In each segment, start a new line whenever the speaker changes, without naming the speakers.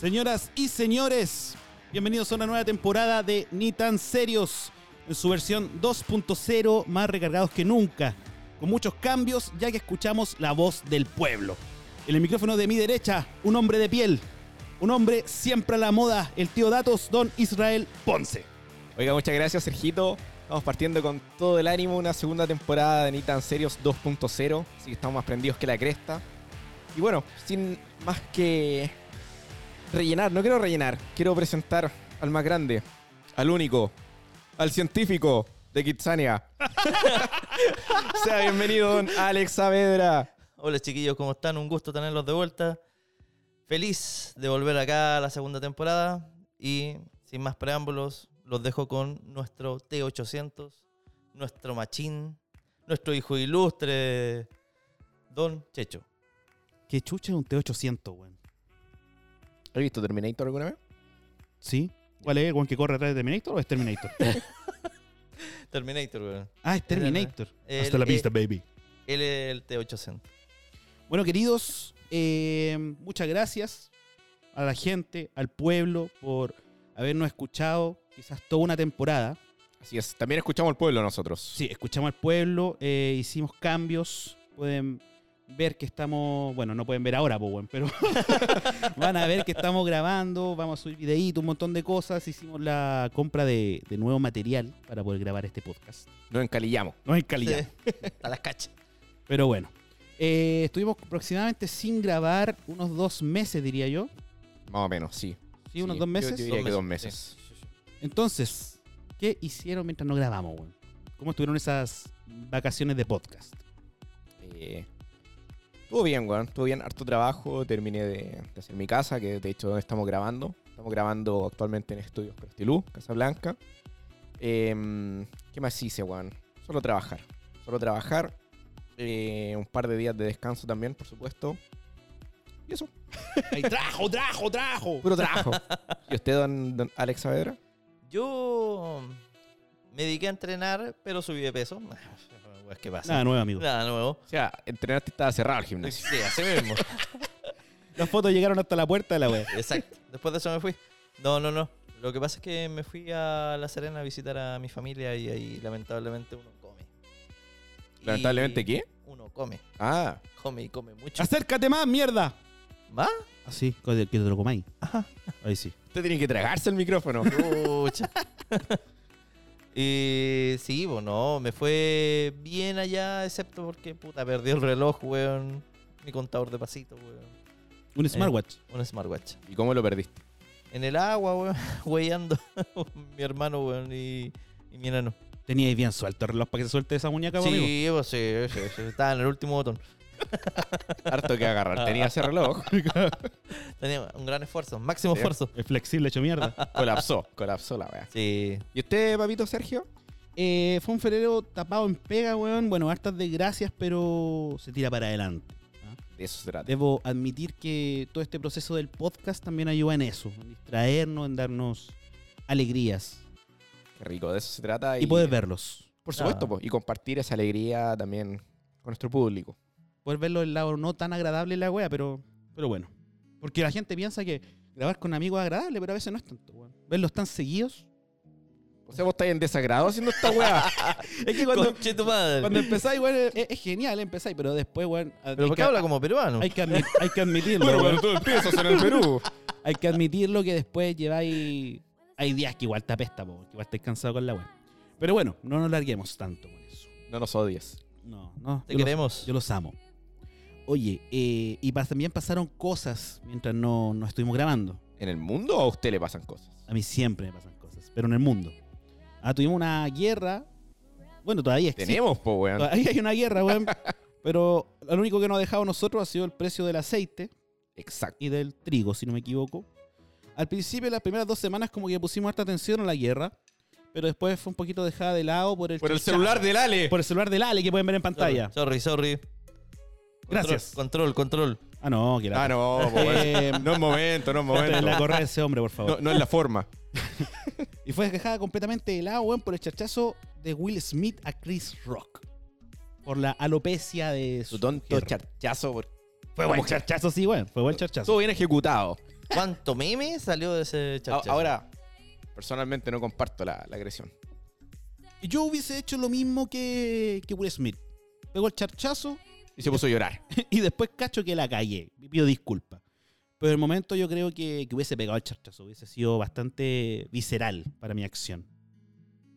Señoras y señores, bienvenidos a una nueva temporada de Ni tan serios en su versión 2.0 más recargados que nunca, con muchos cambios ya que escuchamos la voz del pueblo. En el micrófono de mi derecha, un hombre de piel, un hombre siempre a la moda, el tío Datos, don Israel Ponce.
Oiga, muchas gracias, Sergito. Estamos partiendo con todo el ánimo una segunda temporada de Ni Tan Serios 2.0, así que estamos más prendidos que la cresta. Y bueno, sin más que rellenar, no quiero rellenar, quiero presentar al más grande, al único, al científico de Kitsania. sea bienvenido, don Alex Saavedra.
Hola chiquillos, ¿cómo están? Un gusto tenerlos de vuelta. Feliz de volver acá a la segunda temporada y sin más preámbulos, los dejo con nuestro T800, nuestro machín, nuestro hijo ilustre, Don Checho.
Qué chucha es un T800, weón.
¿Has visto Terminator alguna vez?
¿Sí? ¿Cuál es, weón, que corre atrás de Terminator o es Terminator?
Terminator, weón.
ah, es Terminator.
El-
Hasta la
eh,
vista, baby.
Él es el T800.
Bueno, queridos, eh, muchas gracias a la gente, al pueblo, por habernos escuchado quizás toda una temporada.
Así es, también escuchamos al pueblo nosotros.
Sí, escuchamos al pueblo, eh, hicimos cambios, pueden ver que estamos, bueno, no pueden ver ahora, pues, weón, pero van a ver que estamos grabando, vamos a subir videíto, un montón de cosas, hicimos la compra de, de nuevo material para poder grabar este podcast.
Nos encalillamos.
No en calidad.
A las cachas.
Pero bueno, eh, estuvimos aproximadamente sin grabar unos dos meses, diría yo.
Más o menos, sí.
Sí, unos
Sí,
dos
yo-
meses.
yo diría que dos meses.
sí, sí, sí.
Entonces, ¿qué hicieron mientras no grabamos, weón? ¿Cómo estuvieron esas vacaciones de podcast?
Eh, estuvo bien, weón. Estuvo bien, harto trabajo. Terminé de, de hacer mi casa, que de hecho es donde estamos grabando. Estamos grabando actualmente en Estudios Castilú, Casa Blanca. Em, ¿Qué más hice, weón? Solo trabajar. Solo trabajar. Eh, un par de días de descanso también, por supuesto. Y eso,
¡Ay, trajo, trajo, trajo!
puro trabajo. ¿Y usted, don, don Alex Saavedra?
Yo me dediqué a entrenar, pero subí de peso. Weas, ¿Qué pasa?
Nada nuevo, amigo.
Nada nuevo.
O sea, entrenarte estaba cerrado el gimnasio.
Sí, así mismo.
Las fotos llegaron hasta la puerta de la web.
Exacto. Después de eso me fui. No, no, no. Lo que pasa es que me fui a La Serena a visitar a mi familia y ahí lamentablemente uno come. Y
Lamentablemente, ¿qué?
Uno come,
Ah,
come y come mucho.
¡Acércate más, mierda!
¿Va?
Así, Ah, que te lo comáis.
Ah,
Ajá.
Ahí sí.
usted tiene que tragarse el micrófono.
Pucha. y sí, bueno, me fue bien allá, excepto porque puta, perdí el reloj, weón. Mi contador de pasito, weón.
Un smartwatch.
Un smartwatch.
¿Y cómo lo perdiste?
En el agua, weón, weyando. mi hermano, weón, y, y mi enano.
Teníais bien suelto el reloj para que se suelte esa muñeca, po, amigo.
Sí, pues sí, sí, sí, estaba en el último botón.
Harto que agarrar. Tenía ese reloj.
Tenía un gran esfuerzo, máximo
Sí.
esfuerzo.
Es flexible, hecho mierda.
colapsó, colapsó la wea.
Sí.
¿Y usted, papito Sergio?
Eh, fue un febrero tapado en pega, weón. Bueno, hartas desgracias, pero se tira para adelante.
De eso se trata.
Debo admitir que todo este proceso del podcast también ayuda en eso, en distraernos, en darnos alegrías
Qué rico, de eso se trata.
y, poder verlos.
Por supuesto,
Ah.
po, y compartir esa alegría también con nuestro público.
Poder verlo del lado no tan agradable de la wea, pero, pero bueno. Porque la gente piensa que grabar con amigos es agradable, pero a veces no es tanto, weón. Verlos tan seguidos.
O sea, vos estáis en desagrado haciendo esta wea.
Es que cuando,
Conche tu madre.
cuando empezáis, weón, es, es genial, empezáis, pero después, weón,
Pero
hay
porque
que,
habla como peruano.
hay que admi- hay que admitirlo. weón.
tú empiezas en el Perú.
Hay que admitirlo que después lleváis. Hay días que igual te apesta, po, que igual estáis cansado con la wea. Pero bueno, no nos larguemos tanto con eso.
No nos odies.
No, no.
Te
yo los-
queremos.
yo los amo. Oye, eh, y pas- también pasaron cosas mientras no, no estuvimos grabando.
¿En el mundo o a usted le pasan cosas?
A mí siempre me pasan cosas, pero en el mundo. Ah, tuvimos una guerra. Bueno, todavía existe.
Tenemos, po, weón.
Todavía hay una guerra, weón. pero lo único que nos ha dejado a nosotros ha sido el precio del aceite
Exacto.
y del trigo, si no me equivoco. Al principio, las primeras dos semanas, como que pusimos harta atención a la guerra. Pero después fue un poquito dejada de lado por el, chachá-
del Ale.
Por el celular del Ale que pueden ver en
Sorry,
pantalla.
Sorry, sorry.
Gracias.
Control, control. control.
Ah, no, que la.
Ah, no, po, weón.
Eh,
No es momento, no es
Traten de la
momento.
correr ese hombre, por favor.
No, no es la forma.
Y fue dejada completamente de lado, weón, por el chachazo de Will Smith a Chris Rock. Por la alopecia de
Su
su
tonto
mujer.
charchazo. por-
Fue buen charchazo, sí, weón. Fue buen charchazo.
Estuvo bien ejecutado.
¿Cuánto meme salió de ese
A-
chacha?
Ahora, personalmente no comparto la, la agresión.
Yo hubiese hecho lo mismo que, que Will Smith. Pegó el charchazo
Y se puso a llorar.
y después cacho que la callé. Me pido disculpas. Pero en el momento yo creo que, que hubiese pegado el charchazo. Hubiese sido bastante visceral para mi acción.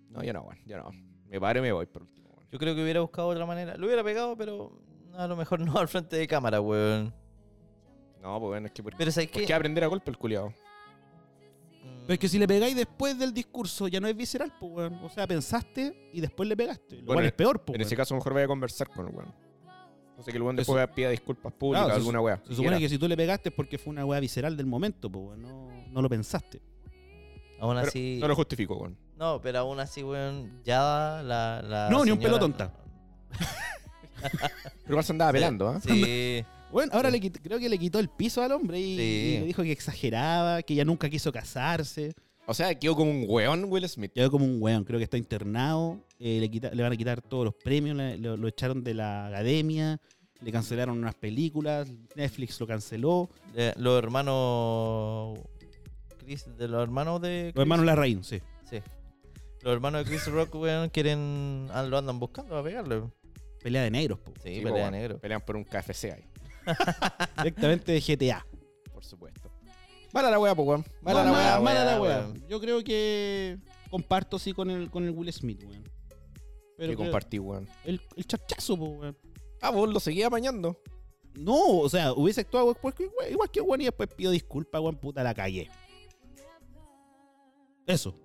No, yo no, bueno, yo no. Me paro y me voy por último. weón.
Yo creo que hubiera buscado otra manera. Lo hubiera pegado, pero a lo mejor no al frente de cámara, weón.
No, pues bueno, es que por,
Pero ¿sabes
¿por
qué?
qué aprender a golpe el culiado?
Mm,
Pero es que si le pegáis después del discurso ya no es visceral, pues, weón. O sea, pensaste y después le pegaste. Lo
Bueno,
cual es peor, pues,
En ese
weón.
caso, mejor vaya a conversar con el weón. No sé que el weón
Eso-
después pida disculpas públicas
Claro, se-
o alguna weá.
Se supone que si tú le pegaste es porque fue una weá visceral del momento, pues, weón. No, no lo pensaste.
Aún
Pero
así.
No lo justifico, weón.
No, pero aún así, weón, ya la, la
No, ni un pelo tonta.
Pero igual se andaba pelando, ¿ah?
Sí.
Bueno, ahora le quit- creo que le quitó el piso al hombre y,
Sí.
y le dijo que exageraba, que ya nunca quiso casarse.
O sea, quedó como un weón Will Smith.
Quedó como un weón, creo que está internado. eh, le, quita- le van a quitar todos los premios, le- lo, lo echaron de la academia, le cancelaron unas películas, Netflix lo canceló.
Eh, los hermanos. Chris, de los hermanos de.
Los hermanos Larraín, sí.
Sí. Los hermanos de Chris Rock, weón, quieren. ah, Lo andan buscando a pegarle.
Pelea de negros, po.
Sí,
Sí,
pelea
po, weón.
negro.
Pelean por un KFC ahí,
Directamente de GTA.
por supuesto. Mala la weá, pues weón. Mala
No,
la weá.
weá,
mala la
weá.
weá. Yo creo que comparto sí con el, con el Will Smith, weón. Pero
Que
creo-
compartí, weón.
el, el chachazo, po, weón.
Ah, vos lo seguía apañando.
No, o sea, hubiese actuado weón, porque igual, igual que Juan y después pido disculpas, Juan puta la calle. Eso.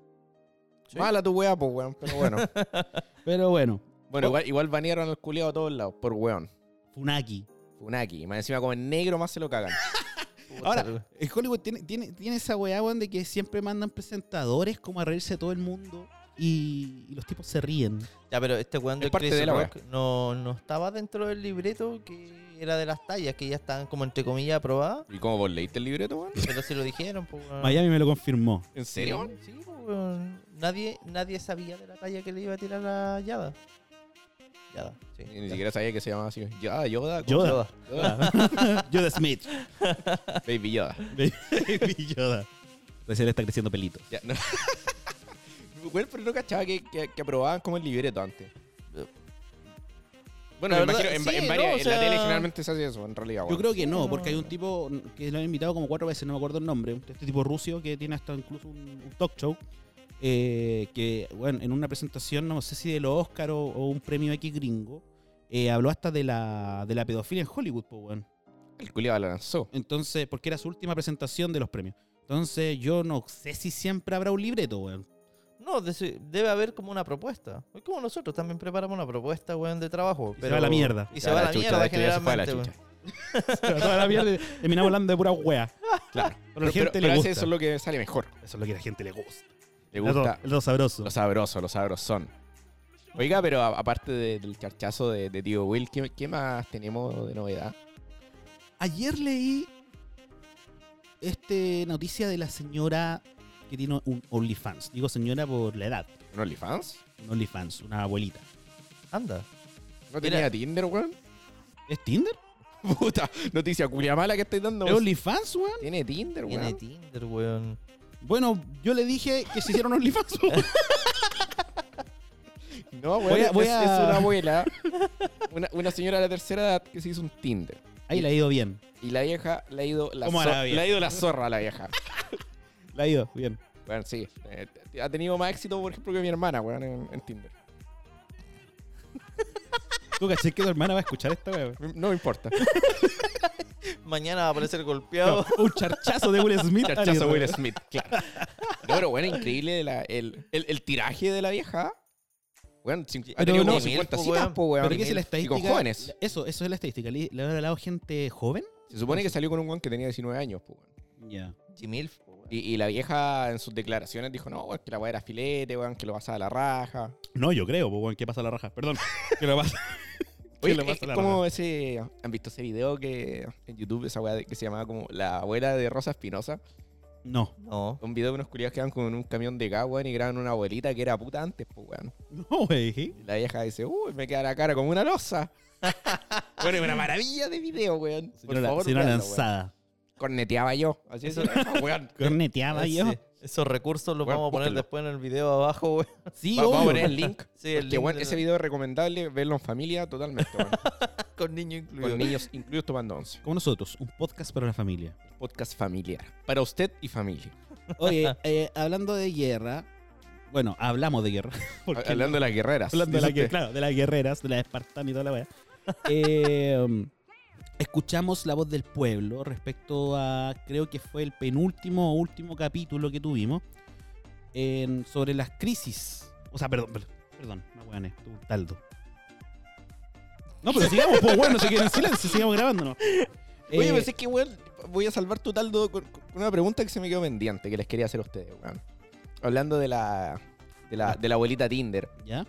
Sí.
Mala tu weá, pues weón. Pero bueno.
Pero bueno,
bueno, igual, igual banearon al culiado a todos lados, por weón.
Funaki.
Funaki. Y Más encima como en negro más se lo cagan.
Puta,
Ahora, el Hollywood tiene, tiene, tiene esa weá, weón, de que siempre mandan presentadores como a reírse de todo el mundo y, y los tipos se ríen.
Ya, pero este weón de
Es parte
Chris
de la
Rock no, no estaba dentro del libreto que era de las tallas, que ya estaban como entre comillas aprobadas.
¿Y cómo vos leíste el libreto, weón?
Pero se lo dijeron, pues. weón.
Miami me lo confirmó.
¿En
Sí,
serio?
Sí, pues, weón. Nadie, nadie sabía de la talla que le iba a tirar a Yada. Yada, sí.
Y ni siquiera sabía que se llamaba así. Yoda, Yoda. ¿cómo?
Yoda.
Yoda.
Yoda.
Yoda Smith.
Baby Yoda.
Baby Yoda. Recién está creciendo pelito.
Ya, no. Bueno, pero no cachaba que, que, que aprobaban como el libreto antes. Bueno, me
La verdad,
imagino, en, va-
sí,
en varias-
no, o
en la tele
sea-
generalmente se hace eso, en realidad.
Yo
weón.
creo que no,
no.
porque hay un tipo que lo han invitado como cuatro veces, no me acuerdo el nombre, este tipo ruso que tiene hasta incluso un, un talk show, eh, que bueno, en una presentación, no sé si de los Oscar o, o un premio X gringo, eh, habló hasta de la, de la pedofilia en Hollywood, pues bueno.
El culiado la lanzó.
Entonces, porque era su última presentación de los premios. Entonces, yo no sé si siempre habrá un libreto, weón.
No, de- debe haber como una propuesta. Es como nosotros también preparamos una propuesta, weón, de trabajo.
Y se
pero...
va a la mierda.
Y
Ya,
se va a la
chucha,
mierda
esto ya se fue a la
generalmente.
chucha.
weón.
Toda la mierda, terminamos hablando de pura wea.
Claro.
Pero a la gente
pero
le
a veces
gusta.
eso es lo que sale mejor.
Eso es lo que a la gente le gusta.
Le
Es lo,
gusta
es lo sabroso.
lo sabroso, lo sabrosón. Oiga, pero a- aparte de- del charchazo de, de tío Will, ¿qué, qué más tenemos de novedad?
Ayer leí este noticia de la señora que tiene un OnlyFans. Digo señora por la edad,
¿Un OnlyFans?
un OnlyFans, una abuelita.
Anda.
¿No
Mira.
tenía Tinder, weón?
¿Es Tinder?
Puta, noticia culia mala que estáis dando.
¿Es
weón.
OnlyFans, weón?
Tiene Tinder,
Tiene
weón.
Tinder, weón.
Bueno, yo le dije que se hicieron OnlyFans. weón.
No, weón.
Voy a-
es-
voy
es,
a-
una abuela, una, una señora de la tercera edad que se hizo un Tinder.
Ahí le ha ido bien.
Y la vieja le ha ido la,
¿Cómo a
zor-
la vieja?
le ha ido la zorra a la vieja.
Le ha ido bien.
Bueno, sí. eh, t- ha tenido más éxito, por ejemplo, que mi hermana, weón, en, en Tinder.
Tú caché que tu hermana va a escuchar esta weón.
No me importa.
Mañana va a aparecer golpeado.
un charchazo de Will Smith.
Charchazo Will Smith, claro. No, pero bueno, increíble la- el, el- el tiraje de la vieja. Weón, cincu- ha
Pero
tenido
no, pues,
como 50
mil, po,
citas,
weón.
po, weón.
Pero qué es la
Y
estadística.
con jóvenes.
Eso, eso es la estadística. ¿Le, le habrá hablado gente joven?
Se supone que salió con un weón que tenía 19 años, po, weón.
Ya.
Gmilf, weón.
Y, y la vieja en sus declaraciones dijo, no, weón, que la weá era filete, weón, que lo pasaba a la raja.
No, yo creo, pues, weón, que pasa la raja. Perdón. Que lo pasa. que
Oye,
lo
es
pasa la
como
raja.
ese. ¿Han visto ese video que en YouTube, esa weá de- que se llamaba como La abuela de Rosa Espinosa?
No.
No.
Un video de unos culiados que van con un camión de gas, weón, y graban una abuelita que era puta antes, pues, weón.
No, wey.
Y la vieja dice, uy, me queda la cara como una losa. bueno, es una maravilla de video, weón. Por
Señora,
favor,
señora
véanlo, weón.
lanzada.
corneteaba yo. Así es.
Eso-
weón.
Corneteaba Ah, yo.
Sí. Esos recursos los
Bueno,
vamos a poner
búsquenlo.
después en el video abajo, güey.
Sí,
Va- vamos a
obvio.
poner el link.
Sí, el
Porque,
link
bueno,
de-
ese video es recomendable verlo en familia totalmente, weón.
con niño incluido.
Con niños incluidos tomando once.
Como nosotros, un podcast para la familia.
Podcast familiar. Para usted y familia.
Oye, eh, hablando de guerra. Bueno, hablamos de guerra. porque-
Ha- Hablando de las guerreras.
hablando de, la
dice
guerra,
usted.
claro, de las guerreras, de las espartanas y toda la weá. Eh, um, escuchamos la voz del pueblo respecto a, creo que fue el penúltimo o último capítulo que tuvimos, en- sobre las crisis. O sea, perdón, perdón, perdón no weones, tú, taldo. No, pero sigamos, pues bueno, se queda en silencio, sigamos grabando, ¿no?
Oye,
Eh,
pero es que, weón, voy a salvar tu taldo con, con una pregunta que se me quedó pendiente que les quería hacer a ustedes, weón. Hablando de la, de la, de la abuelita Tinder.
¿Ya?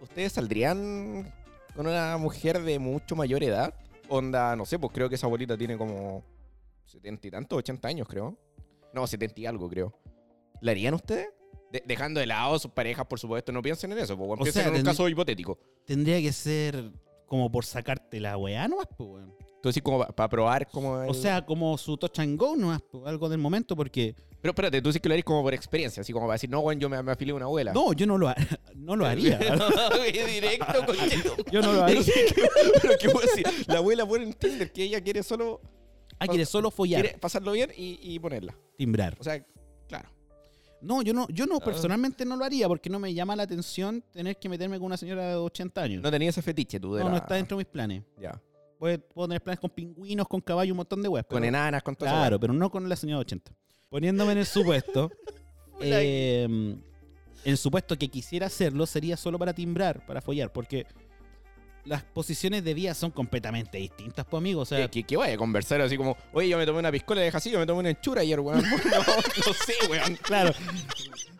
¿Ustedes saldrían con una mujer de mucho mayor edad? Onda, no sé, pues creo que esa abuelita tiene como 70 y tantos, 80 años, creo. No, 70 y algo, creo. ¿La harían ustedes? De- dejando de lado a sus parejas, por supuesto, no piensen en eso, pues, weón,
O
piensen
sea,
en un
tendrí-
caso hipotético.
Tendría que ser como por sacarte la weá nomás, pues, weón.
Entonces, como para probar como el-
O sea, como su touch and go nomás, pues, algo del momento, porque...
Pero espérate, tú dices que lo harías como por experiencia, así como para decir, no, weón, yo me, me afilié a una abuela.
No, yo no lo, ha- no lo haría.
Directo, coño.
Yo no lo haría.
Pero qué weón, si la abuela pone en Tinder que ella quiere solo
Ah, quiere solo follar,
quiere pasarlo bien y, y ponerla.
timbrar.
O sea, claro.
No, yo no, yo no,
Ah.
personalmente no lo haría porque no me llama la atención tener que meterme con una señora de 80 años. No,
No tenía ese fetiche tú de
no,
la-
está dentro de mis planes.
Ya.
Puedo, puedo tener planes con pingüinos, con caballo, un montón de weas.
Con
pero-
enanas, con todo eso,
Claro, pero no con la señora de 80. Poniéndome en el supuesto, eh, el supuesto que quisiera hacerlo sería solo para timbrar, para follar, porque las posiciones de vía son completamente distintas, pues amigo. O sea,
Que, que- que vaya a conversar así como, oye, yo me tomé una piscola de así, yo me tomé una enchura ayer, weón. No, no sé, weón.
claro.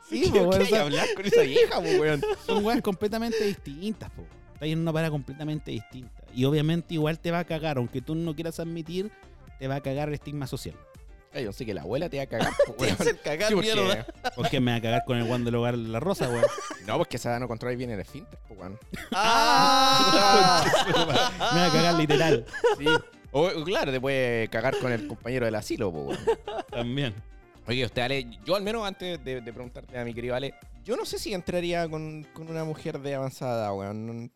Sí,
¿Qué-
pues, weón,
qué
o
hay que
sea,
hablar con esa vieja, po, weón?
son weas completamente distintas, po. Estás en una parada completamente distinta. Y obviamente igual te va a cagar, aunque tú no quieras admitir, te va a cagar el estigma social.
Ay, yo sé que la abuela te va a cagar, po,
Te
weón.
hacen cagar
Sí, porque-
mierda.
Porque me va a cagar con el guan del hogar de la rosa, weón.
No, porque esa no controla bien el esfínter, po, weón.
¡Ah!
Me va a cagar literal.
Sí. O, o claro, te puede cagar con el compañero del asilo, po, weón.
También.
Oye, usted, Ale, yo al menos antes de, de preguntarle a mi querido Ale, yo no sé si entraría con, con una mujer de avanzada, weón. No,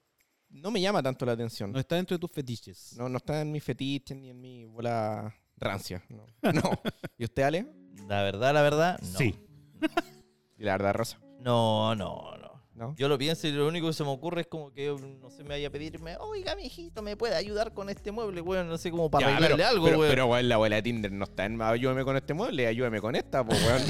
no me llama tanto la atención.
No está dentro de tus fetiches.
No, no está en mi fetiche ni en mi bola rancia. No. No. ¿Y usted, Ale?
La verdad, la verdad, no.
Sí.
Y la verdad, Rosa.
No, no, no.
¿No?
Yo lo pienso y lo único que se me ocurre es como que, no sé, me vaya a pedirme, oiga, mijito, ¿me puede ayudar con este mueble, güey? No sé, como para
Ya,
arreglarle
pero,
algo,
pero,
güey.
pero, weón, la abuela de Tinder no está en ayúdame con este mueble, ayúdame con esta, pues, weón.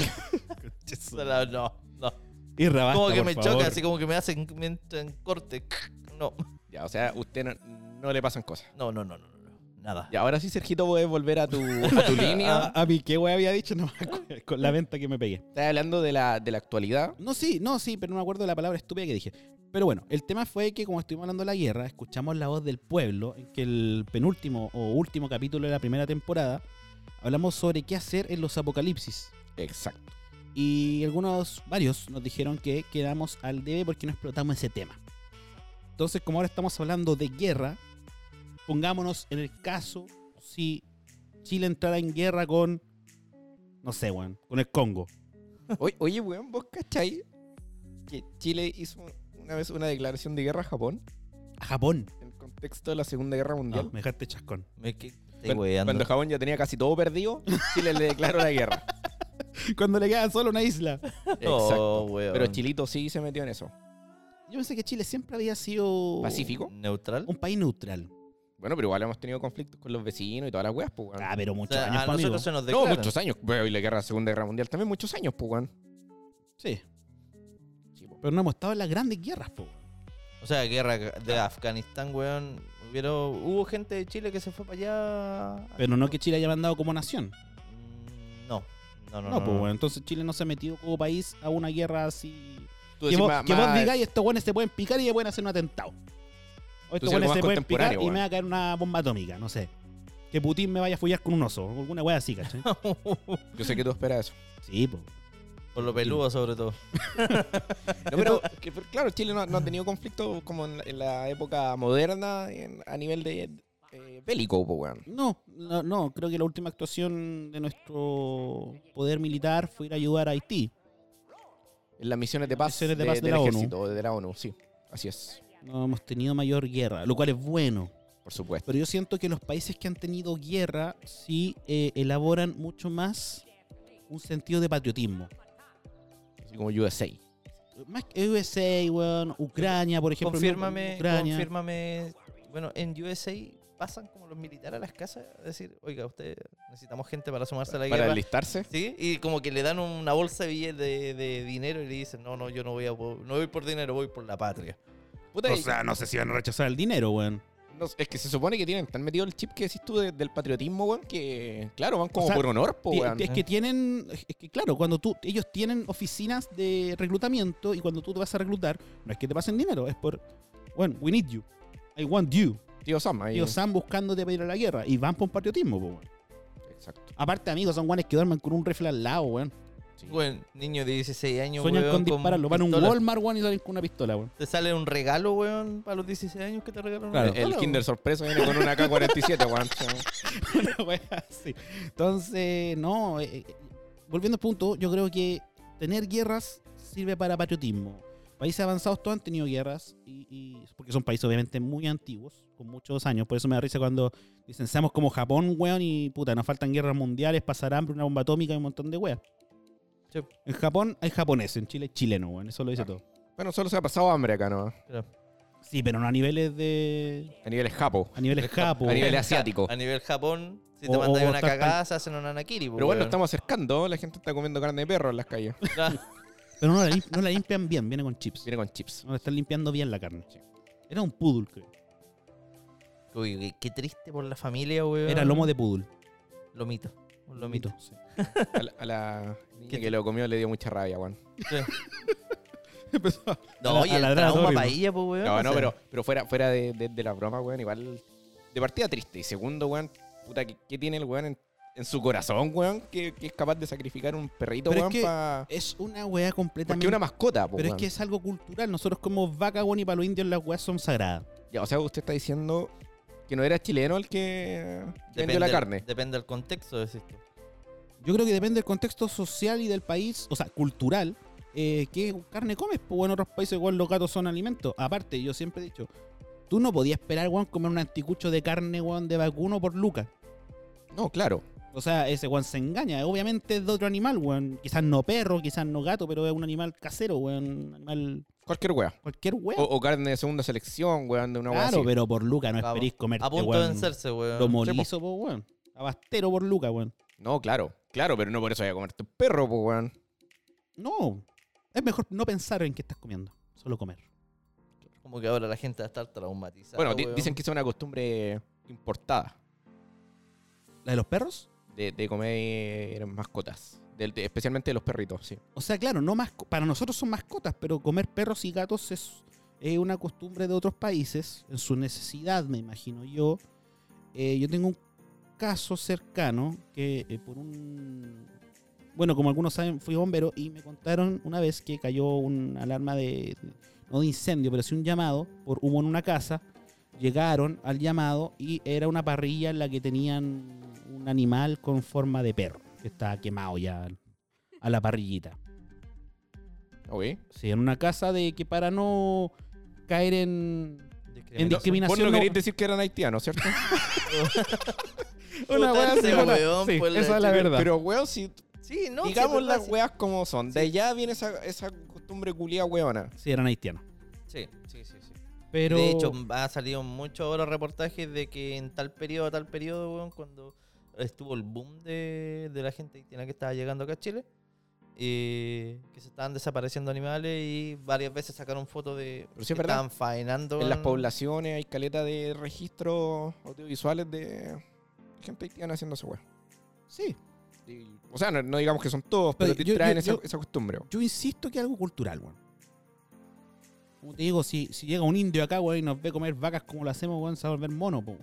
O sea, la- No, no.
Y rabasta,
como que
por
me
favor.
choca, así como que me hacen, me entran corte. No,
ya, o sea, usted no, no le pasan cosas.
no, no, no, no, no, no. Nada.
Y ahora sí, Sergito, puedes volver a tu, a tu línea.
A, a mí, ¿qué weón había dicho? No me acuerdo. Con la venta que me pegué.
Estás hablando de la, de la actualidad.
No, sí, no, sí, pero no me acuerdo de la palabra estúpida que dije. Pero bueno, el tema fue que como estuvimos hablando de la guerra, escuchamos la voz del pueblo, en que el penúltimo o último capítulo de la primera temporada, hablamos sobre qué hacer en los apocalipsis.
Exacto.
Y algunos, varios, nos dijeron que quedamos al debe porque no explotamos ese tema. Entonces, como ahora estamos hablando de guerra, pongámonos en el caso si Chile entrara en guerra con, no sé, weón, con el Congo.
Oye, oye, weón, ¿vos cachai que Chile hizo una vez una declaración de guerra a Japón
A Japón.
en contexto de la Segunda Guerra
No,
Mundial?
Ah, me dejaste chascón.
Me que- estoy
Cuando-
hueveando.
Cuando Japón ya tenía casi todo perdido, Chile le declaró la guerra.
Cuando le queda solo una isla.
Oh, weón.
Pero Chilito sí se metió en eso.
Yo pensé que Chile siempre había sido
¿Pacífico?
¿Neutral?
un país neutral.
Bueno, pero igual hemos tenido conflictos con los vecinos y todas las weas, pues, weón.
Ah, pero
O
muchos
sea,
años
a
pa' amigo.
nosotros se nos
no,
declara.
muchos años. Bueno, y la guerra, Segunda Guerra Mundial también muchos años, pues, weón.
Sí,
Sí, po.
pero no hemos estado en las grandes guerras, po.
O sea, guerra de Afganistán, weón. Hubieron, hubo gente de Chile que se fue para allá.
Pero no que Chile haya mandado como nación.
Mm, No, no,
No,
no. no,
pues
no.
bueno, entonces Chile no se ha metido como país a una guerra así.
Tú
Que
decís
vos,
más-
que vos
más-
digáis, estos buenos se pueden picar y pueden hacer un atentado. O
Entonces,
estos buenos
algo
se
más
pueden picar
contemporáneo,
y me va a caer una bomba atómica, no sé. Que Putin me vaya a follar con un oso, o alguna wea así, ¿cachai?
Yo sé que tú esperas eso.
sí, pues. po.
Por lo peludo, sobre todo.
No, pero, que- pero claro, Chile no, no ha tenido conflictos como en la, en la época moderna en- a nivel de eh, bélico, po, weón.
No, no, no, creo que la última actuación de nuestro poder militar fue ir a ayudar a Haití.
En las misiones de paz,
Misiones de paz de
del
la ONU.
ejército, de la ONU, sí. Así es,
No hemos tenido mayor guerra, lo cual es bueno.
por supuesto.
Pero yo siento que los países que han tenido guerra sí eh, elaboran mucho más un sentido de patriotismo. Pues,
Así como USA.
Más que USA, weón, Ucrania, por ejemplo.
confírmame,
Ucrania.
confírmame. Bueno, en USA pasan como los militares a las casas a decir, oiga, usted necesitamos gente para sumarse a la
Para
guerra.
enlistarse.
¿Sí? Y como que le dan una bolsa de billetes de, de dinero y le dicen, no, no, yo no voy a po- no voy por dinero, voy por la patria.
Puta,
O sea, no sé si van a rechazar el dinero, weón.
no sé, es que se supone que tienen tan metido el chip que decís tú de- del patriotismo, weón, que claro, van
O
como
sea,
por honor, po,
Ti-
weón.
Es que tienen, es que claro, cuando tú, ellos tienen oficinas de reclutamiento y cuando tú te vas a reclutar, no es que te pasen dinero, es por, bueno, we need you, I want you.
Tío Sam, ahí.
Ellos están buscándote para ir a la guerra y van por un patriotismo, po, weón.
Exacto.
Aparte, amigos, son guanes que duermen con un rifle al lado, weón.
Sí.
Bueno, niño de 16 años,
Sueñan
weón,
con dispararlo, van a un
pistola.
Walmart, weón, y salen con una pistola, weón.
Te sale un regalo, weón, para los 16 años que te regalan. una
Claro.
El- El Kinder Sorpresa viene con una K-47, weón. O sea,
Una wea así. Entonces, no, eh, eh, volviendo al punto, yo creo que tener guerras sirve para patriotismo. Países avanzados todos han tenido guerras, y, y- porque son países obviamente muy antiguos, con muchos años. Por eso me da risa cuando dicen, seamos como Japón, weón, y puta, nos faltan guerras mundiales, pasar hambre, una bomba atómica y un montón de weas.
Sí.
En Japón hay japonés, en Chile hay chileno, weón, eso lo dice todo.
Bueno, solo se ha pasado hambre acá, ¿no?
Claro.
Sí, pero no a niveles de...
A niveles japo.
A niveles japo.
A nivel
Ja-
asiático.
A nivel Japón, si
O-
te
o
mandas una
estás
cagada, se hacen un anakiri. po,
Pero bueno,
weón.
estamos acercando. La gente está comiendo carne de perro en las calles.
Pero no la, lim- no la limpian bien, viene con chips.
Viene con chips.
No la están limpiando bien la carne.
Sí.
Era un poodle, creo.
Uy, qué- qué triste por la familia, weón.
Era lomo de poodle.
Lomito. Un lomito.
Sí.
A la, a la niña
¿Qué
que lo comió le dio mucha rabia, weón.
Empezó a- a
No,
la-
oye,
a
el
ladrar a
trauma
Dory,
pa' ella, po, weón.
No,
o
no,
sea,
pero, pero fuera, fuera de, de- de la broma, weón, igual. De partida triste. Y segundo, weón, puta, ¿qué, qué tiene el weón en, en su corazón, weón? Que, que es capaz de sacrificar un perrito,
Pero es
weón,
que-
pa-
Es una weá completamente.
Porque es una mascota, po,
pero es
weón.
que es algo cultural. Nosotros como vaca, weón, y para los indios las weas son sagradas.
Ya, o sea, usted está diciendo que no era chileno el que vendió la
del-
carne.
Depende del contexto, decís tú.
Yo creo que depende del contexto social y del país, o sea, cultural, eh, qué carne comes. Pues bueno, en otros países, weón, los gatos son alimentos. Aparte, yo siempre he dicho, tú no podías esperar, weón, comer un anticucho de carne, weón, de vacuno por lucas.
No, claro.
O sea, ese weón se engaña. Obviamente es de otro animal, weón. Quizás no perro, quizás no gato, pero es un animal casero, weón. Un animal.
Cualquier weá.
Cualquier weón.
O, o carne de segunda selección, weón, de una weá
claro,
así.
pero por Luca no
Vamos.
esperís comerte,
A punto de
weón.
vencerse, weón.
Lo
Sí, po.
molizo, po, weón. Abastero por Luca, weón.
No, claro. Claro, pero no por eso voy a comerte un perro, po, weón.
No. Es mejor no pensar en qué estás comiendo. Solo comer.
Como que ahora la gente va a estar traumatizada.
Bueno, di-
weón.
dicen que es una costumbre importada
¿La de los perros?
de, de comer eh, mascotas. Del- de- especialmente de los perritos, sí.
O sea, claro, no masco- para nosotros son mascotas, pero comer perros y gatos es, es una costumbre de otros países, en su necesidad, me imagino yo. Eh, yo tengo un caso cercano que eh, por un... Bueno, como algunos saben, fui bombero y me contaron una vez que cayó una alarma de... No de incendio, pero sí un llamado por humo en una casa. Llegaron al llamado y era una parrilla en la que tenían un animal con forma de perro, que está quemado ya a la parrillita.
Ok.
Sí, en una casa de que para no caer en, en
Vos
Discriminación.
discriminación.
no
no-
queréis decir que eran haitianos, ¿cierto?
Una
Puta,
weá así,
ese
una-
weón,
sí,
pues, la
esa es la
chica-
verdad.
Pero, weón, si
Sí, no.
digamos
sí, es verdad,
las weas como son. De allá viene esa, esa costumbre culia weona.
Sí, eran haitianos.
Sí, sí, sí. sí, sí.
Pero
De hecho, ha salido mucho ahora reportajes de que en tal periodo, tal periodo, weón, cuando estuvo el boom de, de la gente haitiana que estaba llegando acá a Chile, eh, que se estaban desapareciendo animales y varias veces sacaron fotos de
Pero sí es
que
verdad.
estaban faenando.
En las
weón.
poblaciones hay caleta de registros audiovisuales de gente haitiana haciendo esa wea.
sí,
Y- O sea, no, no digamos que son todos, pero,
Pero
te
yo-
traen
yo-
esa,
yo-
esa costumbre.
yo insisto que es algo cultural, weón. Como te digo, si, si llega un indio acá, weón, y nos ve comer vacas como lo hacemos, weón, se va a volver mono, po.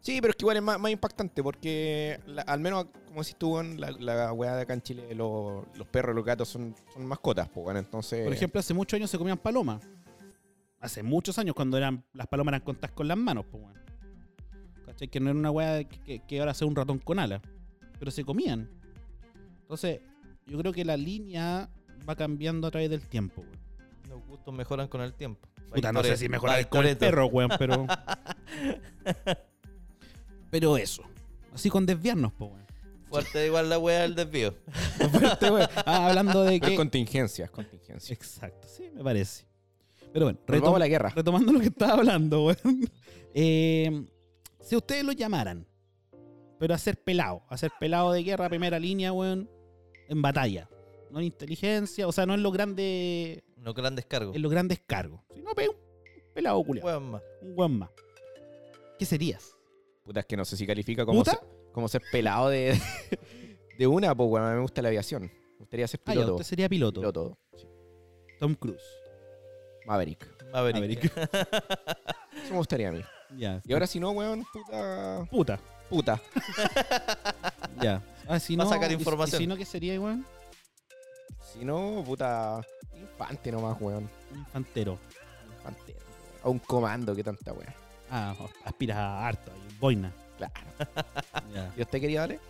Sí, pero es que igual es más, más impactante porque la- al menos, como decís tú, weón, la, la weá de acá en Chile, lo- los perros, los gatos son, son mascotas, pues, bueno, entonces...
Por ejemplo, hace muchos años se comían palomas. Hace muchos años, cuando eran las palomas eran contadas con las manos, po, weón. ¿Cachai? Que no era una weá que, que- que ahora sea un ratón con ala. Pero se comían. Entonces, yo creo que la línea va cambiando a través del tiempo, weón.
Los gustos mejoran con el tiempo. Va
Puta, no sé
Victoria-
si
va
mejorar con el
Victoria.
perro, weón, pero. pero eso. Así con desviarnos, po, weón.
Fuerte igual la wea del desvío.
Fuerte, weón. Ah, hablando de
Pero es
que.
contingencia, es contingencia.
Exacto, sí, me parece. Pero bueno,
Retomamos
retom-
la guerra.
retomando lo que estaba hablando, weón. Eh, si ustedes lo llamaran, pero a ser pelado, a ser pelado de guerra, primera línea, weón, en batalla. No en inteligencia, o sea, no en los grandes,
No grandes cargos.
en los grandes cargos. Sino pe- un pelado culiado.
Weón más.
un guan más. ¿Qué serías?
Puta, es que no sé si califica como,
¿Puta?
ser, como ser pelado de, de una, pues bueno, me gusta la aviación. Me gustaría ser
Ah, ya,
piloto.
usted sería piloto.
piloto.
Tom Cruise.
Maverick.
Maverick.
Maverick.
Eso me gustaría a mí.
ya.
Y ahora si no, weón, puta...
Puta.
Puta.
Ya. Ah, si
Va a
no,
sacar
y- y
información.
si no, ¿qué sería, weón?
Si no, puta... Infante nomás, weón.
Un infantero.
Infante. A un comando, qué tanta weón.
Ah, aspiras a harto, ahí, boina.
Claro.
Ya.
¿Y usted quería darle?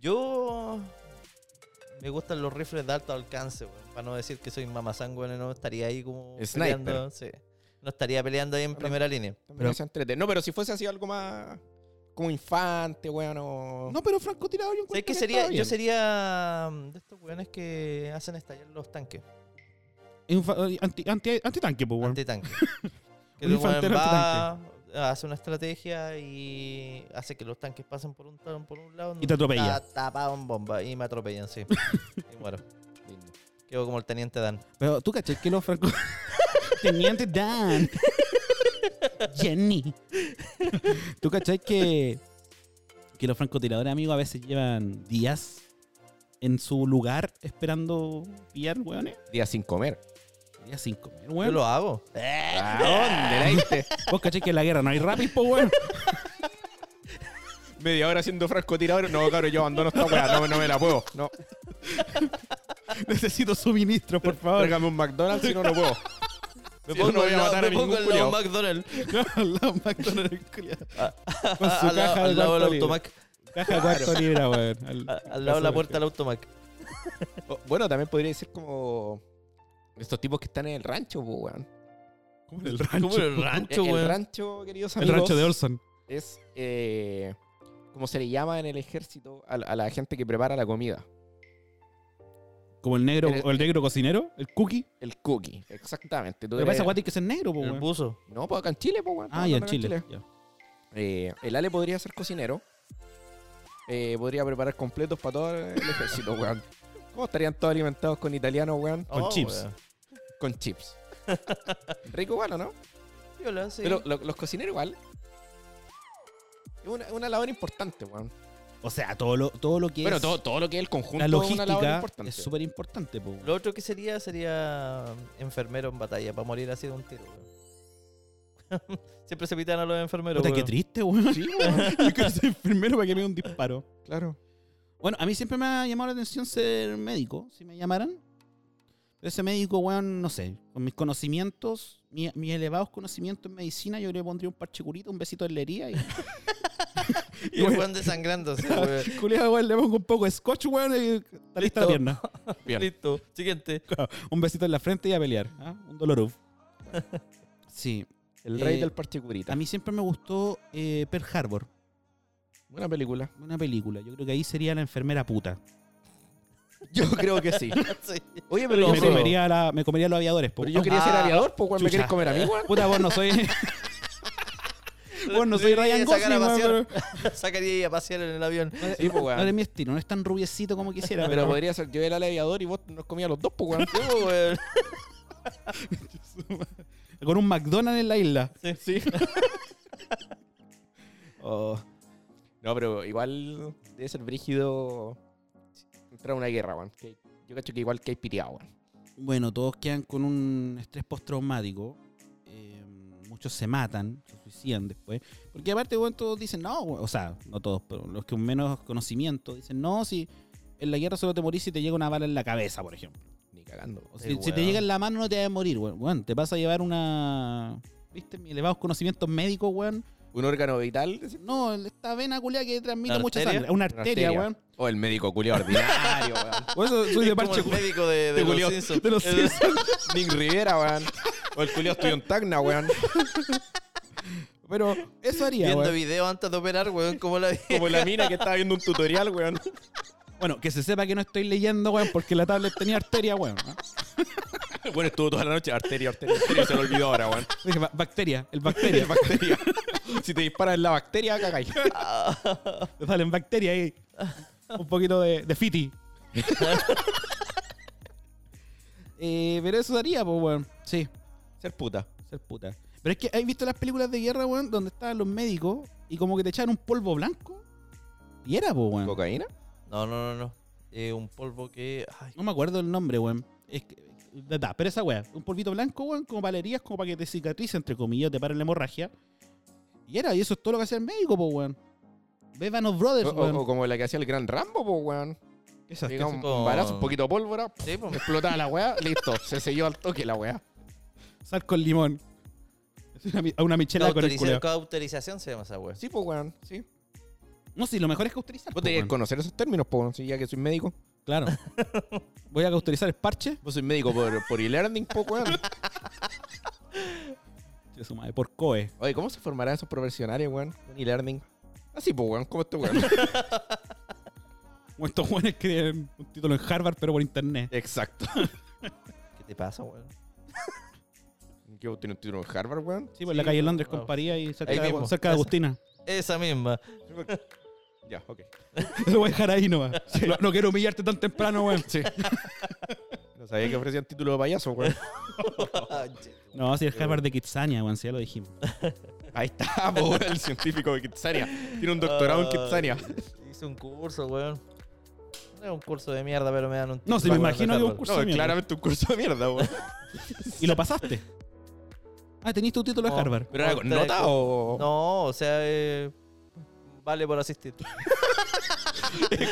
Yo. Me gustan los rifles de alto alcance, weón. Para no decir que soy mamazangüe, no estaría ahí como.
Sniper.
peleando, sí. No estaría peleando ahí en primera línea.
Pero-
Pero... No, pero si fuese así algo más... Como infante, weón, o...
No, pero francotirador yo
¿Sabes
encuentro
qué
que
sería?
estaba
Yo
bien.
sería mm, de estos weones que hacen estallar los tanques.
Infa- anti, anti, antitanque, pues, weón.
Antitanque. que
Un
el weón
infantero
va, hace una estrategia y hace que los tanques pasen por un, tal- por un lado.
Y te atropella.
Está tapado en bomba y me atropellan, sí. y muero.
Lindo.
Quedo como el teniente Dan.
Pero tú caché que los franco... Teniente Dan. Jenny. tú caché que... Que los francotiradores, amigos, a veces llevan días en su lugar esperando pillar, weones.
Día sin comer.
Días sin comer,
Yo
weón.
lo hago.
Eh.
¿A dónde la diste?
Vos caché que en la guerra no hay rapid, pues, weón.
Media hora siendo francotirador. No, cabrón, yo abandono esta weá. No, no me la puedo. No,
Necesito suministros, por favor.
tráigame un McDonald's si no, no puedo.
Me
Si no, no voy a
al lado-
matar a
me pongo
ningún
al lado
culiao.
McDonald's.
Al lado de McDonald's, culiao. Con su
Al lado-
caja de
al lado del
cuarto libra.
automac.
Caja de cuarto libra, weón. Al-
a- Al lado de la puerta del automac.
O- Oh, Bueno, también podría ser como estos tipos que están en el rancho, pues, weón.
Como en el rancho.
Como en el rancho,
el
weón.
rancho, queridos
El
amigos.
rancho de Olson.
Es eh, como se le llama en el ejército a, la- a la gente que prepara la comida.
Como el negro,
En el-
o el negro cocinero, el cookie.
El cookie, exactamente. Tú
Lo que pasa
eres-
es que es negro, po,
El
weón.
buzo.
No, pues acá en Chile, pues, weón.
Ah,
Estamos
ya, en
hablando
Chile.
acá en
ya.
Eh, el Ale podría ser cocinero. Eh, podría preparar completos para todo el ejército, weón. ¿Cómo estarían todos alimentados con italiano, weón?
Con chips.
weón.
Con chips. Rico, bueno, ¿no?
Viola, sí.
Pero lo- los cocineros igual. Es una, una labor importante, weón.
O sea, todo lo, todo lo que
Bueno,
es
todo, todo lo que es el conjunto
la
es una labor
logística
importante.
es súper importante, po, weón.
Lo otro que sería sería um, enfermero en batalla, para morir así de un tiro. weón. Siempre se pitan a los enfermeros.
Puta, qué
weón.
triste, weón.
Sí,
Yo quiero ser enfermero para que me dé un disparo.
Claro.
Bueno, a mí siempre me ha llamado la atención ser médico, si me llamaran. Pero ese médico, weón, no sé, con mis conocimientos, mi- mis elevados conocimientos en medicina, yo le pondría un parche curito, un besito de herlería y...
Y el weón desangrándose, weón.
Culeado, weón, le pongo un poco de scotch, weón, y está lista
Listo.
la pierna.
Bien.
Listo. Siguiente.
Un besito en la frente y a pelear. ¿ah? Un doloruf. Sí.
El rey
Eh,
del parche curita.
A mí siempre me gustó eh, Pearl Harbor,
Buena película.
una película. Yo creo que ahí sería la enfermera puta.
Yo creo que sí.
Sí.
Oye, pero,
me,
yo-
comería la- me comería los aviadores, po.
pero yo quería ser
Ah,
aviador, pues, weón. ¿Me
chucha.
querés comer a mí, weón?
Puta, vos no soy... vos no soy Ryan
Debería sacar a
Gosling,
pasear.
weón,
Sacaría a pasear en el avión.
Sí, pues,
pero- No es
weón.
mi estilo, no es tan rubiecito como quisiera,
Pero
pero...
podría ser yo era el aviador y vos nos comías los dos, pues, weón.
Sí, pues, weón.
Con un McDonald's en la isla.
Sí.
Oh. No, pero igual debe ser brígido entrar a una guerra, weón. Que- Yo cacho que igual que hay piteado, weón.
Bueno, todos quedan con un estrés postraumático. eh, muchos se matan, se suicidan después. Porque aparte, bueno, todos dicen, no, we-", o sea, no todos, pero los que con menos conocimiento dicen, no, si en la guerra solo te morís si te llega una bala en la cabeza, por ejemplo.
Ni cagando.
O
Sí,
si, si te
weón.
llega en la mano no te vas a morir, weón. Weón, te vas a llevar una... ¿Viste? Mis elevados conocimientos médicos, weón.
¿Un órgano vital? decís?
No, esta vena culia que transmite
¿La
mucha
arteria?
sangre. Una arteria, weón.
O el médico culiao ordinario, weón.
Por eso soy de
Es como
parche,
el médico de, de
te
los
culió.
Simpsons.
De los
El-
Nick Rivera, weón. O el culiao estudió en Tacna, weón.
Pero eso haría,
Viendo
weón.
video antes de operar, weón, como la
Como la mina que estaba viendo un tutorial, weón.
Bueno, que se sepa que no estoy leyendo, weón, porque la tablet tenía arteria, weón. ¿no?
Bueno, estuvo toda la noche arteria, arteria, arteria. Se lo olvidó ahora, weón.
Dije, ba- bacteria, el
Arteria,
bacteria.
bacteria. Si te disparan en la bacteria, cagáis.
Te salen bacterias ahí. Un poquito de, de fiti. Eh, pero eso daría, pues, weón. Sí,
Ser puta.
ser puta. Pero es que, ¿has visto las películas de guerra, weón? Donde estaban los médicos y como que te echaban un polvo blanco. Y era, pues, weón.
¿Cocaína?
No, no, no, no. Eh, un polvo que. Ay,
No me acuerdo el nombre, weón. Es que, da, da, pero esa weá, un polvito blanco, weón, como palerías, como para que te cicatrice, entre comillas, te paren la hemorragia. Y era, y eso es todo lo que hacía el médico, po, weón. Bebanos
O,
Brothers,
o-
weón.
o como la que hacía el gran Rambo, po, weón.
Esas que
Llega un
hacen-
con-
embarazo, un poquito de pólvora,
sí, pues, po.
explotaba la weá, listo. Se selló al toque la weá.
Sal con limón. Es una mi- a una michela con el
Cauteriza-
culo.
cauterización se llama esa weón.
Sí, po, weón. Sí.
No, sí, lo mejor es cauterizar.
Vos
po,
tenés que
weón.
conocer esos términos, po, weón, sí, ya que soy médico.
Claro. Voy a cauterizar el parche.
Vos sois médico por, por e-learning, po, weón.
Che, su madre, por COE.
Oye, ¿cómo se formarán esos profesionales, weón? Con e-learning. Así, po, weón, como este weón.
Como estos weones que tienen un título en Harvard, pero por internet.
Exacto.
¿Qué te pasa, weón?
¿Qué vos tenés un título en Harvard, weón?
Sí, pues en la calle
po,
Londres
wow.
con París y cerca,
Ahí
de-
mismo.
cerca de
Esa.
Agustina.
Esa misma.
Ya, ok.
Lo voy a dejar ahí nomás. No, no quiero humillarte tan temprano, weón.
No sabía que ofrecían título de payaso, weón.
No, si el Harvard de Kitsania, weón, si ya lo dijimos.
Ahí está, po, weón, el científico de Kitsania. Tiene un doctorado en Kitsania.
Hice un curso, weón. No es un curso de mierda, pero me dan un.
No,
título,
sí, me
weón, de
imagino que un
Harvard.
curso-
No,
de mierda.
claramente un curso de mierda, weón.
Y lo pasaste. Ah, tenías tu título de
No.
Harvard.
¿Pero era con
Otra
nota
cosa.
o...?
No, o sea, eh, vale por asistir.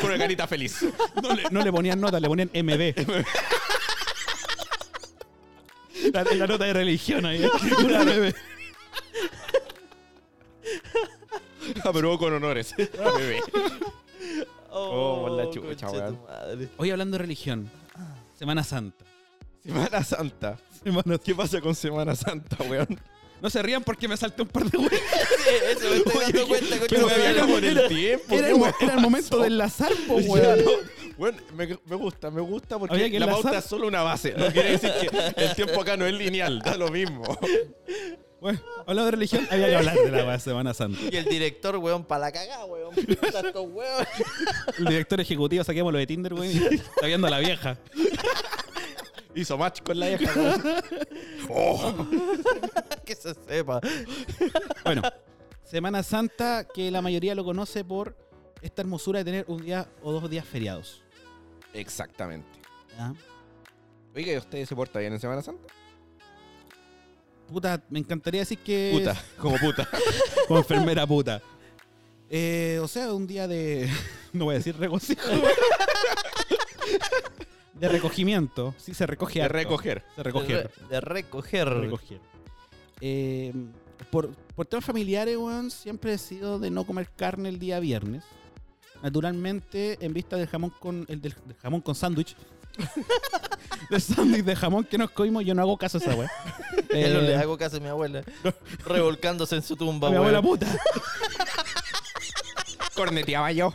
con una carita feliz.
No le, no le ponían nota, le ponían MB. La, la nota de religión ahí. ¿eh? Una MB.
Aprobó con honores. Bebé. Oh, por la chucha,
concha
weón.
tu madre.
Hoy hablando de religión. Semana Santa.
Semana Santa. ¿Qué pasa con Semana Santa, weón?
No se rían porque me salté un par de weas.
Sí, eso me estoy dando cuenta,
¿Qué me
concha tu
viene
madre.
con el tiempo?
Era,
¿Qué
el,
weón?
era el momento de enlazar, po,
Ya,
weón.
no. Weón, me, me gusta, me gusta porque
Había que
la
enlazar.
pauta es solo una base. No quiere decir que el tiempo acá no es lineal, da lo mismo.
Bueno, hablando de religión, había que hablar de la wea Semana Santa.
Y el director, weón, para la cagada, weón. Puta, estos weón.
El director ejecutivo, saquemos lo de Tinder, weón. y Está viendo a la vieja.
Hizo match con la vieja. weón. Oh,
Que se sepa.
Bueno, Semana Santa, que la mayoría lo conoce por esta hermosura de tener un día o dos días feriados.
exactamente.
¿ya?
Oiga, ¿y usted se porta bien en Semana Santa?
Puta, me encantaría decir que.
Puta, como puta.
Como enfermera puta. Eh, o sea, un día de. No voy a decir regocijo. de recogimiento. Sí, se recoge.
De
harto.
recoger.
Se recoge.
De, re- de recoger.
recogieron. Eh, por, por temas familiares, weón, siempre he sido de no comer carne el día viernes. Naturalmente, en vista del jamón con el del, del jamón con sándwich. del sándwich de jamón que nos comimos, yo no hago caso a esa weá.
Ya no
Eh,
le hago caso a mi abuela. Revolcándose en su tumba,
mi
weón.
abuela puta.
Corneteaba yo.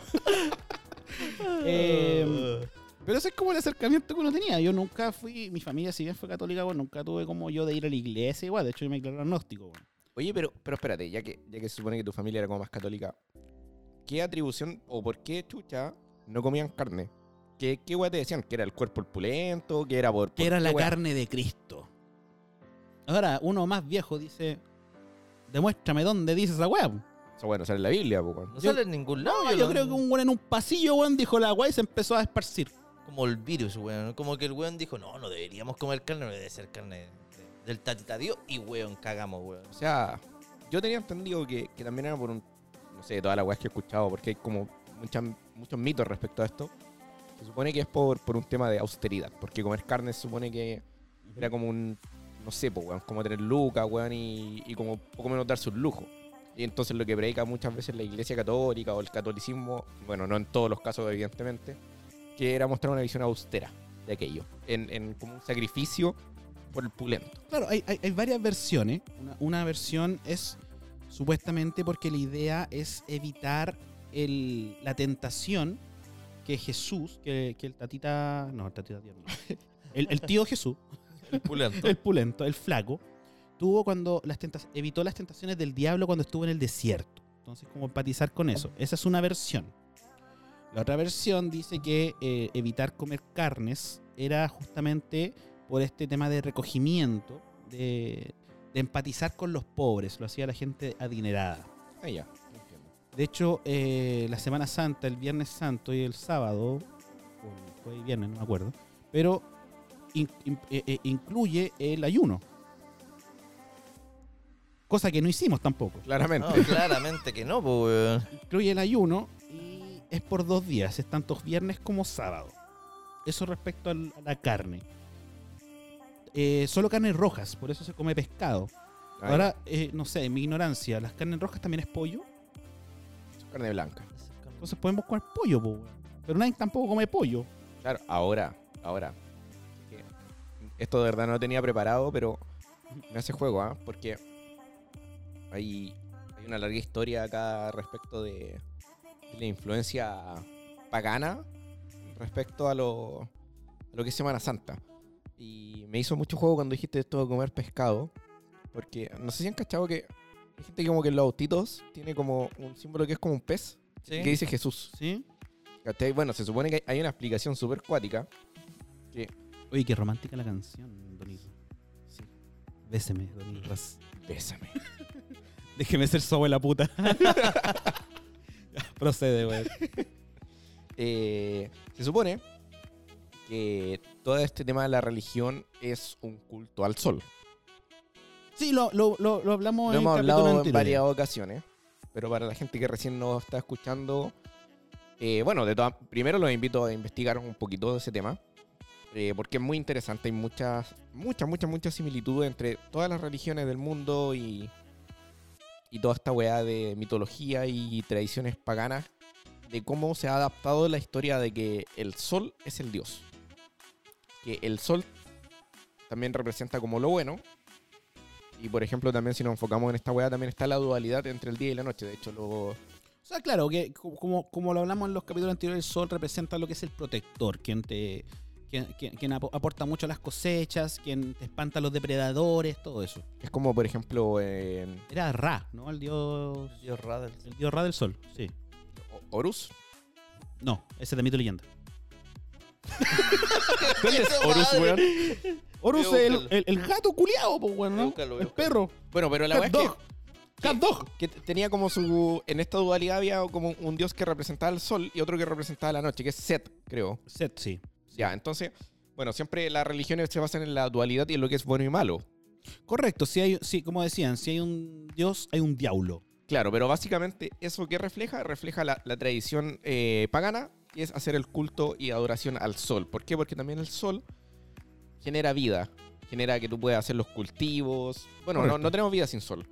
Eh, pero ese es como el acercamiento que uno tenía. Yo nunca fui, mi familia, si bien fue católica, weón, nunca tuve como yo de ir a la iglesia, igual. De hecho, yo me declaro agnóstico, weón.
Oye, pero, pero espérate, ya que, ya que se supone que tu familia era como más católica, ¿qué atribución o por qué chucha no comían carne? ¿Qué, qué weá te decían? ¿Que era el cuerpo opulento? ¿Que era por.?
que
por
era
qué
la
weá?
carne de Cristo. Ahora, uno más viejo dice, demuéstrame dónde dice esa weá.
O sea, bueno, sale en la Biblia, po, weón.
No sale en ningún lado.
No, yo
lo-
creo que un weón en un pasillo, weón, dijo la weá y se empezó a esparcir.
Como el virus, weón. Como que el weón dijo, no, no deberíamos comer carne, no debe ser carne de- del tatita Dios. Y weón, cagamos, weón.
O sea, yo tenía entendido que, que también era por un. No sé, todas las weas que he escuchado, porque hay como muchas- muchos mitos respecto a esto. Se supone que es por, por un tema de austeridad, porque comer carne se supone que pues, era como un. No sé, po, weón, como tener lucas, weón, y, y como poco menos darse un lujo. Y entonces lo que predica muchas veces la iglesia católica o el catolicismo, bueno, no en todos los casos evidentemente, que era mostrar una visión austera de aquello, en, en como un sacrificio por el pulento.
Claro, hay, hay- hay varias versiones. Una, una versión es supuestamente porque la idea es evitar el- la tentación que Jesús, que, que el tatita. No, el tatita tierno. El, el tío Jesús,
El pulento.
el pulento, el flaco, tuvo cuando las tentas, evitó las tentaciones del diablo cuando estuvo en el desierto. Entonces, como empatizar con eso. Esa es una versión. La otra versión dice que eh, evitar comer carnes era justamente por este tema de recogimiento, de, de empatizar con los pobres. Lo hacía la gente adinerada.
Ah, ya, entiendo.
De hecho, eh, la Semana Santa, el Viernes Santo y el sábado, o fue viernes, no me acuerdo, pero in- in- eh, eh, incluye el ayuno. Cosa que no hicimos tampoco.
Claramente.
No, claramente que no, po, weón.
Incluye el ayuno y es por dos días, es tanto viernes como sábado. Eso respecto al- a la carne. Eh, solo carnes rojas, por eso se come pescado.
Ah,
Ahora, eh, no sé, en mi ignorancia, ¿las carnes rojas también es pollo?
ya, carne blanca.
Entonces podemos comer pollo, po, weón. pero nadie tampoco come pollo.
Claro, ahora, ahora. Que Esto de verdad no lo tenía preparado, pero me hace juego, ¿ah? Porque hay, hay una larga historia acá respecto de, de la influencia pagana respecto a lo, a lo que es Semana Santa. Y me hizo mucho juego cuando dijiste esto de comer pescado, porque no sé si han cachado que hay gente que como que en los autitos tiene como un símbolo que es como un pez,
Sí.
que dice Jesús.
¿Sí?
¿Cachai? Bueno, se supone que hay- hay una explicación súper cuática.
Oye, qué romántica la canción, Donito.
Sí.
Béseme, Donito.
Bésame.
Déjeme ser su abuela puta. Procede, weón.
Eh, se supone que todo este tema de la religión es un culto al sol.
Sí, lo, lo, lo, lo hablamos
Lo
en
hemos
el capítulo
hablado en
anterior.
varias ocasiones, pero para la gente que recién nos está escuchando, eh, bueno, de todas- primero los invito a investigar un poquito de ese tema, eh, porque es muy interesante, hay muchas, muchas, muchas, muchas similitudes entre todas las religiones del mundo y, y toda esta weá de mitología y tradiciones paganas, de cómo se ha adaptado la historia de que el sol es el dios, que el sol también representa como lo bueno, y por ejemplo, también si nos enfocamos en esta weá, también está la dualidad entre el día y la noche. De hecho, lo.
O sea, claro, que co- como, como lo hablamos en los capítulos anteriores, el sol representa lo que es el protector, quien te quien, quien- quien apo- aporta mucho a las cosechas, quien te espanta a los depredadores, todo eso.
Es como, por ejemplo, en
Era Ra, ¿no? El dios,
Dios Radel.
el dios Ra del sol, sí.
O- Horus.
No, ese de mito y leyenda.
¿Dónde es
¡Esa
Horus,
madre!
weón?
Horus
Voy a
es el,
buscarlo.
el- el gato culiado, pues, weón,
Voy a
¿no?
buscarlo, voy a
El
buscarlo.
perro.
Bueno, pero la weá
Cat
es que,
Dog. Cat Dog.
que t- tenía como su. En esta dualidad había como un dios que representaba el sol y otro que representaba la noche, que es Set, creo.
Set, sí.
Ya, entonces. Bueno, siempre las religiones se basan en la dualidad y en lo que es bueno y malo.
Correcto, si hay, si, como decían, si hay un dios, hay un diablo.
Claro, pero básicamente eso que refleja, refleja la, la tradición eh, pagana, y es hacer el culto y adoración al sol. ¿Por qué? Porque también el sol genera vida, genera que tú puedas hacer los cultivos. Bueno, no,
Correcto.
no tenemos vida sin sol.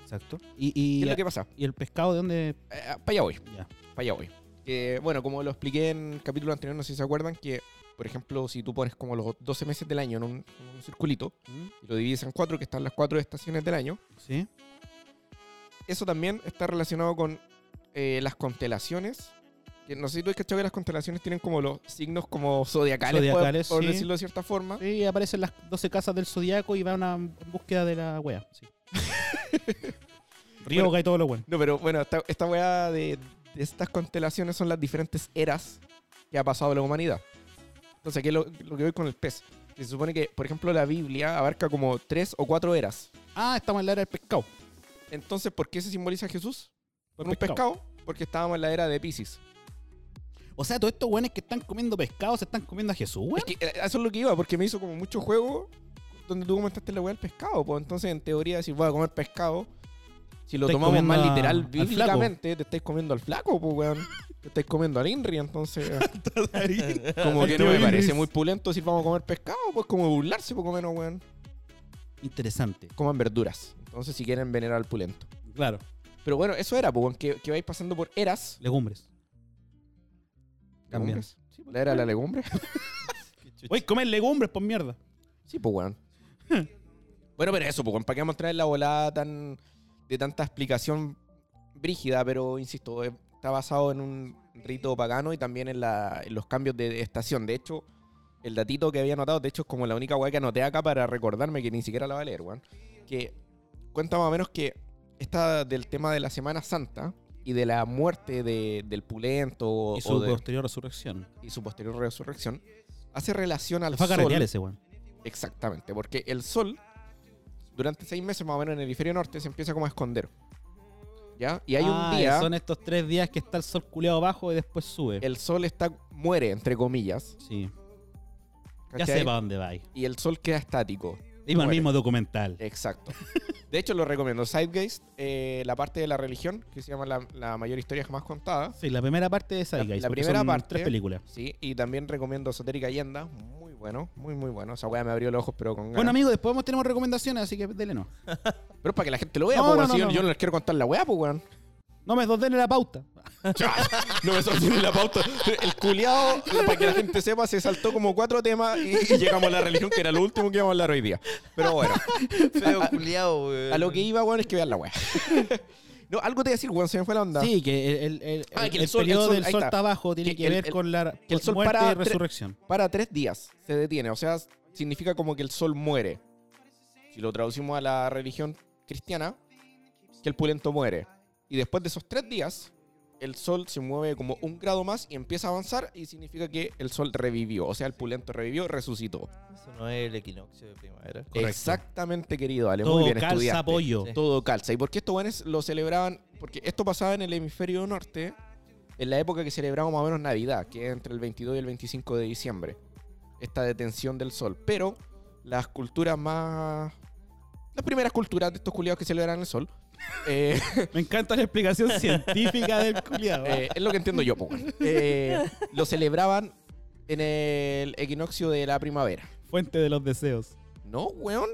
Exacto. Y,
¿Qué
y,
es lo que pasa?
y el pescado de dónde.
para allá voy,
Ya.
para allá voy. Que, bueno, como lo expliqué en el capítulo anterior, no sé si se acuerdan, que por ejemplo, si tú pones como los 12 meses del año en un, en un circulito
¿Mm?
y lo divides en cuatro, que están las cuatro estaciones del año,
¿Sí?
eso también está relacionado con eh, las constelaciones. Que no sé si tú has cachado que las constelaciones tienen como los signos como zodiacales, por-
Zodiacales,
por,
sí.
decirlo de cierta forma.
Sí, aparecen las 12 casas del zodiaco y van a en búsqueda de la wea. Sí. Ryoga
Bueno.
y todo lo bueno.
No, pero bueno, esta, esta weá de, de estas constelaciones son las diferentes eras que ha pasado la humanidad. Entonces, aquí es lo, lo que voy con el pez. Que se supone que, por ejemplo, la Biblia abarca como tres o cuatro eras.
Ah, estamos en la era del pescado.
Entonces, ¿por qué se simboliza a Jesús?
Por
Con un pescado. Porque estábamos en la era de Pisces.
O sea, todos estos weones que están comiendo pescado se están comiendo a Jesús, weón.
Es que eh, eso es lo que iba, porque me hizo como mucho juego donde tú comentaste la weá del pescado. Pues entonces, en teoría, si voy a comer pescado, si lo
Estáis
tomamos más
comiendo a-
literal
al flaco.
bíblicamente, te estáis comiendo al flaco, pues weón. Te estáis comiendo al Inri, entonces. como que no me parece muy pulento si vamos a comer pescado, pues como burlarse, poco menos, weón.
Interesante.
Coman verduras. Entonces, si quieren venerar al pulento.
Claro.
Pero bueno, eso era, pues, que, que vais pasando por eras.
Legumbres. Cambiando.
¿Legumbres? ¿La era de la legumbre?
Voy a comer legumbres, por mierda.
Sí, pues, weón. bueno, pero eso, pues, weón. ¿Para qué vamos a traer la volada tan, de tanta explicación brígida? Pero, insisto, eh, está basado en un rito pagano y también en, la- en los cambios de estación. De hecho, el datito que había anotado, de hecho, es como la única weá que anoté acá para recordarme que ni siquiera la va a leer, weón. Que cuenta más o menos que esta del tema de la Semana Santa y de la muerte de- del pulento o-
y su
o de-
posterior resurrección.
y su posterior resurrección hace relación al
Fue a carretear
sol.
ese, weón.
Exactamente, porque el sol durante seis meses más o menos en el hemisferio norte se empieza como a esconder. ¿Ya? Y hay
Ah,
un día,
Son estos tres días que está el sol culeado abajo y después sube.
el sol está, muere, entre comillas.
Sí. Ya
¿cachai?
sé para dónde va.
Y el sol queda estático.
Dime el
Muere.
mismo documental.
Exacto. De hecho, lo recomiendo. Sidegeist, eh, la parte de la religión, que se llama la, la mayor historia jamás contada.
Sí, la primera parte de esa
La- la primera
son
parte-
tres películas.
Sí, y también recomiendo Esotérica Yenda. Muy bueno, muy, muy bueno. Esa weá me abrió los ojos, pero con ganas.
Bueno, amigos, después vamos- tenemos recomendaciones, así que dele no.
pero es para que la gente lo vea,
No,
po,
no,
weón.
no,
Si yo,
no.
yo no les quiero contar la weá, pues, weón.
No me desordene la pauta.
No me sostiene la pauta. El culiao, para que la gente sepa, se saltó como cuatro temas y, y llegamos a la religión, que era lo último que íbamos a hablar hoy día. Pero bueno,
Feo culiao, weón.
a lo que iba, weón, es que vean la weá. No, algo te iba a decir, weón, se me fue la onda.
Sí, que el, el- el-
Ah, que el
el
sol- el
periodo
sol-
del
ahí
sol
está.
está abajo tiene
Que
que,
el-
ver
el-
con la
que el sol
muerte
para
y
tre-
resurrección.
Para tres días se detiene, o sea, significa como que el sol muere. Si lo traducimos a la religión cristiana, que el pulento muere. Y después de esos tres días, el sol se mueve como un grado más y empieza a avanzar y significa que el sol revivió, o sea, el pulento revivió, resucitó.
Eso no es el equinoccio de primavera.
Correcto.
Exactamente, querido Ale. Muy
Todo
bien
calza
estudiaste.
apoyo.
Sí.
Todo calza. ¿Y por qué estos buenos lo celebraban? Porque esto pasaba en el hemisferio norte, en la época que celebramos más o menos Navidad, que es entre el 22 y el 25 de diciembre. Esta detención del sol. Pero las culturas más... Las primeras culturas de estos culiados que celebran el sol. eh,
Me encanta la explicación científica del ah. culiado.
eh, es lo que entiendo yo, po, weón. Eh, Lo celebraban en el equinoccio de la primavera.
Fuente de los deseos.
No, weón.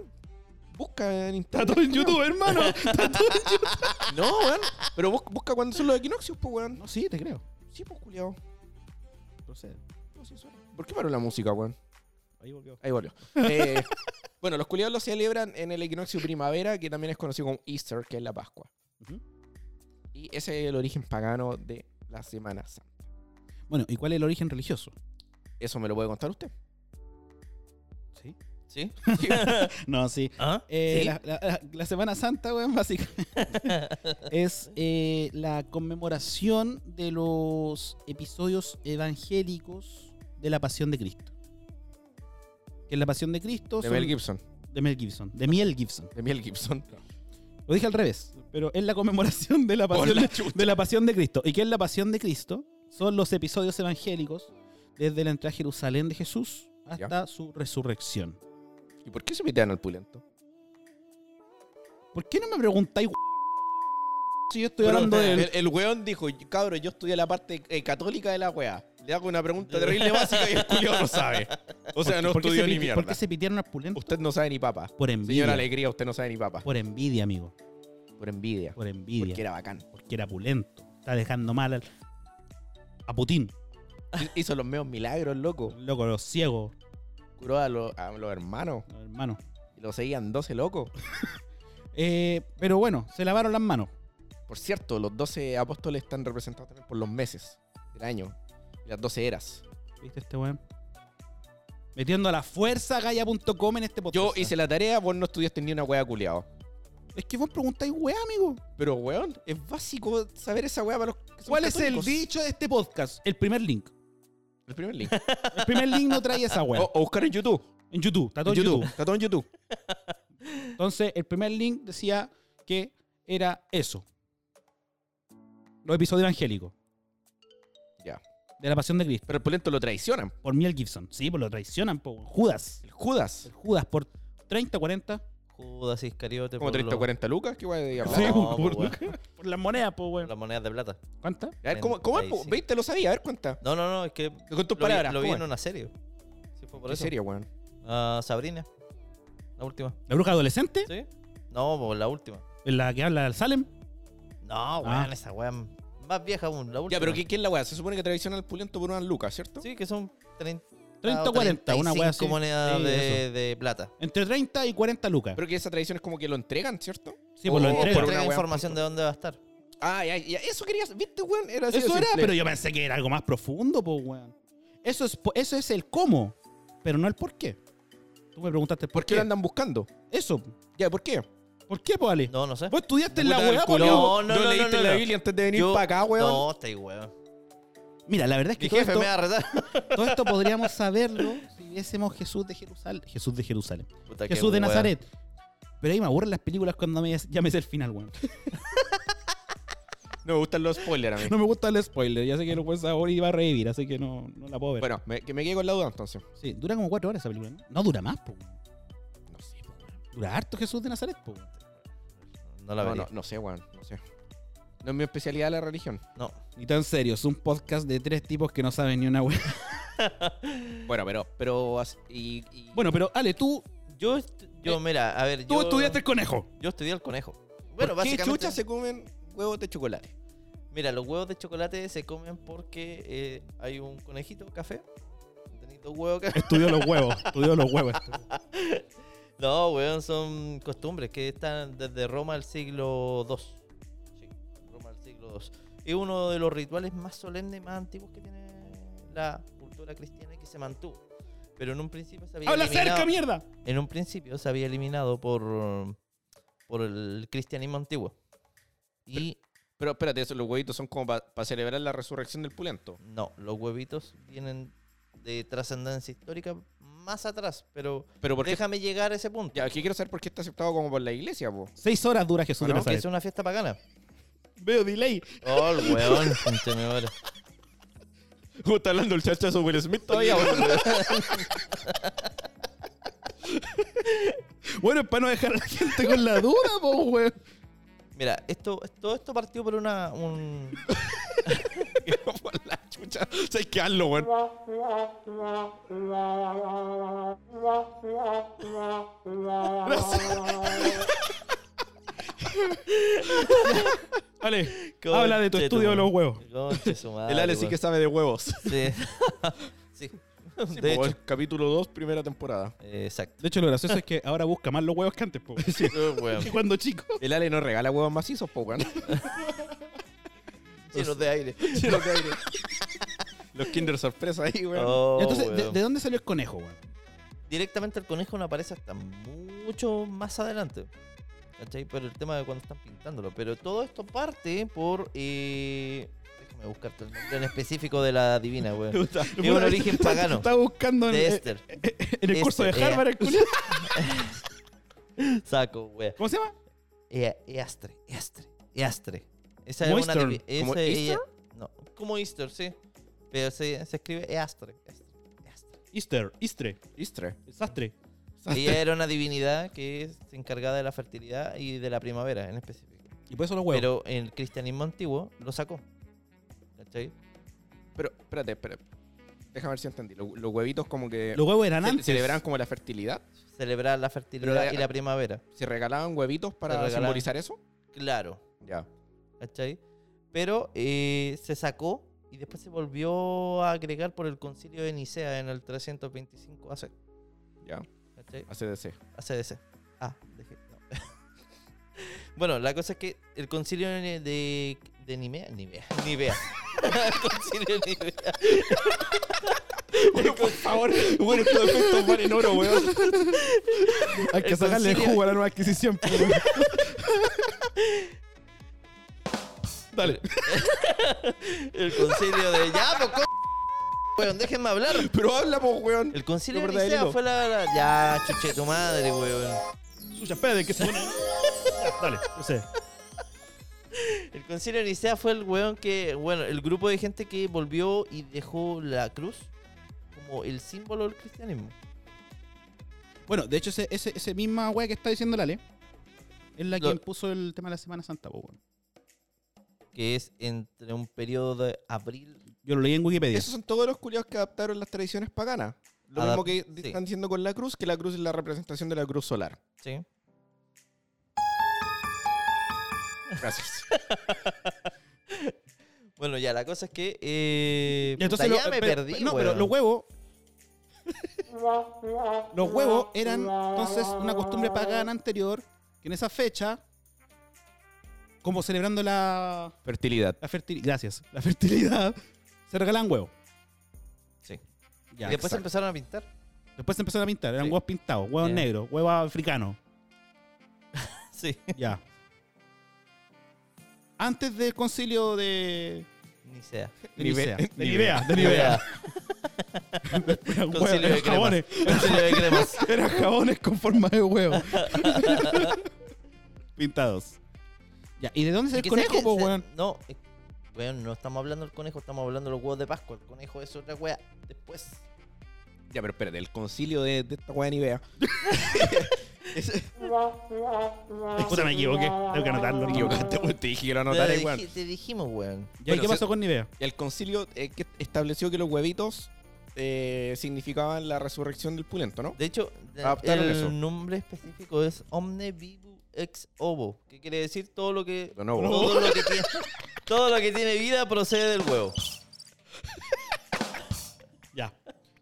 Busca en
Está
internet.
todo en YouTube, hermano.
No, weón. Pero busca, busca cuándo son los equinoccios, pues, weón.
No, sí, te creo.
Sí, pues, culiao.
Procede.
No, sí, suena. ¿Por qué paró la música, weón?
Ahí volvió.
Ahí volvió. Eh, bueno, los culiados lo celebran en el equinoccio primavera, que también es conocido como Easter, que es la Pascua.
Ujú.
Y ese es el origen pagano de la Semana Santa.
Bueno, ¿y cuál es el origen religioso?
Eso me lo puede contar usted.
Sí.
¿Sí?
No, sí.
¿Ah?
Eh,
¿Sí?
la, la- la- la Semana Santa, weón, básicamente. es eh, la conmemoración de los episodios evangélicos de la Pasión de Cristo. Que es la Pasión de Cristo
De
son-
Mel Gibson.
de Mel Gibson. De Miel Gibson.
De Mel Gibson.
Lo dije al revés, pero es la conmemoración de la
Por
Pasión,
la
de-
chucha.
de la pasión de Cristo. ¿Y qué es la Pasión de Cristo? Son los episodios evangélicos desde la entrada a Jerusalén de Jesús hasta su resurrección.
¿Y por qué se pitean al pulento?
¿Por qué no me preguntáis si yo estoy
Pero
hablando de
el, el weón dijo, cabro, yo estudié la parte eh, católica de la weá. Le hago una pregunta terrible básica y el culiao no sabe. O sea, no
¿Por qué
estudió
se
ni
piti-
mierda.
¿Por qué se pitearon al pulento?
Usted no sabe ni papa.
Por envidia.
Señora Alegría, usted no sabe ni papa.
Por envidia, amigo.
Por envidia.
Por envidia.
Porque
Porque era,
era bacán.
pulento. Está dejando mal al- a Putin.
Hizo los meos milagros, loco.
Loco, los ciegos,
Curó a, los- a los hermanos.
hermano.
Y lo seguían 12 locos.
Eh, pero bueno, se lavaron las manos.
Por cierto, los 12 apóstoles están representados también por los meses del año. Y las 12 eras.
¿Viste este weón? Metiendo a la fuerza Gaia.com en este podcast.
Yo hice la tarea, vos no estudiaste ni una wea culiao.
Es que vos preguntáis, weá, amigo.
Pero weón, es básico saber esa wea para los que son
¿Cuál es el
católicos.
dicho de este podcast? El primer link.
El primer link.
El primer link no trae esa weá.
O, o buscar en YouTube.
En YouTube, está todo
Oh. en YouTube.
en YouTube.
Está todo en YouTube.
Entonces, el primer link decía que era eso. Los episodios evangélicos.
Ya.
De la pasión de Cristo.
Pero el polento lo traicionan.
Por Miel Gibson. Sí, pues lo traicionan, po. Judas.
El Judas.
El Judas por 30, 40.
Judas Iscariote.
Como
por
30 o
los-
40 lucas, qué wea de diablo.
Sí, No,
por,
po,
por las monedas, po, weón.
Las monedas de plata.
¿Cuántas?
A ver, ¿cómo, cómo es? po?
35.
¿Veis? Te lo sabía, a ver cuenta.
No, no, no, es que
Con tus
lo vi,
palabras.
lo vi
¿cómo
en
es?
una serie. Sí, fue por
¿Qué
eso.
serie, weón?
Ah, Sabrina. La última.
¿La bruja adolescente?
¿Sí? No, po, la última.
¿La que habla del Salem?
No, weón,
Ah.
esa weá más vieja aún, la última.
Ya, pero ¿qué, qué es la weá? Se supone que tradicional al pulento por unas lucas, ¿cierto?
Sí, que son 30,
Ah,
30 o 40, una weá así.
monedas
Sí,
de, de plata.
Entre 30 y 40 lucas.
Pero que esa tradición es como que lo entregan, ¿cierto?
sí, pues lo
o por
entregan.
Por
una weá.
información de dónde va a estar.
Ah, ya, ya, eso querías. ¿Viste, weón? Era así de
Eso era,
simple.
pero yo pensé que era algo más profundo, pues, weón. Eso es, po- eso es el cómo, pero no el por qué. Tú me preguntaste por,
¿Por qué lo andan buscando?
Eso.
Ya, ¿por qué?
¿Por qué, pues, Ale?
No, no sé.
Vos estudiaste en
Puta
la
del
weá,
culo.
pues,
No, no,
¿No
no,
leíste
no,
la
no.
Biblia antes de venir
Yo-
para acá, weón?
No, está ahí, weón.
Mira, la verdad es que
Mi
todo
jefe
esto,
me va a retar.
todo esto podríamos saberlo si viésemos Jesús de Jerusalén. Jesús de Jerusalén.
Puta, qué
Jesús de
weá.
Nazaret. Pero ahí me aburren las películas cuando me, ya me sé el final, weón.
No me gustan los spoilers a mí.
No me gusta el spoiler. Ya sé que lo puedes ahora y va a revivir, así que no, no la puedo ver.
Bueno, me, que me quedé con la duda entonces.
Sí, dura como cuatro horas esa película, ¿no? No dura más, pues.
No sé, po, weón.
Dura harto Jesús de Nazaret, pues.
No la
No,
vería.
no, no sé, weón. No sé. No es mi especialidad la religión.
No.
Ni tan serio, es un podcast de tres tipos que no saben ni una weá.
Bueno, pero. pero as- y, y-
Bueno, pero Ale, tú,
Yo, est- yo mira, a ver,
Eh, tú
yo...
estudiaste el conejo.
Yo estudié el conejo.
¿por
Bueno,
¿Qué
básicamente...
chucha se comen huevos de chocolate?
Mira, los huevos de chocolate se comen porque eh, hay un conejito café. Tenéis dos huevos acá.
Estudió los huevos, estudió los huevos.
No, weón, son costumbres que están desde Roma al siglo II. Sí, Roma al siglo II. Es uno de los rituales más solemnes y más antiguos que tiene la cultura cristiana y que se mantuvo. Pero en un principio se había
¡Habla
eliminado-
cerca, mierda!
En un principio se había eliminado por, por el cristianismo antiguo. Y
Pero espérate, eso, los huevitos son como para celebrar la resurrección del pulento.
no, los huevitos vienen de trascendencia histórica más atrás, pero
Pero porque.
déjame llegar a ese punto.
Ya, aquí quiero saber por qué está aceptado como por la iglesia, po.
Seis horas dura Jesús de
Porque
Nazaret.
es una fiesta pagana.
Veo delay.
Oh, el weón, conche mi madre.
¿Cómo está hablando el chachazo Will Smith
Oye, weón.
Bueno, es para no dejar a la gente con la duda, po, weón.
Mira, esto, todo esto partió por una. Un...
por la chucha. Sabes que hazlo, weón.
Ale, habla de tu estudio de los huevos.
Conche su
Ah,
madre,
El Ale sí que
weón.
sabe de huevos.
Sí. Sí. De
Po,
hecho.
el capítulo 2, primera temporada.
Eh, Exacto.
De hecho, lo gracioso es que ahora busca más los huevos que antes, po.
Oh, weón.
Que cuando chico.
El Ale no regala huevos macizos, po, weón.
Llenos de aire.
Los de aire. Los Kinder sorpresa ahí, weón.
Oh,
Entonces, ¿de,
weón.
de dónde salió el conejo, weón?
directamente el conejo no aparece hasta mucho más adelante. ¿Cachai? Pero el tema de cuando están pintándolo. Pero todo esto parte por. eh, Déjame buscarte el nombre en específico de la divina, weón.
Es
un origen pagano.
Estaba buscando en,
De este, eh. Esther.
en el curso de
Esther,
Harvard. el culiao.
Saco, weón.
¿Cómo se llama?
Ea- Eastre, Eastre, Eastre. Esa
¿Como
es una
Eastern?
divi-
¿Como
esa- ella-
Easter?
No, como Easter, sí. Pero se, se escribe Eastre. Eastre, Eastre.
Easter, Istre,
Istre.
Sastre.
Ella era una divinidad que se encargada de la fertilidad y de la primavera en específico.
Y por eso los huevos.
Pero el cristianismo antiguo lo sacó. ¿Cachai?
Pero, espérate, espérate. Déjame ver si entendí. Los, los huevitos como que
los huevos eran
ce-
antes.
celebraban como la fertilidad.
Celebrar la fertilidad
la-
y la primavera.
Se regalaban huevitos para
Se regalaban.
simbolizar eso.
Claro,
Ya.
¿cachai? Pero eh, se sacó y después se volvió a agregar por el concilio de Nicea en el 325 AC.
Ya.
¿Cachai?
ACDC.
ACDC. Ah, dejé. no. bueno, la cosa es que el concilio de, de, de Nimea. Nivea. Nivea. el concilio de Nivea.
por favor. Bueno, estos efectos van en oro, weón.
Hay que
el
sacarle el
concilio-
jugo a la nueva adquisición. po. Dale.
El concilio de. Ya, pues, co- Weón, déjenme hablar.
Pero habla, po, weón.
El concilio
Lo
de Nicea
verdadero.
fue la, la- Ya, chuche tu madre, weón.
Suya, espérate, que se pone. Ya, Dale, no sé.
El concilio de Nicea fue el weón que. Bueno, el grupo de gente que volvió y dejó la cruz como el símbolo del cristianismo.
Bueno, de hecho, ese, ese, ese misma weá que está diciendo Lale es la que
Lo-
impuso el tema de la Semana Santa, po, weón.
Que es entre un periodo de abril.
Yo lo leí en Wikipedia.
Esos son todos los culiados que adaptaron las tradiciones paganas. Lo
Adap-
mismo que
sí.
están diciendo con la cruz, que la cruz es la representación de la cruz solar.
Sí.
Gracias.
Bueno, ya, la cosa es que. Eh,
Ya,
puta,
entonces
ya
lo-
me
pero-
perdí.
No, pero
weón.
los huevos. los huevos eran entonces una costumbre pagana anterior que en esa fecha, como celebrando la,
Fertilidad.
la fertilidad, gracias, la fertilidad, se regalaban huevos.
Sí.
Ya,
y después
exacto.
empezaron a pintar.
después se empezaron a pintar, eran
Sí.
huevos pintados, huevos
Ya.
negros, huevos africanos.
Sí.
Ya. Antes del concilio de,
Ni sea.
de
Nive-
Nicea. De Nivea.
Nivea.
De Nivea. Eran huevos,
Concilio de
eran jabones.
cremas. Concilio de cremas.
Eran jabones con forma de huevo. Pintados. Ya, ¿y de dónde
Y
es el
que
conejo,
sabes que
po,
se-
weón?
No, eh, weón, no estamos hablando del conejo, estamos hablando de los huevos de Pascua. El conejo es otra wea. Después.
Ya, pero espérate, el concilio de, de esta weá de Nivea.
Puta, me equivoqué. Tengo que anotarlo.
Te equivocaste, weón. Te dije que lo anotaré,
te,
weón.
dij- te dijimos, weón.
Ya, ¿y
Bueno,
qué
se-
pasó con Nivea?
El concilio eh, que estableció que los huevitos eh, significaban la resurrección del pulento, ¿no?
De hecho, de-
Adaptaron
el
Ah, eso.
nombre específico es Omne Vivu Ex Ovo, que quiere decir todo lo que
Don Ovo.
todo lo que tiene todo lo que tiene vida procede del huevo.
Ya.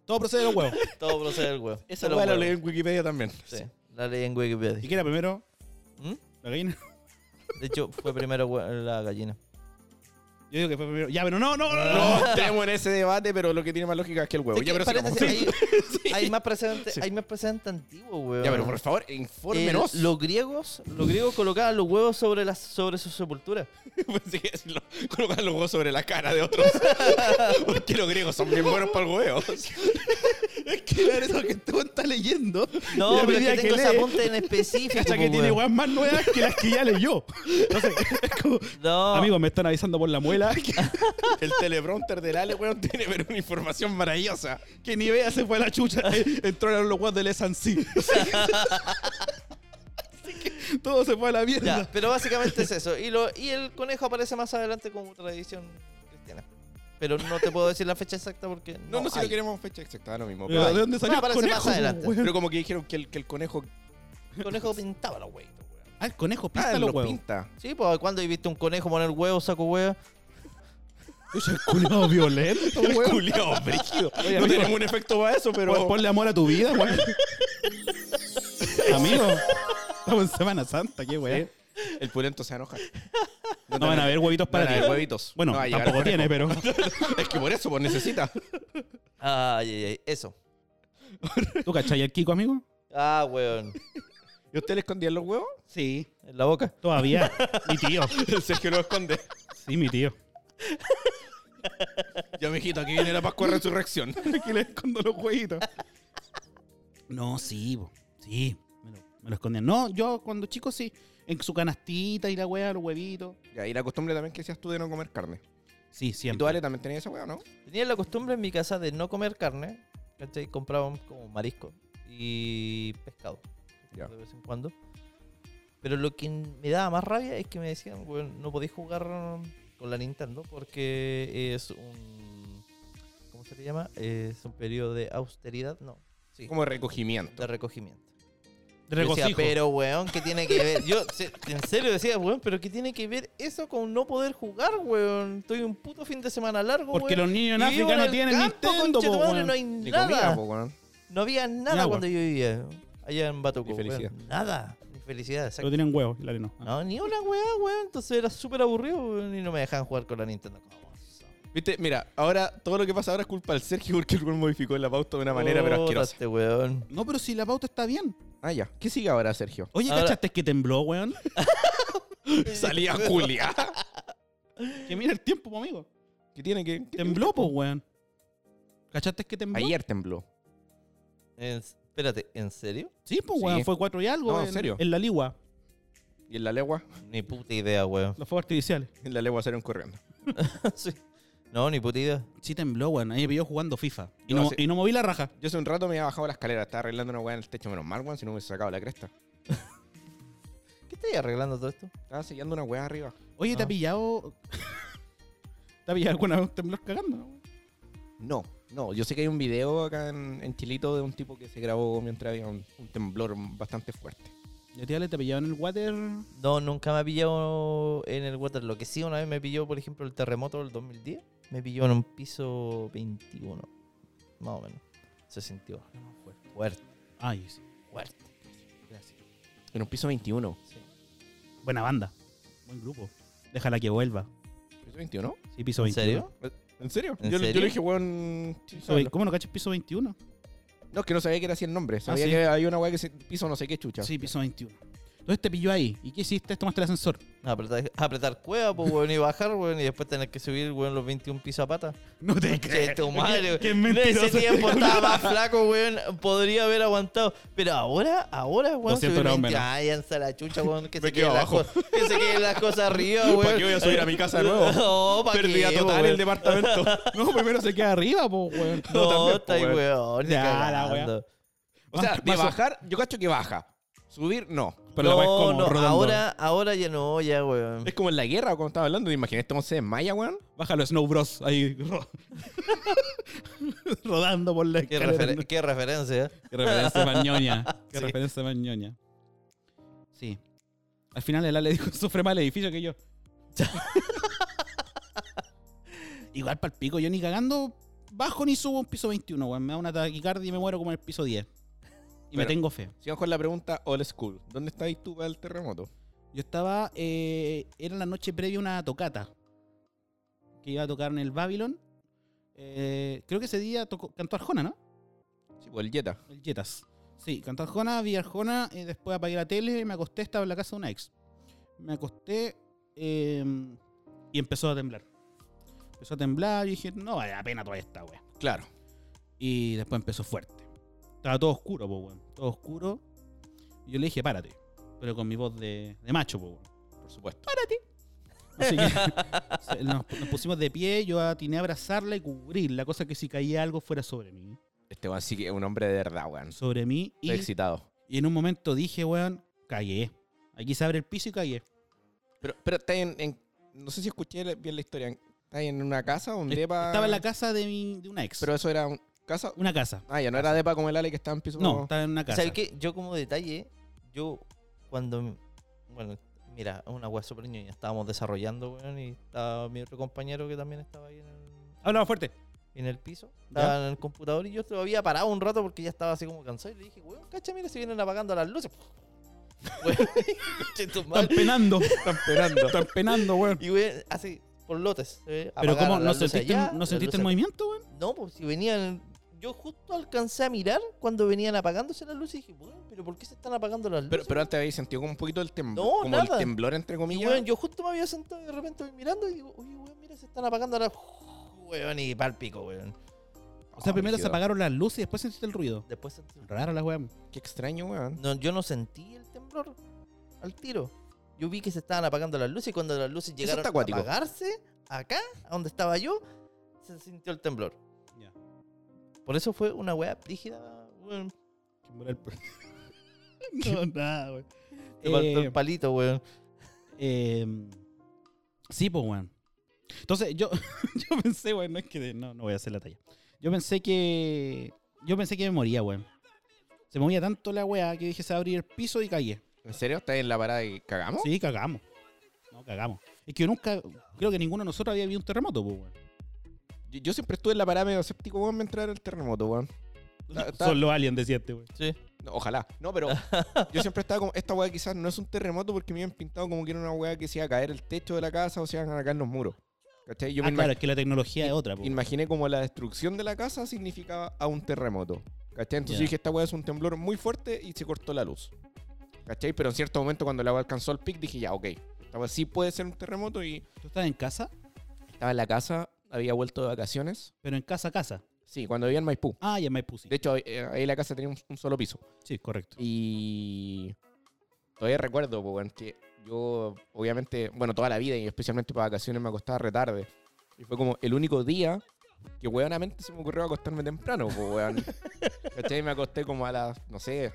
Todo procede de los huevos.
Todo procede del huevo.
Esa
De
lo
los
lo
huevos.
leí en Wikipedia también.
Sí, la leí en
¿Y
Wikipedia.
qué era primero?
¿Mm?
¿La gallina?
De hecho, fue primero hue- la gallina.
Yo digo que fue primero. Ya, pero no, no, no. no.
No entremos en ese debate, pero lo que tiene más lógica es que el huevo.
Es
Ya, pero,
que paréntesis,
sigamos.
hay, hay más precedente, hay más precedente antiguo, weón.
Ya, pero por favor,
Eh,
infórmenos.
los griegos, los griegos colocaban los huevos sobre las sobre sus sepulturas.
Pensé que decirlo, colocar los huevos sobre la cara de otros. Porque los griegos son bien buenos para el huevo.
Es que era eso que tú estás leyendo.
No,
Y a
pero es
medida
que tengo
lee,
ese apunte en específico. pues,
Cacha que
po,
tiene
weón.
weas más nuevas que las que ya leyó. Entonces, es como,
No.
amigos, me están avisando por la muela que,
El teleprompter del Ale, weón, tiene pero una información maravillosa.
que Nivea se fue a la chucha. Eh, Entraron los weas del S&C. Así que todo se fue a la mierda.
Ya, pero básicamente es eso. Y, lo, y el conejo aparece más adelante como tradición cristiana. Pero no te puedo decir la fecha exacta porque no,
No, no, si
hay.
lo queremos fecha exacta, da lo mismo.
Pero,
Pero,
¿De dónde salió
Va a
el
aparecer más
conejo?
adelante.
weón?
pero como que dijeron que el, que el conejo
El conejo pintaba los huevos. weón.
Ah, el conejo pinta
ah,
los
lo
huevos.
pinta.
Sí, pues cuando he visto un conejo poner huevo, saco huevo.
Yo soy culiado violento,
El
weón.
culiao, brígido.
Oye,
no
amigo.
tenemos un efecto para eso,
Pon-
pero.
Ponle amor a tu vida, weón. Amigo, estamos en Semana Santa, qué weón.
El pulento se enoja.
No van a haber huevitos para ti.
Para huevitos.
Bueno,
No va a llegar
tampoco
el
tiene, pero.
conejo. Es que por eso, pues necesita.
Ay, ay, ay. Eso.
¿Tú cachai el Kiko, amigo?
Ah, weón.
¿Y usted le escondían los huevos?
Sí.
En la boca.
Todavía. mi tío.
Sergio lo esconde.
Sí, mi tío.
Ya, mijito, aquí viene la Pascua de Resurrección.
que le escondo los huevitos. No, sí, po. sí. Me lo, me lo escondían. No, yo cuando chico sí. En su canastita y la hueá, los huevitos.
Ya, y la costumbre también que decías tú de no comer carne.
Sí,
Y tú,
siempre.
Ale, también tenías esa hueá, ¿no?
Tenía la costumbre en mi casa de no comer carne. ¿Cachai? Compraban como marisco y pescado.
Ya.
De vez en cuando. Pero lo que me daba más rabia es que me decían, weón, no podéis jugar con la Nintendo porque es un. ¿Cómo se le llama? Es un periodo de austeridad, no. Sí.
Como recogimiento.
De recogimiento.
De
Yo decía,
regocijo.
pero weón, ¿qué tiene que ver? Yo se- en serio decía, weón, pero ¿qué tiene que ver eso con no poder jugar, weón? Estoy un puto fin de semana largo,
Porque
weón.
los niños en
Y vivo
África no
el
tienen
campo,
Nintendo, po,
conchetumadre,
weón.
no hay
Ni
nada.
comida, po, weón.
No había nada
agua.
cuando yo vivía allá en Batuco.
Ni felicidad.
weón. Nada. Ni felicidad, exacto.
Pero tienen huevos, Hilario no. Ah.
No, ni una weá, weón. Entonces era súper aburrido weón, y no me dejaban jugar con la Nintendo. ¿Cómo son?
Viste, mira, ahora todo lo que pasa ahora es culpa del Sergio porque el weón modificó la pauta de una manera, pero
Puta
asquerosa.
este weón.
No, pero si la pauta está bien.
Ah, ya. ¿Qué sigue ahora, Sergio?
Oye,
Ahora-
¿cachaste que tembló, weón?
Salía Julia.
Que mira el tiempo, po, amigo.
¿Qué tiene que.? qué-
Tembló, pues, weón. ¿Cachaste que tembló?
Ayer tembló.
En- espérate, ¿en serio?
Sí, pues,
Sí.
weón. Fue cuatro y algo.
No,
en,
en serio.
En la ligua.
¿Y en la legua?
Ni puta idea, weón.
Los fuegos artificiales.
En la legua salieron corriendo.
Sí. No, ni puta idea.
Sí, tembló, weón. Ahí me vio jugando FIFA. Y
Yo
no,
hace-
y no moví la raja.
Yo hace un rato me había bajado la escalera, estaba arreglando una weá en el techo, menos mal, weón, si no hubiese sacado la cresta.
¿Qué estáis arreglando todo esto?
Estaba sellando una weá arriba.
Oye, ¿te ha
Ah.
pillado. ¿Te ha pillado alguna vez un temblor cagando? no?
No, no, yo sé que hay un video acá en, en Chilito de un tipo que se grabó mientras había un, un temblor bastante fuerte.
¿Y a ti Ale, te pillaban en el water?
No, nunca me ha pillado en el water. Lo que sí, una vez me pilló, por ejemplo, el terremoto del 2010. Me pilló en un piso 21, más o menos. Se sintió fuerte,
Ay, sí.
fuerte. Gracias.
En un piso 21.
Sí.
Buena banda. Buen grupo. Déjala que vuelva.
¿Piso 21?
Sí, piso
¿En
21.
serio?
¿En serio?
¿En
yo, yo
serio?
le dije, weón.
Piso vein- ¿Cómo no cachas piso 21?
No, es que no sabía que era así el nombre. Sabía
sí.
que había una weá que se piso no sé qué chucha.
Sí, piso 21. Entonces te pilló ahí. ¿Y qué hiciste? Tomaste el ascensor.
Apretar, apretar cueva, pues, weón, y bajar, weón, y después tener que subir, weón, los 21 pisos a pata.
No te
Che, tu madre,
Qué
weón. En
mentiroso.
ese tiempo estaba más flaco, weón. Podría haber aguantado. Pero ahora, ahora, weón.
200
subir
grados
20.
menos.
Ay, alza la chucha, weón. Que
Me
se
quedo
queden las
abajo.
cosas- que se queden las cosas arriba, weón.
qué voy a subir a mi casa de nuevo?
No, para
Pérdida
qué,
total
weón.
el departamento.
No, primero se queda arriba, po, weón.
No,
también,
está ahí,
weón.
weón. ni
pues. Ya, la
cagando.
weá.
O sea, de
Ah, Paso.
bajar, yo cacho que baja. Subir, no.
Pero la weá es como
no,
rodando.
ahora, ahora ya no, ya, weón.
Es como en la guerra cuando estaba hablando. Imagínate, entonces se desmaya, weón.
Bájalo, Snow Bros. Ahí ro- rodando por la
Qué,
escalera.
refer- qué referencia.
Qué referencia más ñoña. Qué
Sí.
referencia más ñoña. Sí. Al final el Ale dijo, sufre más el edificio que yo. Igual para el pico, yo ni cagando bajo ni subo un piso 21, weón. Me da una taquicardia y me muero como en el piso 10. Y me
Pero-
tengo fe.
Sigamos con la pregunta old school. ¿Dónde estabas tú para el terremoto?
Yo estaba, eh, era la noche previa a una tocata que iba a tocar en el Babylon. Eh, creo que ese día tocó, cantó Arjona, ¿no?
Sí, por el Jetta.
El Jetas. Sí, cantó Arjona, vi Arjona, eh, después apagué la tele y me acosté, estaba en la casa de una ex. Me acosté eh, y empezó a temblar. Empezó a temblar y dije, no vale la pena toda esta wea.
Claro.
Y después empezó fuerte. Estaba todo oscuro, po, weón. Todo oscuro. Y yo le dije, párate. Pero con mi voz de, de macho, po, weón.
Por supuesto.
Así que se- nos, nos pusimos de pie, yo atiné a abrazarla y cubrirla, cosa que si caía algo fuera sobre mí.
Este weón sí que es un hombre de verdad, weón. Estoy
Sobre mí. Y,
excitado.
y en un momento dije, weón, cagué. Aquí se abre el piso y cagué.
Pero, pero está en, en- No sé si escuché la- bien la historia. ¿Está en una casa? ¿Un depa?
Estaba en la casa de, mi, de una ex.
Pero eso era un, casa.
una casa.
Ah, ya no era depa como el Ale que estaba en piso.
No, estaba en una casa.
¿Sabes qué? Yo como detalle, yo cuando... Bueno, mira, una weá súper ñoña. Estábamos desarrollando, weón, y estaba mi otro compañero que también estaba ahí en el,
Hablaba fuerte.
en el piso.
¿Ya?
Estaba en el computador y yo todavía había parado un rato porque ya estaba así como cansado. Y le dije, weón, cacha, mira, se vienen apagando las luces. Weón, conche tu
Están
madre.
penando.
Están esperando.
Están penando, weón.
y weón, así, por lotes. eh,
Pero
apagaron
¿cómo?
las
¿No
luces
sentiste,
allá,
¿no
las
sentiste el
luces
movimiento, weón?
No, pues si venían. Yo justo alcancé a mirar cuando venían apagándose las luces y dije, bueno, pero ¿por qué se están apagando las luces?
Pero, pero antes habéis sentido como un poquito el temblor.
No,
como
nada.
el temblor, entre
Y,
comillas.
weón, yo justo me había sentado y de repente voy mirando y digo, oye, weón, mira, se están apagando las. Weón, y pal pico, weón.
O sea,
Ah,
primero se
brígido.
apagaron las luces y después sentiste el ruido.
Después sentí. el-
Raro la weón.
Qué extraño, weón.
No, yo no sentí el temblor al tiro. Yo vi que se estaban apagando las luces y cuando las luces llegaron
está
a
acuático.
apagarse, acá, a donde estaba yo, se sintió el temblor.
Ya.
Por eso fue una weá brígida, weón.
No, nada, weón.
Te faltó
Eh,
el palito, weón.
Eh, sí, pues, weón. Entonces, yo, yo pensé, weón, no es que. de- no, no voy a hacer la talla. Yo pensé que. Yo pensé que me moría, weón. Se movía tanto la weá que dije se va a abrir el piso y cagué.
¿En serio? ¿Estás en la parada y cagamos?
Sí, cagamos. No, cagamos. Es que yo nunca. Creo que ninguno de nosotros había vivido un terremoto, pues, weón.
Yo, yo siempre estuve en la parada medio escéptico, weón, me entrar el terremoto, weón. Ta- ta-
Son los aliens de siete, weón.
Sí.
No, ojalá. No, pero yo siempre estaba como, esta weá quizás no es un terremoto porque me habían pintado como que era una weá que se iba a caer el techo de la casa o se iban a caer los muros. ¿Cachai? Yo
Ah,
me
claro,
imag-
es que la tecnología es otra, pues. weón.
imaginé como la destrucción de la casa significaba a un terremoto. ¿Cachai? Entonces
Ya.
yo dije, esta weá es un temblor muy fuerte y se cortó la luz. ¿Cachai? Pero en cierto momento cuando la weá alcanzó el pic dije, ya, ok. Esta weá sí puede ser un terremoto y
Tú estás en casa,
estaba en la casa, había vuelto de vacaciones.
pero en casa, casa.
Sí, cuando vivía en Maipú.
Ah, ya me puse.
De hecho, ahí- eh, ahí la casa tenía un- un solo piso.
Sí, correcto.
Y todavía recuerdo, po, weón, que yo, obviamente, bueno, toda la vida y especialmente para vacaciones me acostaba retarde. Y fue como el único día que, weonamente, se me ocurrió acostarme temprano, po, weón. ¿Cachai? Me acosté como a las, no sé,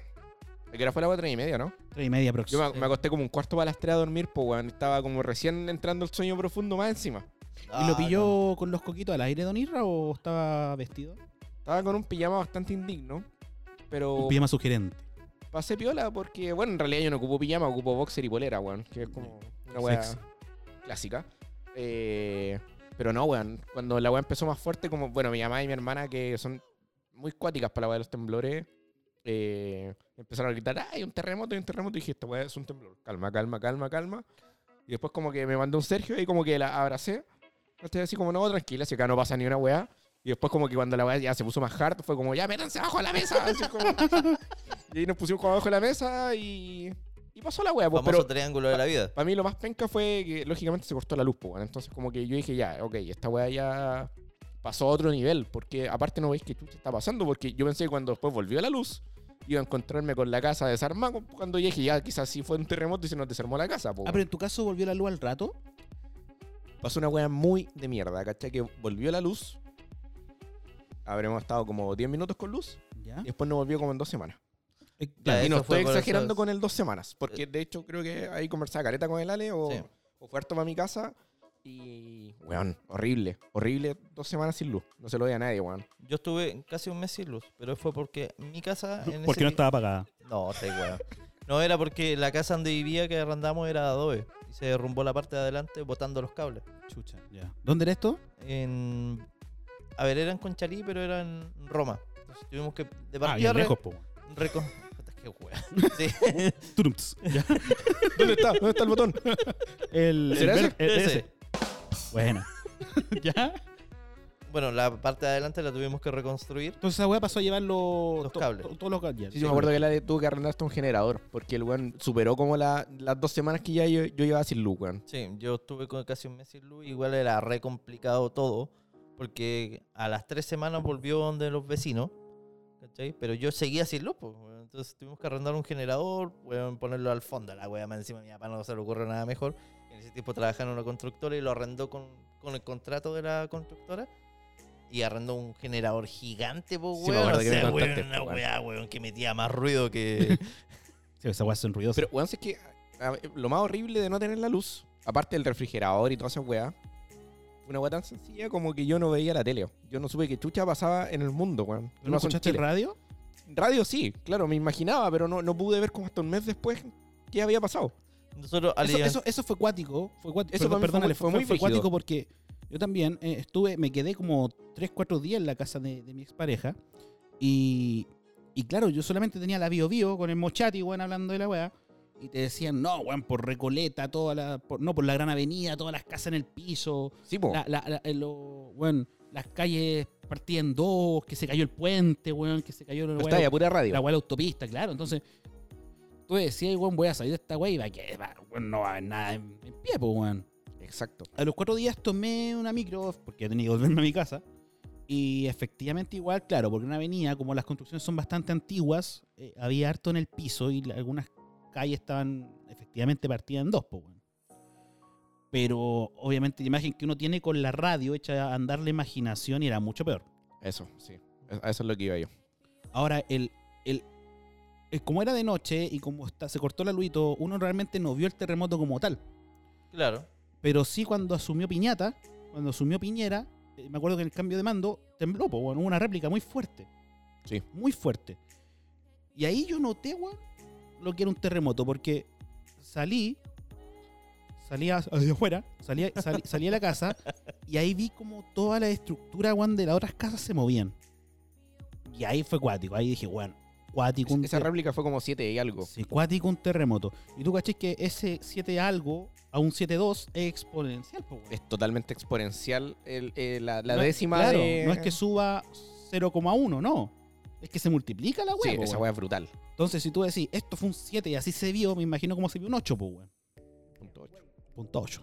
que era fue la cuatro y media, ¿no?
Tres y media
Yo
próxima.
me, me acosté como un cuarto para las tres a dormir, pues, weón. Estaba como recién entrando el sueño profundo más encima. Ah,
¿Y lo
Ah,
pilló con los coquitos al aire, Don Irra, o estaba vestido?
Estaba con un pijama bastante indigno, pero...
Un pijama sugerente.
pasé piola porque, bueno, en realidad yo no ocupo pijama, ocupo boxer y polera, weón. Que es como una weá
Sexy.
clásica. Eh, pero no, weón. Cuando la weá empezó más fuerte, como, bueno, mi mamá y mi hermana, que son muy cuáticas para la weá de los temblores, eh, empezaron a gritar, ¡ay, un terremoto, hay un terremoto! Y dije, esta weá es un temblor. Calma, calma, calma, calma. Y después como que me mandó un Sergio y como que la abracé. Entonces así como, no, tranquila, si acá no pasa ni una weá. Y después como que cuando la weá ya se puso más hard, fue como, ya, métanse abajo de la mesa. Así como- y ahí nos pusimos como abajo de la mesa y, y pasó la weá. Pues,
Famoso
pero
triángulo de la vida.
para mí lo más penca fue que lógicamente se cortó la luz, pues, weón. Entonces como que yo dije, ya, ok, esta weá ya pasó a otro nivel. Porque aparte no veis que chucha está pasando, porque yo pensé que cuando después volvió la luz... Iba a encontrarme con la casa desarmada cuando yo dije, ya quizás sí fue un terremoto y se nos desarmó la casa.
Ah,
po, weón.
pero en tu caso volvió la luz al rato.
pasó una wea muy de mierda, ¿cachai? Que volvió la luz. Habremos estado como 10 minutos con luz.
Ya.
Y después nos volvió como en dos semanas.
Eh,
Ya,
y no
eso fue
estoy
por
exagerando
esos-
con el dos semanas. Porque de hecho creo que ahí conversaba careta con el Ale o,
Sí.
o fue harto para mi casa. Y, weón, horrible. Horrible dos semanas sin luz. No se lo doy a nadie, weón.
Yo estuve casi un mes sin luz, pero fue porque mi casa. En
Porque
ese
no
ti-
estaba apagada.
No, está igual. No, era porque la casa donde vivía que arrendamos era de adobe. Y se derrumbó la parte de adelante botando los cables.
Chucha, ya. ¿Dónde era esto?
En. A ver, era en Conchalí, pero era en Roma. Entonces tuvimos que. De
Ah,
partida.
bien
re-
lejos, po.
reco- Puta, qué wea. Sí.
Turumts. Ya.
¿Dónde está? ¿Dónde está el botón?
El, el
¿Será
ver-
ese?
el-
Ese.
E-, ese. Bueno. ¿Ya?
Bueno, la parte de adelante la tuvimos que reconstruir.
Entonces esa weá pasó a llevar los,
Los cables.
todos los cables.
Sí, yo me acuerdo que el Ale tuvo que arrendar hasta un generador. Porque el weón superó como la- las dos semanas que ya yo, yo llevaba sin luz, weón.
Sí, yo estuve con casi un mes sin luz. Igual era re complicado todo. Porque a las tres semanas volvió donde los vecinos. ¿Cachai? Pero yo seguía sin luz. pues, weón. Entonces tuvimos que arrendar un generador, weón, ponerlo al fondo. La wea más encima, mi papá no se le ocurre nada mejor. En ese tiempo trabajaba en una constructora y lo arrendó con, con el contrato de la constructora. Y arrendó un generador gigante, pues,
Sí, me
weón.
acuerdo
o
que me
sea, weón,
contaste,
una
pues,
weá, weón, que metía más ruido que.
Sí, esas weas son ruidosas.
Pero, weón, si es que a- a- lo más horrible de no tener la luz, aparte del refrigerador y todas esas weas, fue una wea tan sencilla como que yo no veía la tele. Yo no supe que chucha pasaba en el mundo, weón.
¿No
pasó en
escuchaste
Chile.
radio?
Radio sí, claro, me imaginaba, pero no, no pude ver como hasta un mes después qué había pasado.
Nosotros
Eso,
alivian-
eso, eso fue cuático. Fue cuático.
Eso para mí fue muy- fue muy brígido.
cuático porque yo también eh, estuve, me quedé como 3, 4 días en la casa de, de mi expareja. Y, y claro, yo solamente tenía la bio bio con el mochati, weón, hablando de la weá. Y te decían, no, weón, por Recoleta, toda la, por- no, por la Gran Avenida, todas las casas en el piso,
Sí, po.
la- la- la- eh, lo- weón, las calles partidas en dos, que se cayó el puente, weón, que se cayó la
No
weá
está ahí, a pura radio.
la weá de la autopista, claro. Entonces, tú decías, weón, voy a salir de esta weá y va que va, weón, no va a haber nada en, en pie, pues, weón.
Exacto.
A los cuatro días tomé una micro, porque yo tenía que volverme a mi casa. Y efectivamente, igual, claro, porque una avenida, como las construcciones son bastante antiguas, eh, había harto en el piso y la- algunas calles estaban efectivamente partidas en dos, pues, weón. Pero obviamente, la imagen que uno tiene con la radio hecha a andar la imaginación y era mucho peor.
Eso, sí. Es- A eso es lo que iba yo.
Ahora, el, el, el- como era de noche y como está, se cortó la luz y todo, uno realmente no vio el terremoto como tal.
Claro.
Pero sí cuando asumió Piñata, cuando asumió Piñera, eh, me acuerdo que en el cambio de mando tembló, po, weón, hubo una réplica muy fuerte.
Sí.
Muy fuerte. Y ahí yo noté, weón, lo que era un terremoto, porque salí, salí a- hacia afuera, salí, a- salí, salí a la casa y ahí vi como toda la estructura, weón, de las otras casas se movían. Y ahí fue cuático, ahí dije, weón, cuático. un
Esa
ter-
réplica fue como 7 y algo.
Sí, cuático un terremoto. Y tú caché que ese 7 algo a un 7.2 es exponencial, po, weón.
Es totalmente exponencial el- eh, la, la
No es-
décima
claro,
de-
no es que suba 0,1, no. Es que se multiplica la
Sí,
weá, po,
esa
weón.
wea es brutal.
Entonces, si tú decís, esto fue un 7 y así se vio, me imagino cómo se vio un 8, pues, weón.
Punto ocho.
Punto 8.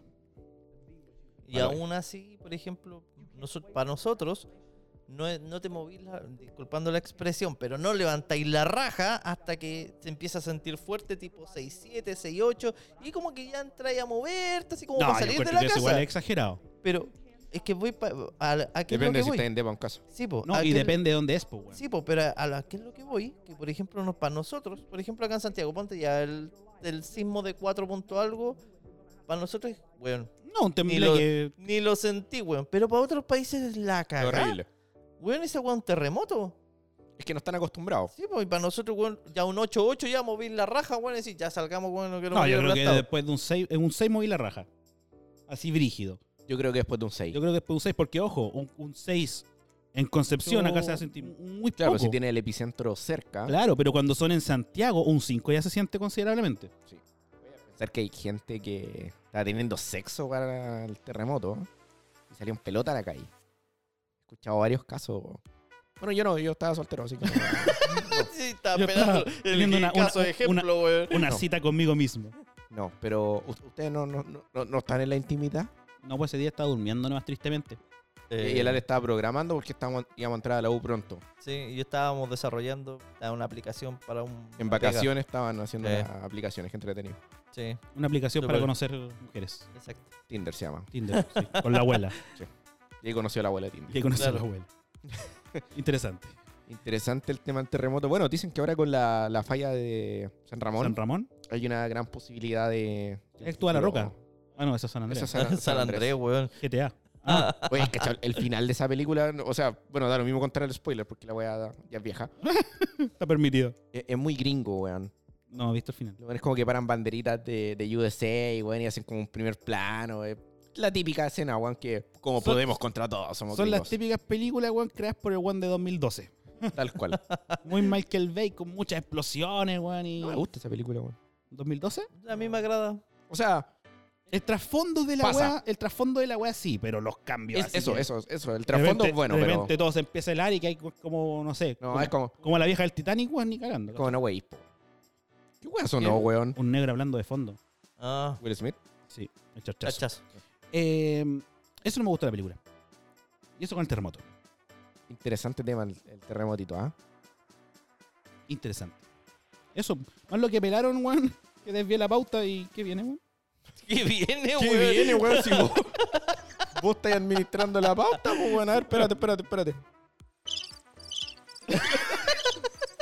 Y
Valores.
aún así, por ejemplo, noso- para nosotros, no, es- no te movís, la- disculpando la expresión, pero no levantáis la raja hasta que te empieza a sentir fuerte, tipo 6-7, 6-8, y como que ya entráis a moverte, así como para salir de la casa.
igual es exagerado.
Pero es que voy pa- a, a, qué es lo
Depende
que
si
voy.
está en depa o en casa.
Sí, po,
No,
a
y
qué-
depende de dónde es, pues, weón.
Sí, po, pero a, a la- qué es lo que voy, que por ejemplo, no, para nosotros, por ejemplo, acá en Santiago, ponte ya el, el sismo de 4 punto algo, para nosotros, es, weón,
No, un temblor
lo-
que.
Ni lo sentí, weón. Pero para otros países es la
Es
cagada.
horrible.
Weón, ese weón un terremoto.
Es que no están acostumbrados.
Sí, pues y para nosotros, weón, ya un 8-8 ya moví la raja, weón, y decir, ya salgamos, weón, lo que nos
No, yo
hubiera
creo que
aplastado.
después de un 6, en un 6 moví la raja. Así brígido.
Yo creo que después de un 6.
Yo creo que después de un 6, porque ojo, un, 6 en Concepción
No.
acá se va a sentir muy
Claro, pues,
poco.
si tiene el epicentro cerca,
Claro, pero cuando son en Santiago, un 5 ya se siente considerablemente.
pensar que hay gente que está teniendo sexo para el terremoto ¿eh? y salió en pelota a la calle. He escuchado varios casos. Bueno, yo no, yo estaba soltero, así que. no,
Sí, estaba
Yo estaba
esperando el
teniendo una-
caso
una-
de ejemplo, weón.
Una
No.
cita conmigo mismo.
no, pero ¿ust- ustedes no, no, no- no- no están en la intimidad.
No, pues ese día estaba durmiendo nomás tristemente.
Eh.
Y
Eh,
el Ale estaba programando porque estábamos, íbamos a entrar a la U pronto.
Sí, y yo estábamos desarrollando estaba una aplicación para un...
En
una pega.
vacaciones estaban haciendo
Eh.
las aplicaciones que entretenido.
Sí,
Una aplicación
Súper.
para conocer mujeres.
exacto.
Tinder se llama.
Tinder, sí, con la abuela.
Y ahí conoció a la abuela de Tinder.
Y conocer
Claro.
a la abuela. Interesante.
Interesante el tema del terremoto. Bueno, dicen que ahora con la, la falla de San Ramón
San Ramón.
hay una gran posibilidad de.
Actúa la roca. Ah, no, esa es San Andrés.
Esa es
San,
San, San
Andrés,
Andrés.
weón.
GTA.
Oye, es que chaval, el final de esa película, no- o sea, bueno, da lo mismo contar el spoiler porque la weá ya es vieja.
Está permitido.
Es, es muy gringo, weón.
No, he visto el final.
Los weones como que paran banderitas de, de USA, weón, y hacen como un primer plano. es La típica escena, weón, que como
Son-
podemos contra todos, somos
Son las
gringos.
típicas películas, weón, creadas por el One de 2012.
Tal cual.
Muy Michael Bay, con muchas explosiones, weón. Y...
No me gusta esa película, weón.
¿2012?
A mí me agrada.
O sea,
El trasfondo de la
Pasa.
weá, el trasfondo de la weá sí, pero los cambios.
es-
así
eso,
que-
eso, eso. El
de repente-
trasfondo es bueno,
De
pero.
repente todo se empieza a helar y que hay como, no sé,
No,
como,
es como,
como la vieja del Titanic, weón, ni cagando.
como una wey. po. ¿Qué weá sonó,
¿Quién?
weón?
Un negro hablando de fondo.
Ah,
Will Smith.
Sí, el charchazo.
chachazo.
Eh, eso no me gusta de la película. Y eso con el terremoto.
Interesante tema el, el terremotito, ¿ah?
Interesante. Eso, más lo que pelaron, weón, que desvié la pauta y ¿qué viene, weón?
¿Qué viene,
¿Qué
weón?
viene, weón? Si vos, vos estáis administrando la pauta, pues, weón. A ver, espérate, espérate, espérate.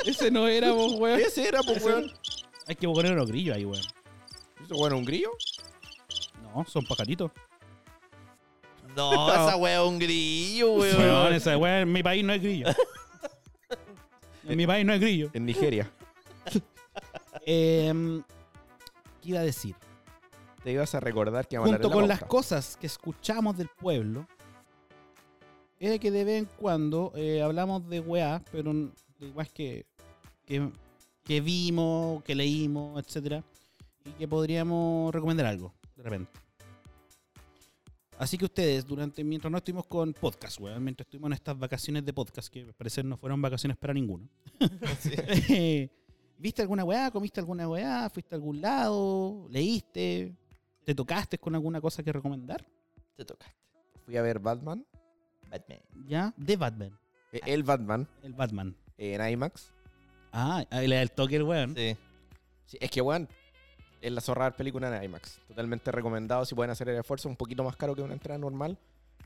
Ese no era vos, weón.
Ese era, pues, weón.
Hay que poner unos grillos ahí, weón.
¿Eso, weón, un grillo?
No, son pajaritos.
No, esa weá es un grillo, weón.
Weón, esa weón, en mi país no hay grillo. En mi país no hay grillo.
En Nigeria.
Eh, ¿Qué iba a decir?
Te ibas a recordar que
Junto con las
cosas.
cosas que escuchamos del pueblo, es de que de vez en cuando eh, hablamos de weá, pero n- de weás que, que, que vimos, que leímos, etcétera, y que podríamos recomendar algo, de repente. Así que ustedes, durante mientras no estuvimos con podcast, weón, mientras estuvimos en estas vacaciones de podcast, que al parecer no fueron vacaciones para ninguno,
Sí.
Eh, ¿Viste alguna weá? ¿Comiste alguna weá? ¿Fuiste a algún lado? ¿Leíste? ¿Te tocaste con alguna cosa que recomendar?
Te tocaste.
Fui a ver Batman.
Batman.
Ya, de Batman.
eh, el Batman
El Batman.
eh, en IMAX.
Ah, ahí le da el toque el weón.
Sí.
Sí, es que, weón, es la zorra de ver película en IMAX. Totalmente recomendado si pueden hacer el esfuerzo. Un poquito más caro que una entrada normal,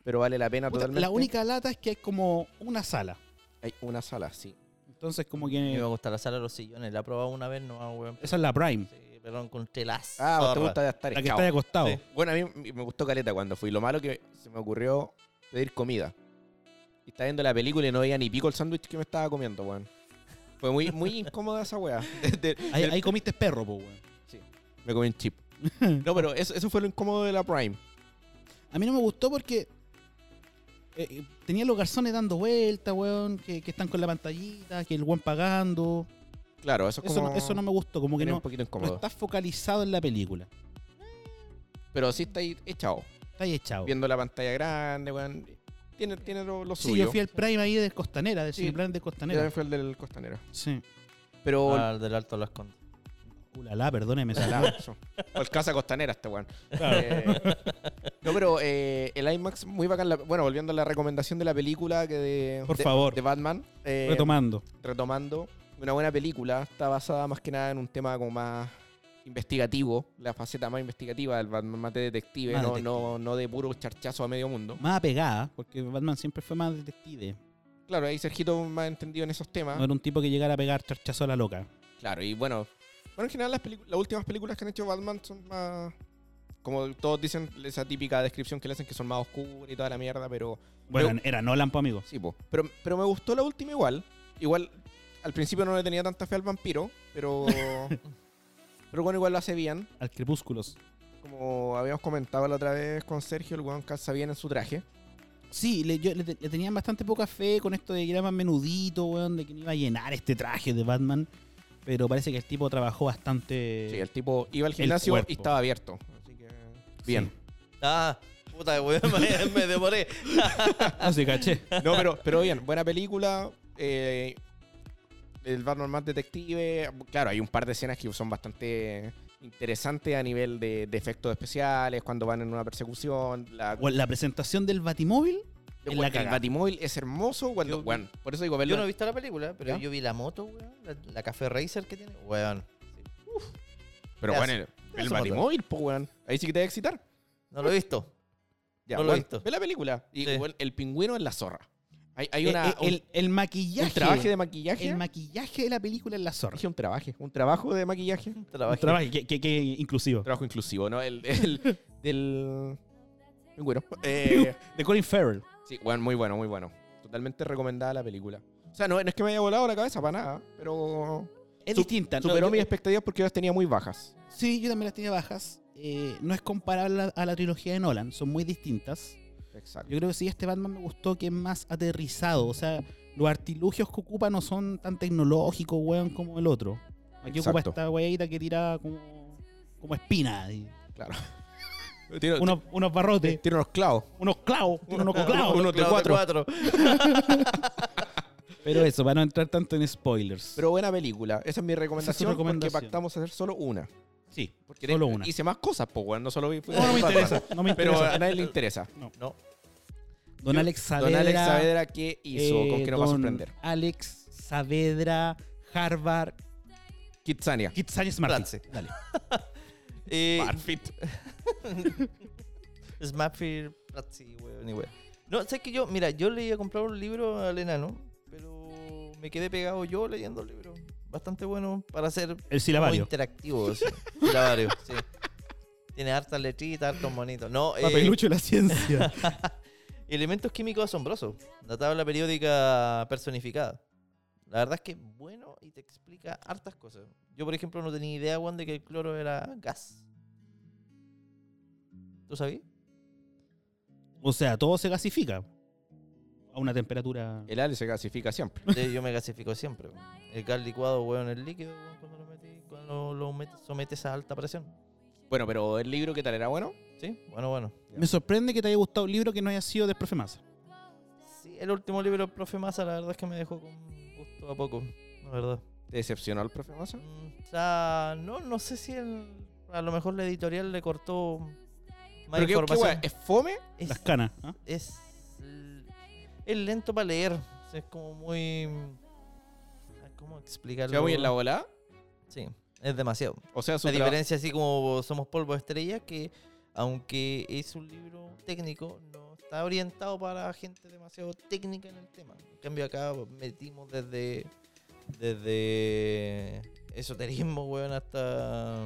pero vale la pena
Puta,
totalmente.
la única lata es que hay como una sala.
Hay una sala, sí.
Entonces, como
A mí me
que.
gusta la sala de los sillones. La he probado una vez, no, weón.
Esa es la Prime.
Sí, pero encontré la
Ah, ¿vos te
zorra.
gusta de estar
La que
echado?
está ahí acostado.
Sí.
Bueno, a mí me me gustó Caleta cuando fui. Lo malo que se me ocurrió pedir comida. Y estaba viendo la película y no veía ni pico el sándwich que me estaba comiendo, weón. Fue muy, muy incómoda esa weá. De- de-
Ahí, ahí comiste perro, po, weón.
me comí un chip. No, pero eso, eso fue lo incómodo de la Prime.
A mí no me gustó porque. eh, eh, tenía los garzones dando vueltas, weón. Que, que están con la pantallita, que el weón pagando.
Claro, eso es
Eso,
como...
no, eso no me gustó. Como que
era
no.
un poquito
No
incómodo.
estás focalizado en la película.
Pero sí está ahí echado.
Está ahí echado.
Viendo la pantalla grande, weón. Tiene, tiene lo, lo
sí,
suyo.
yo fui al Prime ahí de Costanera, de
Sí.
Cineprime de
Yo
Costanera.
también fui al del costanero.
Sí.
Pero...
Ah, el del alto las condes.
Ulala, perdóneme esa la-
Ah, eso. O el Casa Costanera, este weón. Eh, no, pero eh, el IMAX, muy bacán. la- bueno, volviendo a la recomendación de la película que de,
Por
de-
favor.
de Batman. eh,
Retomando.
Retomando. Una buena película. Está basada más que nada en un tema como más investigativo. La faceta más investigativa del Batman, más de detective.
Más
no,
detective.
No, no de puro charchazo a medio mundo.
Más apegada, porque Batman siempre fue más detective.
Claro, ahí Sergito más entendido en esos temas.
No era un tipo que llegara a pegar charchazo a la loca.
Claro, y bueno. Bueno, en general las, pelicu- las últimas películas que han hecho Batman son más... Como todos dicen, esa típica descripción que le hacen que son más oscuras y toda la mierda, pero
Bueno, era Nolan, pues, amigo.
Sí, po. Pero, pero me gustó la última igual. Igual, al principio no le tenía tanta fe al vampiro, pero. pero bueno, igual lo hace bien.
Al Crepúsculos.
Como habíamos comentado la otra vez con Sergio, el weón calza bien en su traje.
Sí, le, yo- le te- le tenían bastante poca fe con esto de que era más menudito, weón, de que no iba a llenar este traje de Batman. Pero parece que el tipo trabajó bastante.
Sí, el tipo iba al
el
gimnasio
cuerpo.
y estaba abierto. Así que. Bien.
Ah, puta, weón, me, me demoré.
Así Ah, caché.
No, pero, pero bien, buena película. eh, el Batman más detective. Claro, hay un par de escenas que son bastante interesantes a nivel de, de efectos especiales, cuando van en una persecución. La,
O la presentación del Batimóvil.
de-
en la
el
cagada.
Batimóvil es hermoso. Cuando,
Yo-
bueno, por eso digo,
Yo
verlo.
no he visto la película, pero
¿Ya?
yo vi la moto, weón, la, la Café Racer que tiene. Weón,
pero
Ya,
bueno, el, el
eso
Batimóvil, pues, weón. Ahí sí que te va a excitar.
no lo he visto.
Ya,
No lo he
weón,
visto.
Ve la película. Y,
Sí.
weón, el pingüino es la zorra. Hay, hay
Eh,
una.
eh, el,
un-
el
un,
maquillaje.
trabajo de maquillaje.
el maquillaje de la película es la zorra.
un trabajo. Un trabajo de maquillaje.
Un
Trabajé.
trabajo que, que- que inclusivo.
trabajo inclusivo, ¿no? El, el del pingüino. Eh,
De Colin Farrell.
sí, bueno, muy bueno, muy bueno. Totalmente recomendada la película. O sea, no, no es que me haya volado la cabeza para nada, pero
Es
Su-
distinta. ¿no?
superó
Yo-
mis expectativas porque yo las tenía muy bajas.
Sí, yo también las tenía bajas. Eh, no es comparable a la, a la trilogía de Nolan, son muy distintas.
Exacto.
Yo creo que sí, este Batman me gustó que es más aterrizado. O sea, los artilugios que ocupa no son tan tecnológicos, weón, como el otro. Aquí
Exacto.
ocupa esta weadita que tira como, como espina. y
Claro. Tiene,
Unos, unos barrotes,
tiene unos clavos.
unos clavos, unos
unos
clavos.
de cuatro.
Pero eso, para no entrar tanto en spoilers.
Pero buena película. Esa es mi recomendación,
recomendación.
porque pactamos hacer solo una.
sí,
Porque
Solo
te-
una.
Hice más cosas, pues, weón, no solo vi.
no, no me interesa. No me
Pero
interesa.
a nadie le interesa.
No,
don
yo-
Alex Saavedra.
Don Alex Saavedra, ¿qué hizo?
eh,
¿Con qué nos va a
don
sorprender?
Alex Saavedra, Harvard,
Kitsania.
Kit Sánchez Martín.
Platzi.
Dale.
Eh,
Barfit.
Smartfear, Platzi, ah, weón, ni weón. No, sé que yo, mira, yo le iba a comprar un libro al enano, pero me quedé pegado yo leyendo el libro. Bastante bueno para ser
El
como
silabario.
interactivo. sí. Silabario, sí. Tiene hartas letritas, hartos monitos. No, eh,
Papelucho de la ciencia.
elementos químicos asombrosos. La tabla periódica personificada. La verdad es que es bueno y te explica hartas cosas. Yo, por ejemplo, no tenía idea, Juan, de que el cloro era gas. ¿Tú sabías?
o sea, todo se gasifica a una temperatura.
El Ale se gasifica siempre.
Sí, yo me gasifico siempre. weón. El gas licuado, weón, el líquido, weón, cuando lo metí, cuando lo metes- sometes a alta presión.
Bueno, pero el libro, ¿qué tal? ¿Era bueno?
Sí, bueno, bueno.
Me sorprende que te haya gustado un libro que no haya sido del profe Massa.
Sí, el último libro del profe Massa, la verdad es que me dejó con gusto a poco, la verdad.
¿Te decepcionó el profe Massa?
Mm, O sea, no, no sé si el, a lo mejor la editorial le cortó más
Pero qué- qué
información.
wea, ¿Es fome?
es,
Las canas. ¿ah?
es, l- es lento para leer. o sea, Es como muy... ¿Cómo
¿Se
explicarlo?
va muy en la bola?
Sí, es demasiado.
O sea, su
La
traba-
diferencia, así como Somos Polvo de Estrellas, que aunque es un libro técnico, no está orientado para gente demasiado técnica en el tema. En cambio, acá metimos desde, desde esoterismo, weón, hasta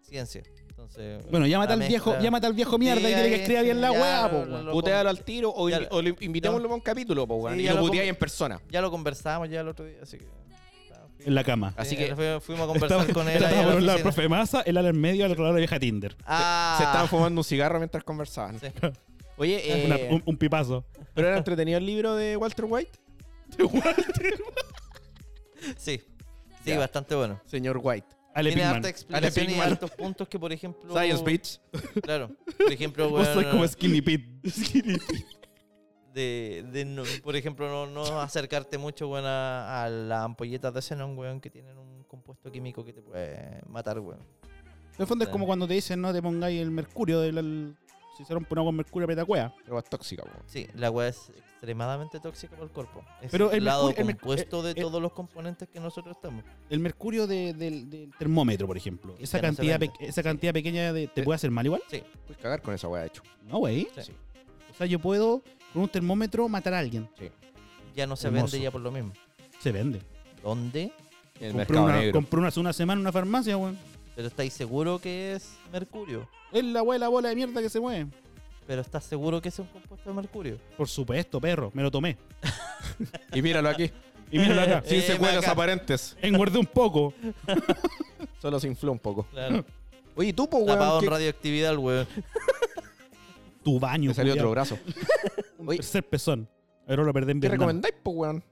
ciencia. Entonces,
Bueno, llámate
la
al viejo,
mezcla-
llámate al viejo mierda y
Sí,
dile que
ahí,
escriba bien la
ya,
weá,
lo-
po,
lo-
weón.
lo-
Putealo al tiro o,
Ya
invi-
lo-
o lo invitémoslo para un capítulo, po, weón,
Sí,
y
ya
lo
lo
puteáis
com-
en persona.
Ya lo conversamos ya el otro día, así que.
En la cama.
Así
Así
que-
que fuimos a conversar
Estaba-
con él.
estaba
allá a la
por un lado el
oficina.
profe Massa, el ala en medio, al otro lado la vieja Tinder.
Ah,
Se estaban fumando un cigarro mientras conversaban.
Sí.
Oye, eh,
Una- un, un pipazo.
¿pero era entretenido el libro de Walter White?
Sí, sí,
Ya.
bastante bueno.
Señor White.
Ale
Tiene
Pinkman.
harta explicación y
Pinkman.
hartos puntos que, por ejemplo.
Science Beach.
Claro. Por ejemplo,
Vos sois
weón,
como Skinny Pete. Skinny Pete.
de, de no- por ejemplo, no, no acercarte mucho, weón, a, a las ampolletas de xenón, weón, que tienen un compuesto químico que te puede matar, weón.
En el fondo es
Sí.
como cuando te dicen no te pongáis el mercurio. del- el- si se rompe una agua con mercurio, aprieta cuea.
Pero es tóxica, po.
Sí, la agua es extremadamente tóxica para el cuerpo.
Pero
Es Pero
el
el lado
mercurio- eh, el mercu-
compuesto de
el-
todos los componentes que nosotros estamos.
El mercurio de- del, del termómetro, por ejemplo.
Que
Esa
ya no se
cantidad,
vende.
pe- esa cantidad pequeña de, te
Eh.
puede hacer mal igual.
Sí,
Puedes cagar con esa weá, de hecho.
No, güey.
Sí.
O sea, yo puedo con un termómetro matar a alguien.
ya no se
Hermoso.
vende ya por lo mismo.
Se vende.
¿Dónde?
En
compré
el mercado
una,
negro.
compré una hace una semana en una farmacia, weón.
Pero estáis seguro que es mercurio.
Es la weá, la bola de mierda que se mueve.
Pero estás seguro que es un compuesto de mercurio.
Por supuesto, perro. Me lo tomé.
Y míralo aquí.
Y míralo acá.
Eh,
Sin secuelas
acá.
aparentes.
Engordé un poco.
Solo se infló un poco.
Claro.
Oye, tú, po, weón.
Apagón
¿qué-
radioactividad, el weón.
Tu baño.
Te salió
culiao.
otro brazo. Oye,
Tercer pezón. Ahora lo perdí en
¿qué
Vietnam.
recomendáis, po, weón?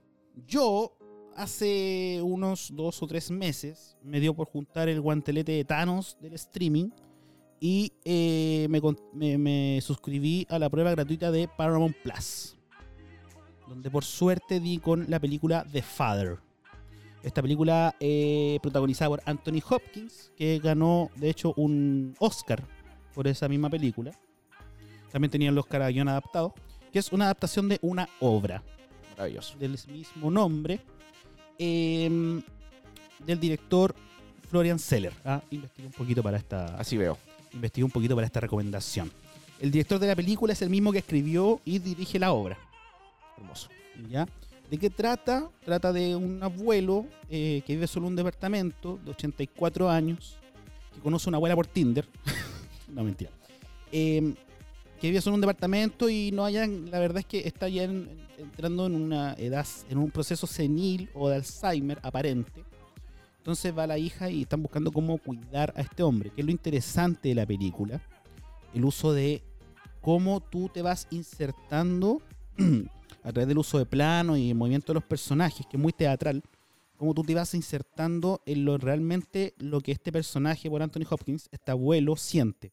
Yo, hace unos dos o tres meses, me dio por juntar el guantelete de Thanos del streaming y eh, me, con- me- me suscribí a la prueba gratuita de Paramount Plus, donde por suerte di con la película The Father. Esta película eh, protagonizada por Anthony Hopkins, que ganó de hecho un Oscar por esa misma película. También tenía el Oscar a guión adaptado, que es una adaptación de una obra
Maravilloso.
del mismo nombre, eh, del director Florian Seller. Ah, investigué un poquito para esta,
Así veo.
investigué un poquito para esta recomendación. El director de la película es el mismo que escribió y dirige la obra.
Hermoso.
¿Ya? ¿De qué trata? Trata de un abuelo eh, que vive solo en un departamento de 84 años, que conoce a una abuela por Tinder. no, mentira. Eh, que vive solo en un departamento y no hayan, la verdad es que está ya en- entrando en una edad, en un proceso senil o de Alzheimer aparente. Entonces va la hija y están buscando cómo cuidar a este hombre, que es lo interesante de la película, el uso de cómo tú te vas insertando a través del uso de plano y el movimiento de los personajes, que es muy teatral, cómo tú te vas insertando en lo realmente lo que este personaje por Anthony Hopkins, este abuelo, siente.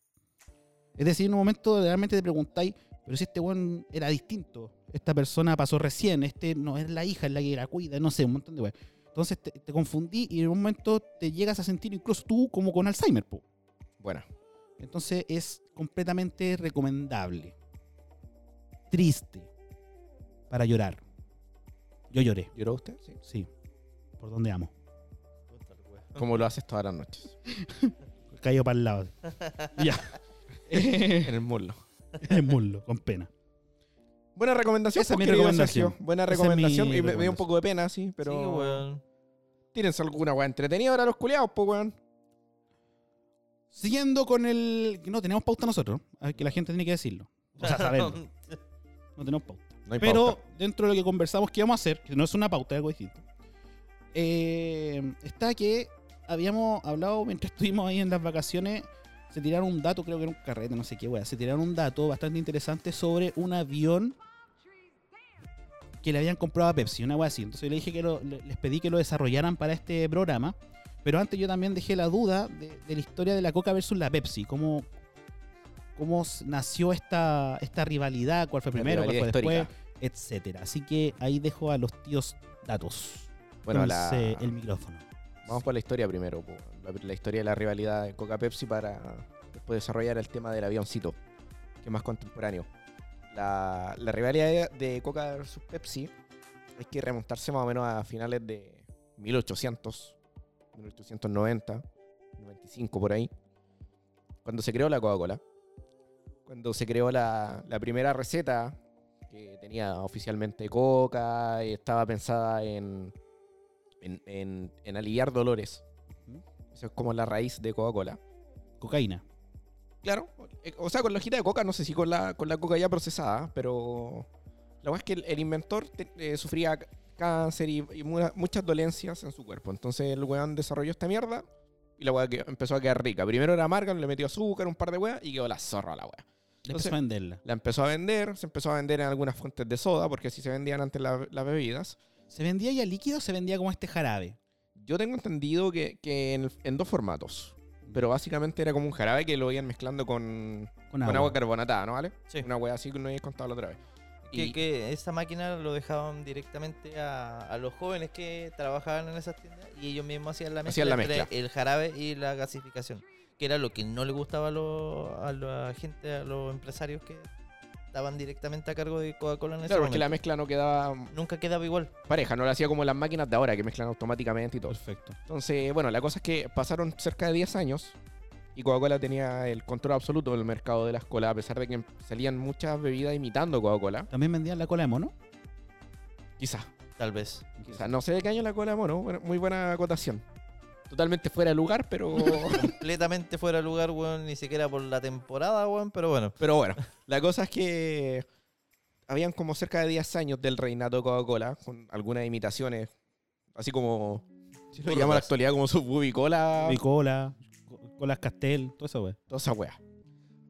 Es decir, en un momento realmente te preguntáis, pero si este weón era distinto, esta persona pasó recién, este no es la hija, es la que la cuida, no sé, un montón de weón. Entonces te, te confundí y en un momento te llegas a sentir incluso tú como con Alzheimer, po.
Buena.
Entonces es completamente recomendable. Triste. Para llorar. Yo lloré,
¿Lloró usted? Sí.
sí. Por donde amo.
Puta el weón.
Como lo haces todas las noches.
Caído para el lado. ya.
en el muslo.
El muslo, con pena.
Buena recomendación.
Esa es
po,
mi
querido
recomendación.
Sergio. Buena
Esa es
recomendación.
mi
y me, me dio
recomendación.
un poco de pena, sí, pero.
Sí, weón.
Tírense alguna weá entretenida ahora los culiados, po, weón.
Siguiendo con el. No, tenemos pauta nosotros. A ver, que la gente tiene que decirlo. O sea, saberlo. No tenemos pauta.
No hay
Pero
pauta.
dentro de lo que conversamos que íbamos a hacer, que no es una pauta, es algo distinto, eh, está que habíamos hablado mientras estuvimos ahí en las vacaciones, se tiraron un dato, creo que era un carrete, no sé qué, wea, se tiraron un dato bastante interesante sobre un avión que le habían comprado a Pepsi, una wea así. Entonces yo le dije que lo- le- les pedí que lo desarrollaran para este programa, pero antes yo también dejé la duda de, de la historia de la Coca versus la Pepsi, cómo, cómo s- nació esta, esta rivalidad, cuál fue
Una
primero, cuál fue
rivalidad
después
histórica.
etcétera. Así que ahí dejo a los tíos datos.
Bueno,
Con
la-
se- el micrófono.
Vamos por la historia primero, po. La, la historia de la rivalidad de Coca-Pepsi para después desarrollar el tema del avioncito, que es más contemporáneo. La, la rivalidad de Coca versus Pepsi hay que remontarse más o menos a finales de 1800, 1890, 95 por ahí, cuando se creó la Coca-Cola, cuando se creó la, la primera receta que tenía oficialmente Coca y estaba pensada en en, en- en aliviar dolores.
Ujú.
Eso es como la raíz de Coca-Cola.
Cocaína.
Claro, eh, o sea, con la hojita de coca, no sé si con la, con la coca ya procesada, pero la verdad es que el, el inventor te- eh, sufría c- cáncer y, y mu- muchas dolencias en su cuerpo. Entonces el weón desarrolló esta mierda y la weá que- empezó a quedar rica. Primero era amarga, le metió azúcar, un par de weas y quedó la zorra la wea.
Después
Entonces-
a venderla.
La empezó a vender, se empezó a vender en algunas fuentes de soda, porque así se vendían antes la- las bebidas.
¿Se vendía ya líquido o se vendía como este jarabe?
Yo tengo entendido que, que en, en dos formatos. Pero básicamente era como un jarabe que lo iban mezclando con,
Con
con
agua.
agua. carbonatada, ¿no vale?
Sí.
Una wea así que no habías contado la otra vez.
Que,
Y-
que esa máquina lo dejaban directamente a, a los jóvenes que trabajaban en esas tiendas y ellos mismos hacían la mezcla,
Hacían la
entre
mezcla.
el jarabe y la gasificación, que era lo que no le gustaba a, los- a la gente, a los empresarios que estaban directamente a cargo de Coca-Cola en ese
Claro, porque la
momento.
mezcla no quedaba
Nunca quedaba igual.
pareja, no la hacía como las máquinas de ahora que mezclan automáticamente y todo.
Perfecto.
Entonces, bueno, la cosa es que pasaron cerca de 10 años y Coca-Cola tenía el control absoluto del mercado de las colas, a pesar de que salían muchas bebidas imitando Coca-Cola.
¿También vendían la cola de mono?
Quizás,
Tal vez.
quizás. No sé de qué año la cola de mono, bueno, muy buena acotación. Totalmente fuera de lugar, pero...
Completamente fuera de lugar, weón, ni siquiera por la temporada, weón, pero bueno.
Pero bueno, la cosa es que habían como cerca de 10 años del reinato de Coca-Cola, con algunas imitaciones, así como... Yo lo llamo en la actualidad como su Cola.
Bicola, co- Colas Castel, toda esa wea.
toda esa wea.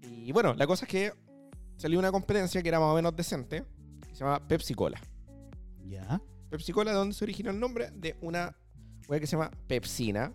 Y bueno, la cosa es que salió una competencia que era más o menos decente, que se llama Pepsi Cola.
Ya.
Pepsi Cola, ¿de dónde se originó el nombre? De una wea que se llama Pepsina.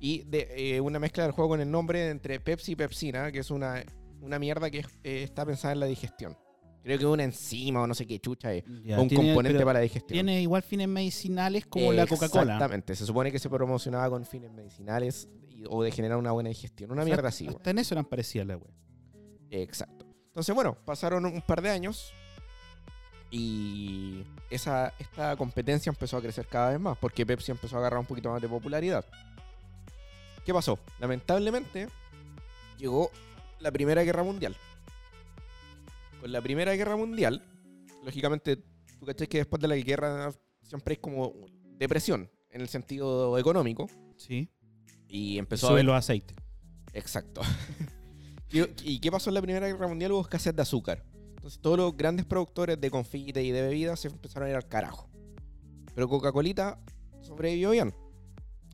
Y de eh, una mezcla del juego con el nombre entre Pepsi y Pepsina, que es una, una mierda que eh, está pensada en la digestión. Creo que una enzima o no sé qué chucha es.
ya.
o un
Tiene-
componente
pero
para la digestión.
Tiene igual fines medicinales como la Coca-Cola.
Exactamente. Se supone que se promocionaba con fines medicinales y- o de generar una buena digestión. Una
O sea,
mierda así.
Hasta en eso eran parecidas las weas.
Exacto. Entonces, bueno, pasaron un par de años y esa, esta competencia empezó a crecer cada vez más porque Pepsi empezó a agarrar un poquito más de popularidad. ¿Qué pasó? Lamentablemente, llegó la Primera Guerra Mundial. Con la Primera Guerra Mundial, lógicamente, tú cachás que después de la guerra siempre hay como depresión en el sentido económico
Sí.
y
Y
empezó a
Sube
haber
los aceites.
Exacto. ¿Y, y qué pasó en la Primera Guerra Mundial? Hubo escasez de azúcar. Entonces todos los grandes productores de confites y de bebidas se empezaron a ir al carajo. Pero Coca-Colita sobrevivió bien.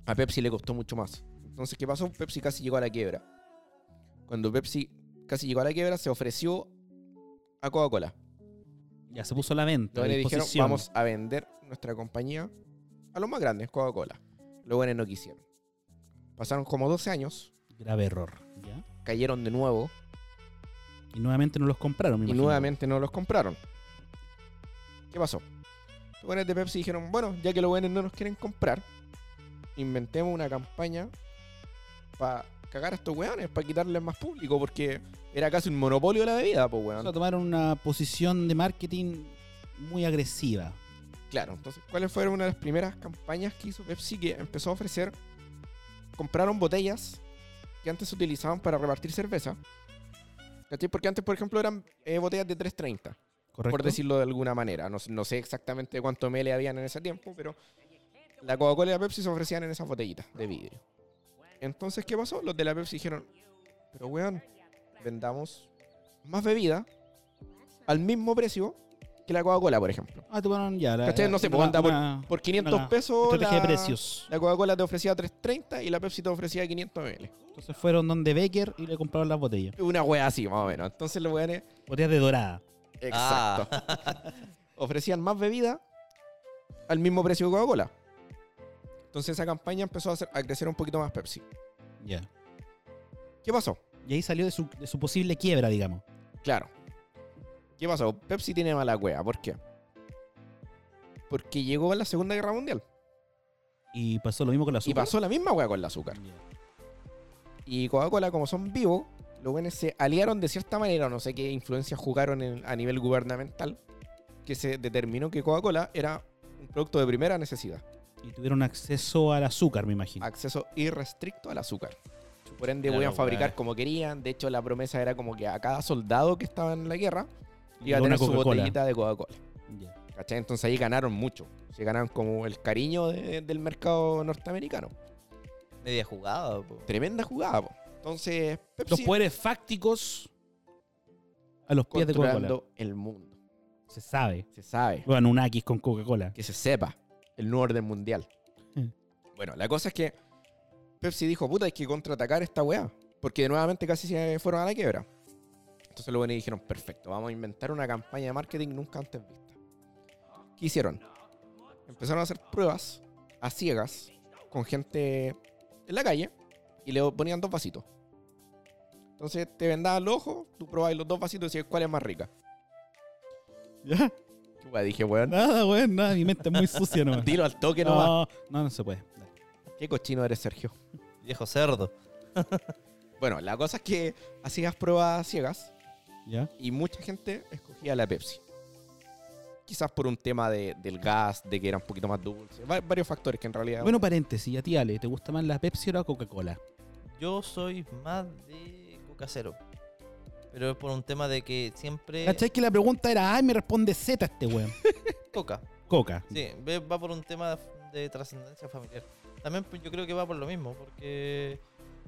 A Pepsi le costó mucho más. Entonces, ¿qué pasó? Pepsi casi llegó a la quiebra. Cuando Pepsi casi llegó a la quiebra, se ofreció a Coca-Cola.
Ya se puso a la venta. a
Entonces le dijeron,
disposición.
vamos a vender nuestra compañía a los más grandes, Coca-Cola. Los buenos no quisieron. Pasaron como 12 años,
Grave error. ¿ya?
cayeron de nuevo
Y nuevamente no los compraron. me
y
imagino.
nuevamente no los compraron. ¿Qué pasó? Los buenos de Pepsi dijeron, bueno, ya que los buenos no nos quieren comprar, inventemos una campaña para cagar a estos weones, para quitarles más público, porque era casi un monopolio de la bebida, pues
O
weón.
sea, tomaron una posición de marketing muy agresiva.
Claro, entonces, ¿cuáles fueron una de las primeras campañas que hizo Pepsi que empezó a ofrecer? Compraron botellas que antes se utilizaban para repartir cerveza. ¿Cachai? Porque antes, por ejemplo, eran eh, botellas de 330.
¿Correcto?
por decirlo de alguna manera. No, no sé exactamente cuánto ml habían en ese tiempo, pero la Coca-Cola y la Pepsi se ofrecían en esas botellitas de vidrio. Entonces, ¿qué pasó? Los de la Pepsi dijeron, pero weón, vendamos más bebida al mismo precio que la Coca-Cola, por ejemplo.
Ah, tomaron ya. La,
¿Cachai? No sé,
una-
pues, anda
una
Por 500
una
pesos
Estrategia
la,
de precios.
la Coca-Cola te ofrecía 3.30 y la Pepsi te ofrecía 500 ml.
Entonces fueron donde Becker y le compraron las botellas.
Una wea así, más o menos. Entonces los weones...
Botellas de dorada.
Exacto. Ah. ofrecían más bebida al mismo precio que Coca-Cola. Entonces esa campaña empezó a, hacer- a crecer un poquito más Pepsi.
Ya.
¿Qué pasó?
Y ahí salió de su, de su posible quiebra, digamos.
Claro. ¿Qué pasó? Pepsi tiene mala cueva. ¿Por qué? Porque llegó a la Segunda Guerra Mundial.
Y pasó lo mismo con la
Y
azúcar.
pasó la misma hueá con el azúcar. Y Coca-Cola, como son vivos, los buenos se aliaron de cierta manera, no sé qué influencias jugaron en- a nivel gubernamental, que se determinó que Coca-Cola era un producto de primera necesidad.
Y tuvieron acceso al azúcar, me imagino.
acceso irrestricto al azúcar. Por ende,
Claro,
podían fabricar
weá.
como querían. De hecho, la promesa era como que a cada soldado que estaba en la guerra iba a
Una
tener su
Coca-Cola.
botellita de Coca-Cola.
Ya.
¿Cachai? Entonces ahí ganaron mucho. Se ganaron como el cariño de- del mercado norteamericano.
Media jugada, po.
Tremenda jugada, po. Entonces,
Los
Pepsi
poderes fácticos a los pies de Coca-Cola.
controlando el mundo.
Se sabe.
Se sabe.
Los Anunnakis con Coca-Cola.
Que se sepa el nuevo orden mundial.
Mm.
Bueno, la cosa es que Pepsi dijo, puta, hay que contraatacar esta weá. Porque nuevamente casi se fueron a la quiebra. Entonces los buenos dijeron, perfecto, vamos a inventar una campaña de marketing nunca antes vista. ¿Qué hicieron? Empezaron a hacer pruebas a ciegas con gente en la calle y le ponían dos vasitos. Entonces te vendaban los ojos, tú probabas los dos vasitos y decías cuál es más rica.
Ya.
Yo weá, dije, weón,
Nada, weón, nada. Mi mente es muy sucia nomás.
dilo al toque nomás.
no, no, no se puede. Dale.
Qué cochino eres, Sergio.
Viejo cerdo.
Bueno, la cosa es que hacías pruebas ciegas
¿Ya?
y mucha gente escogía la Pepsi. Quizás por un tema de- del gas, de que era un poquito más dulce. va- varios factores que en realidad...
Bueno, paréntesis, a ti Ale, ¿te gusta más la Pepsi o la Coca-Cola?
Yo soy más de coca cero. Pero es por un tema de que siempre.
¿Cachai que la pregunta era A y me responde Z este weón?
Coca.
Coca.
Sí, ve- va por un tema de trascendencia familiar. También pues, yo creo que va por lo mismo, porque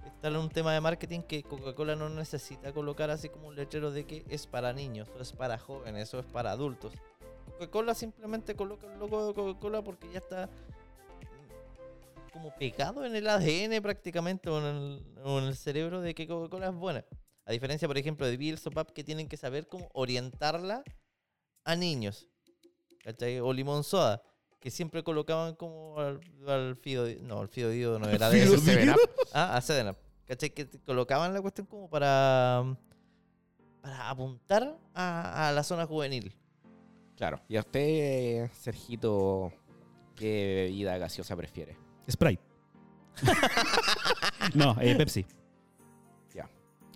está en un tema de marketing que Coca-Cola no necesita colocar así como un letrero de que es para niños, o es para jóvenes, o es para adultos. Coca-Cola simplemente coloca el logo de Coca-Cola porque ya está mm, como pegado en el ADN prácticamente o en el, o en el cerebro de que Coca-Cola es buena. A diferencia, por ejemplo, de Bills o Pap que tienen que saber cómo orientarla a niños. ¿Cachai? O Limón Soda, que siempre colocaban como al, al Fido... No, el Fido Dido no era de
Fido
eso.
Dido.
Seven Up.
Ah, a 7 ¿Cachai? Que te colocaban la cuestión como para. para apuntar a, a la zona juvenil.
Claro. ¿Y a usted, Sergito, qué bebida gaseosa prefiere?
Sprite. no, eh, Pepsi.
Ya.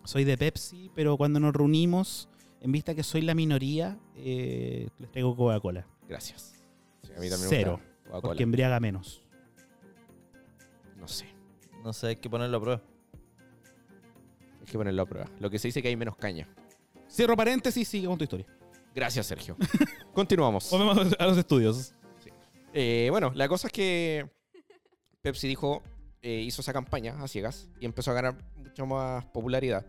Soy de Pepsi, pero cuando nos reunimos, en vista que soy la minoría, eh, les traigo Coca-Cola.
Gracias. Sí, a mí también me
Cero.
gusta Coca-Cola.
Porque embriaga menos.
No sé.
No sé, hay que ponerlo a prueba.
Hay que ponerlo a prueba. Lo que se dice que hay menos caña.
Cierro paréntesis y sigue con tu historia.
Gracias, Sergio. Continuamos.
Volvemos a los estudios.
Eh, bueno, la cosa es que Pepsi dijo, eh, hizo esa campaña a ciegas y empezó a ganar mucho más popularidad.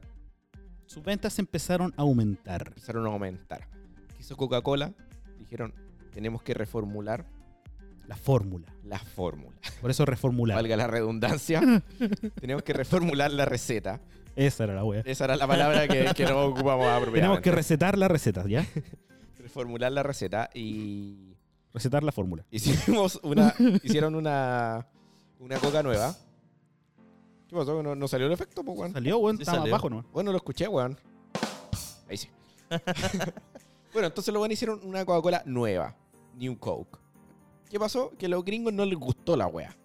Sus ventas empezaron a aumentar.
Empezaron a aumentar. Quiso Coca-Cola, dijeron, tenemos que reformular
La fórmula.
la fórmula.
Por eso reformular.
Valga la redundancia. tenemos que reformular la receta.
Esa era la wea.
Esa era la palabra que, que no ocupamos
Tenemos que
apropiadamente.
recetar la receta, ¿ya?
reformular la receta y
Recetar la fórmula.
hicimos una, hicieron una, una coca nueva. ¿Qué pasó? ¿No, no salió el efecto, po, weón?
Salió, weón.
Sí
Estaba
salió.
abajo, ¿no?
Bueno, lo escuché, weón. Ahí sí. bueno, entonces los buenos hicieron una Coca-Cola nueva, New Coke. ¿Qué pasó? Que a los gringos no les gustó la wea.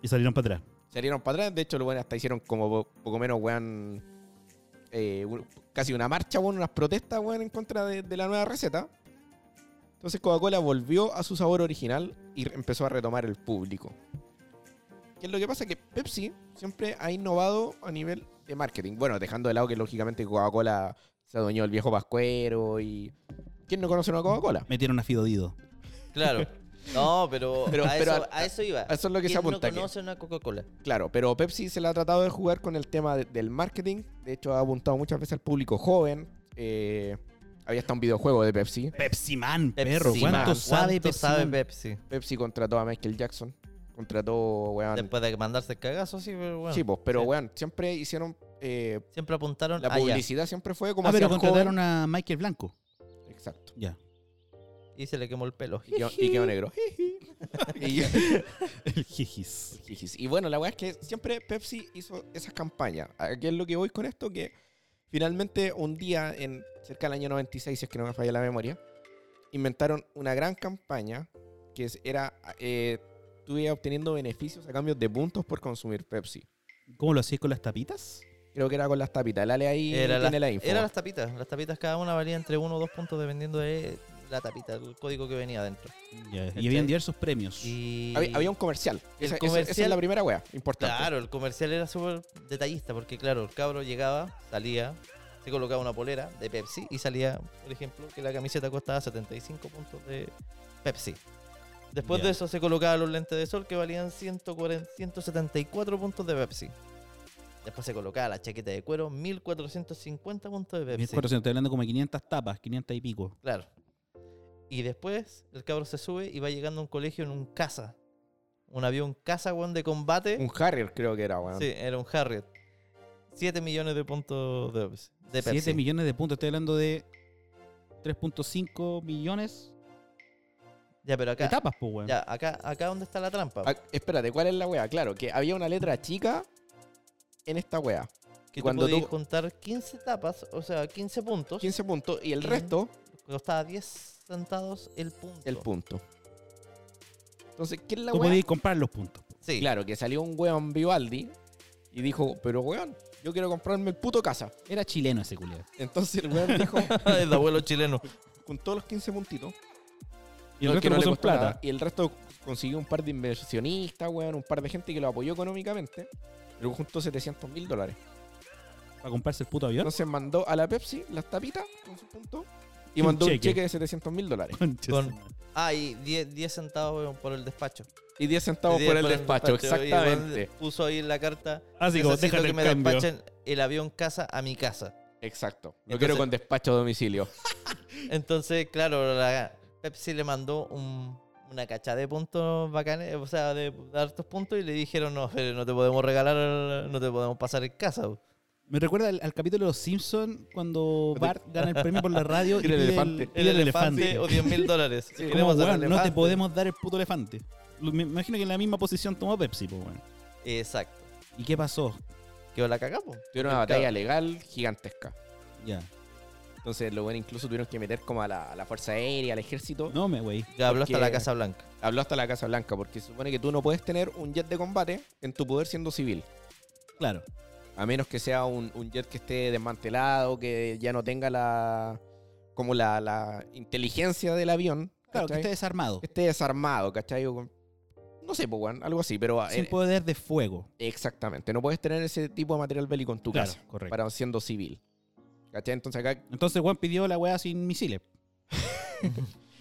Y salieron para atrás.
Salieron para atrás, de hecho los buenos hasta hicieron como po- poco menos, weón, eh, un- casi una marcha, weón, unas protestas, weón, en contra de, de la nueva receta. Entonces Coca-Cola volvió a su sabor original y re- empezó a retomar el público. ¿Qué es lo que pasa? Que Pepsi siempre ha innovado a nivel de marketing. Bueno, dejando de lado que lógicamente Coca-Cola se adueñó el viejo pascuero y... ¿Quién no conoce una Coca-Cola?
Metieron a Fido Dido.
Claro. No, pero,
Pero-
a,
pero
eso,
a-
a eso iba.
a eso es lo que se
¿Quién
apunta aquí?
No conoce una Coca-Cola.
Claro, pero Pepsi se la ha tratado de jugar con el tema de- del marketing. De hecho, ha apuntado muchas veces al público joven. Eh, había hasta un videojuego de Pepsi.
Pepsi Man, perro.
Pepsi Man.
¿Cuánto sabe
¿Cuánto
Pepsi
sabe
Man?
Pepsi?
Pepsi contrató a Michael Jackson. Contrató, weón.
Después de mandarse el cagazo, sí, pero bueno.
sí, pues, pero
sí. Ah,
weón, siempre hicieron. eh,
Siempre apuntaron
la
allá.
publicidad siempre fue como
Ah, pero
hacia el
contrataron a Michael Blanco.
joven. Exacto.
Ya.
Y se le quemó el pelo.
Y quedó, y quedó negro. y,
El Jijis.
Jijis. Y bueno, la weá es que siempre Pepsi hizo esas campañas. Aquí es lo que voy con esto, que finalmente un día, en cerca del año 96, si es que no me falla la memoria, inventaron una gran campaña que es- era, eh, tú ibas obteniendo beneficios a cambio de puntos por consumir Pepsi.
¿Cómo lo hacías con las tapitas?
Creo que era con las tapitas. Lale ahí
Era
tiene
las,
la info.
era las tapitas. Las tapitas cada una valía entre uno o dos puntos dependiendo de la tapita, el código que venía adentro.
Y habían diversos premios.
Este Y...
Había, había un comercial.
El
Esa, esa- esa es
comercial-
la primera wea importante.
Claro, el comercial era súper detallista porque, claro, el cabro llegaba, salía, se colocaba una polera de Pepsi y salía, por ejemplo, que la camiseta costaba 75 puntos de Pepsi. Después
Ya.
de eso se colocaba los lentes de sol que valían 140 174 puntos de Pepsi. Después se colocaba la chaqueta de cuero, 1450 puntos de Pepsi.
1400, estoy hablando como de 500 tapas, 500 y pico.
Claro. Y después el cabro se sube y va llegando a un colegio en un casa. Un avión casa, weón, de combate.
Un Harrier creo que era, weón.
Sí, era un Harriet. 7 millones de puntos de Pepsi. De
7
Pepsi.
millones de puntos, estoy hablando de 3.5 millones
Ya, pero
de
acá,
tapas, pues, weón.
ya, acá, acá donde está la trampa.
Ah, espérate, ¿cuál es la wea? Claro, que había una letra chica en esta wea.
que tú
cuando
podías
tú-
juntar 15 tapas, o sea, 15 puntos.
15 puntos y el
Ujú.
resto
Costaba 10 centavos el punto.
el punto. Entonces, ¿qué es la
Tú
weá?
podías comprar los puntos.
Sí,
Claro, que salió un weón Vivaldi y dijo, pero weón, yo quiero comprarme el puto casa.
Era chileno ese culiado.
Entonces el weón dijo,
el abuelo chileno.
juntó los 15 puntitos.
Y el
no,
resto
que no
lo
le
puso en
costó
plata.
nada. Y el resto consiguió un par de inversionistas, weón, un par de gente que lo apoyó económicamente. Pero juntó 700 mil dólares.
Para comprarse el puto avión.
Entonces mandó a la Pepsi las tapitas con sus puntos Y mandó un
cheque.
cheque de 700 mil dólares.
Conches.
Con- Ah, y 10 10 centavos weón, por el despacho.
Y 10 centavos
Y
por el
10
despacho,
y el weón
exactamente.
puso ahí en la carta.
Así Ah, como,
necesito
déjate
que
el
me
cambio.
despachen el avión casa a mi casa.
Exacto. Lo
Entonces-
quiero con despacho a domicilio.
Entonces, claro, la Pepsi le mandó un- una cacha de puntos bacanes, o sea, de, de hartos puntos, y le dijeron, no, Fede, no te podemos regalar, no te podemos pasar en casa. weón".
Me recuerda al, al capítulo de Los Simpsons cuando Bart gana el premio por la radio y
Y el
pide
elefante.
pide el elefante.
o 10 mil dólares.
Sí.
Como,
Queremos al
weón, no te
elefante.
podemos dar el puto elefante. Lo- Me imagino que en la misma posición tomó Pepsi, pues, weón.
Exacto.
¿Y qué pasó?
Que la cagamos.
Tuvieron una batalla legal gigantesca.
Ya.
Entonces, lo bueno, incluso tuvieron que meter como a la, a la Fuerza Aérea, al ejército.
No me, wey.
Ya habló hasta
Porque-
la Casa Blanca.
Habló hasta la Casa Blanca, porque se supone que tú no puedes tener un jet de combate en tu poder siendo civil.
Claro.
A menos que sea un, un jet que esté desmantelado, que ya no tenga la como la, la inteligencia del avión.
Claro, que
¿cachai?
esté desarmado.
Que esté desarmado, ¿cachai? O con- No sé, pues, weón, algo así, pero...
Sin
eh,
poder de fuego.
Exactamente, no puedes tener ese tipo de material bélico en tu
Claro,
casa,
correcto.
para siendo civil. ¿Cachai? Entonces acá,
Entonces Juan pidió la weá sin misiles.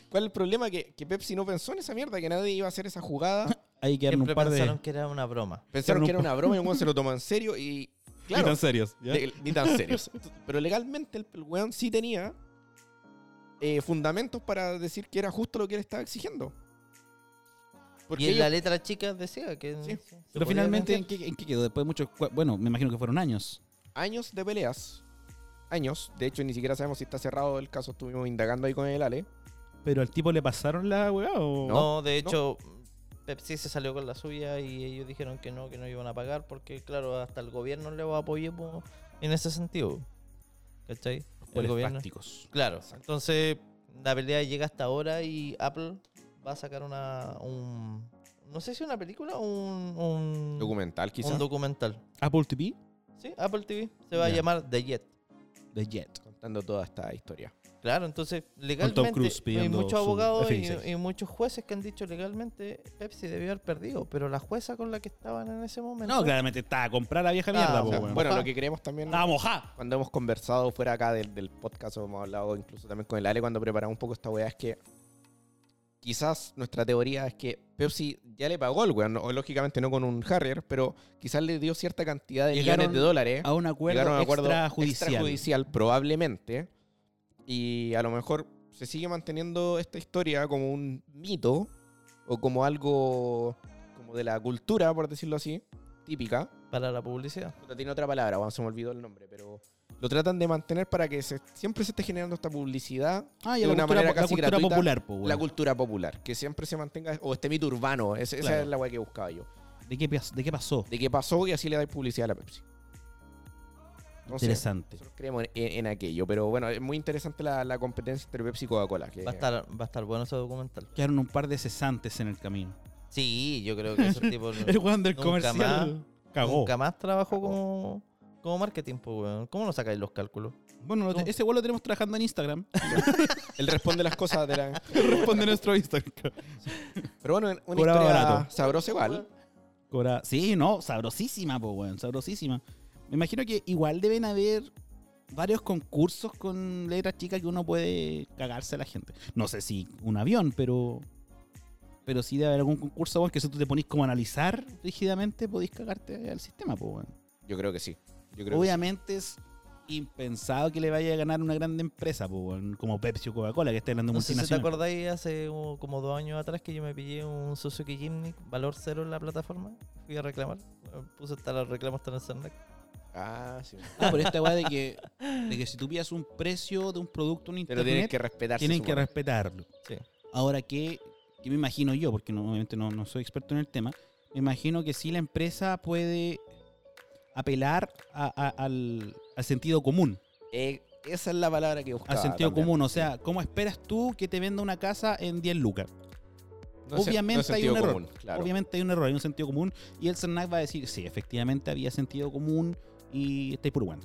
¿cuál es el problema? Que, que Pepsi no pensó en esa mierda, que nadie iba a hacer esa jugada.
Ahí quedaron
Siempre
un par
pensaron
de...
que era una broma.
Pero
Pensaron
no-
que era una broma y el weón se lo tomó en serio y... Claro,
serios. ¿ya?
¿eh?
Le- ni tan serios. Pero legalmente el, el weón sí tenía eh, fundamentos para decir que era justo lo que él estaba exigiendo. Porque
Y en
ellos-
la letra chica decía que.
Sí.
se
Pero
podía
finalmente, ¿en
negociar.
qué, en qué quedó? Después de muchos... cua- Bueno, me imagino que fueron años.
años de peleas, años, de hecho ni siquiera sabemos si está cerrado el caso, estuvimos indagando ahí con el Ale.
¿Pero al tipo le pasaron la weá o...?
No,
No, de hecho, Pepsi se salió con la suya y ellos dijeron que no, que no iban a pagar porque, claro, hasta el gobierno le va a apoyar po, en ese sentido. ¿Cachai? El
Por
gobierno.
fácticos.
Claro.
Exacto.
Entonces, la pelea llega hasta ahora y Apple va a sacar una. Un, no sé si una película o un. un
Documental quizás.
Mm. Un documental.
Apple TV
Sí, Apple TV. Se va
Ya.
a llamar The Jet.
de Jet.
contando toda esta historia.
Claro, entonces
Tom
legalmente
Cruise
hay
pidiendo su
muchos abogados
F16.
y, y muchos jueces que han dicho legalmente Pepsi debió haber perdido, pero la jueza con la que estaban en ese momento
No, claramente está a comprar la vieja
Ah,
mierda,
o
po,
sea,
weón.
bueno,
Ajá.
lo que creemos también
Estaba mojada.
cuando hemos conversado fuera acá del, del podcast o hemos hablado incluso también con el Ale cuando preparamos un poco esta weá es que quizás nuestra teoría es que Pepsi ya le pagó al weón, o lógicamente no con un Harrier, pero quizás le dio cierta cantidad de
Llegaron
millones de dólares.
A un acuerdo,
llegaron a un acuerdo
extrajudicial.
extrajudicial, probablemente. Y a lo mejor se sigue manteniendo esta historia como un mito o como algo como de la cultura, por decirlo así, típica.
para la publicidad.
Puta, tiene otra palabra, bueno, se me olvidó el nombre, pero lo tratan de mantener para que se- siempre se esté generando esta publicidad,
Ah, y
De
la
una
cultura,
manera
po- la
casi
cultura
gratuita,
popular, po, weón.
la cultura popular, que siempre se mantenga, o este mito urbano, ese- esa
Claro.
es la weá que buscaba yo.
¿De, qué, pas- ¿De qué pasó?
De qué pasó y así le dais publicidad a la Pepsi. Entonces,
Interesante.
nosotros creemos en, en aquello, pero bueno, es muy interesante la, la competencia entre Pepsi y Coca-Cola. que-
Va a estar, va a estar bueno ese documental.
Quedaron un par de cesantes en el camino.
Sí, yo creo que ese tipo
El weón del
Nunca
comercial cagó.
nunca más trabajó
Cagó.
como, como marketing, po, weón. ¿Cómo no sacáis los cálculos?
Bueno, lo te-
No.
ese weón lo tenemos trabajando en Instagram.
Él responde las cosas de la...
Responde nuestro Instagram.
Pero bueno, una
Cobraba
historia
barato.
sabrosa igual.
Cobra- Sí, no, sabrosísima, pues, weón, sabrosísima. Me imagino que igual deben haber varios concursos con letras chicas que uno puede cagarse a la gente. No sé si un avión, pero. Pero sí debe haber algún concurso, weón, que si tú te ponís como a analizar rígidamente, podéis cagarte al sistema, pues, weón.
Yo creo que sí. Yo creo que sí.
Obviamente es impensado que le vaya a ganar una grande empresa, pues, weón, como Pepsi o Coca-Cola, que está hablando de
No sé si te
multinacional.
acordáis hace como como dos años atrás que yo me pillé un Suzuki Jimny valor cero en la plataforma. Fui a reclamar. Puse hasta los reclamos hasta en el Cernac.
Ah, sí.
Ah, pero esta weá de que, de que si tú pidas un precio de un producto en
Pero
internet,
tienen que respetarse.
tienen que
supongo.
respetarlo.
Sí.
Ahora, que me imagino yo? Porque no- obviamente no, no soy experto en el tema. Me imagino que sí la empresa puede apelar a- a- al, al sentido común.
Eh, esa es la palabra que
Al
buscaba.
sentido
también.
común. O sea, ¿cómo esperas tú que te venda una casa en 10 lucas?
No es-
obviamente
no es
hay
sentido
un error.
común, claro.
Obviamente hay un error, hay un sentido común. Y el CERNAC va a decir, sí, efectivamente había sentido común y estáis por bueno.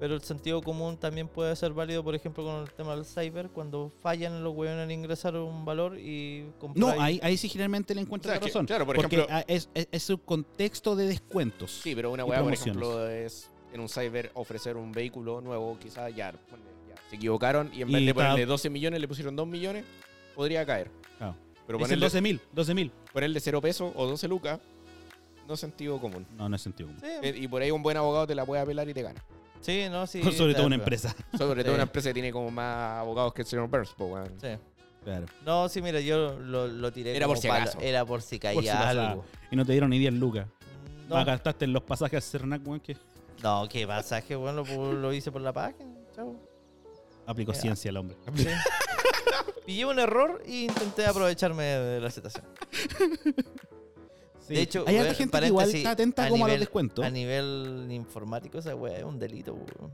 Pero el sentido común también puede ser válido, por ejemplo, con el tema del cyber, cuando fallan los hueones en ingresar un valor y
No,
comprar.
ahí, ahí sí generalmente le encuentro
O sea,
la
que-
razón.
claro, por
porque
ejemplo-
ah, es, es, es un contexto de descuentos.
Sí, pero una
y
weá, por
promociones.
ejemplo, es en un cyber ofrecer un vehículo nuevo, quizás ya, ponle, ya, se equivocaron y en
Y
vez de
está-
ponerle 12 millones le pusieron 2 millones, podría caer.
Claro.
Pero
Dicen
ponerle,
12.000, 12.000.
ponerle 0 pesos o 12 lucas, no sentido común.
No, no es sentido común.
Sí,
Eh, Y por ahí un buen abogado te la puede apelar y te gana.
sí, no, sí.
Sobre
está
todo una
bien.
empresa.
Sobre todo
Sí.
una empresa que tiene como más abogados que el señor Burns, po, weón.
Sí.
Claro.
No, sí, mira, yo lo, lo tiré.
Era por
como
si
palo.
acaso.
Era por si caía
Por si pasaba.
algo.
Y no te dieron ni 10 lucas.
No,
Más gastaste en los pasajes a Cernac, weón, que
no, qué pasaje, bueno, lo, lo hice por la página. Chao.
aplicó
Ya.
ciencia al hombre.
Sí. Pillé un error e intenté aprovecharme de la situación.
Sí.
De hecho,
hay harta
weón,
gente que igual
paréntesis,
está atenta
a
como a los
nivel-
descuentos.
A nivel informático, esa weá es un delito, weón.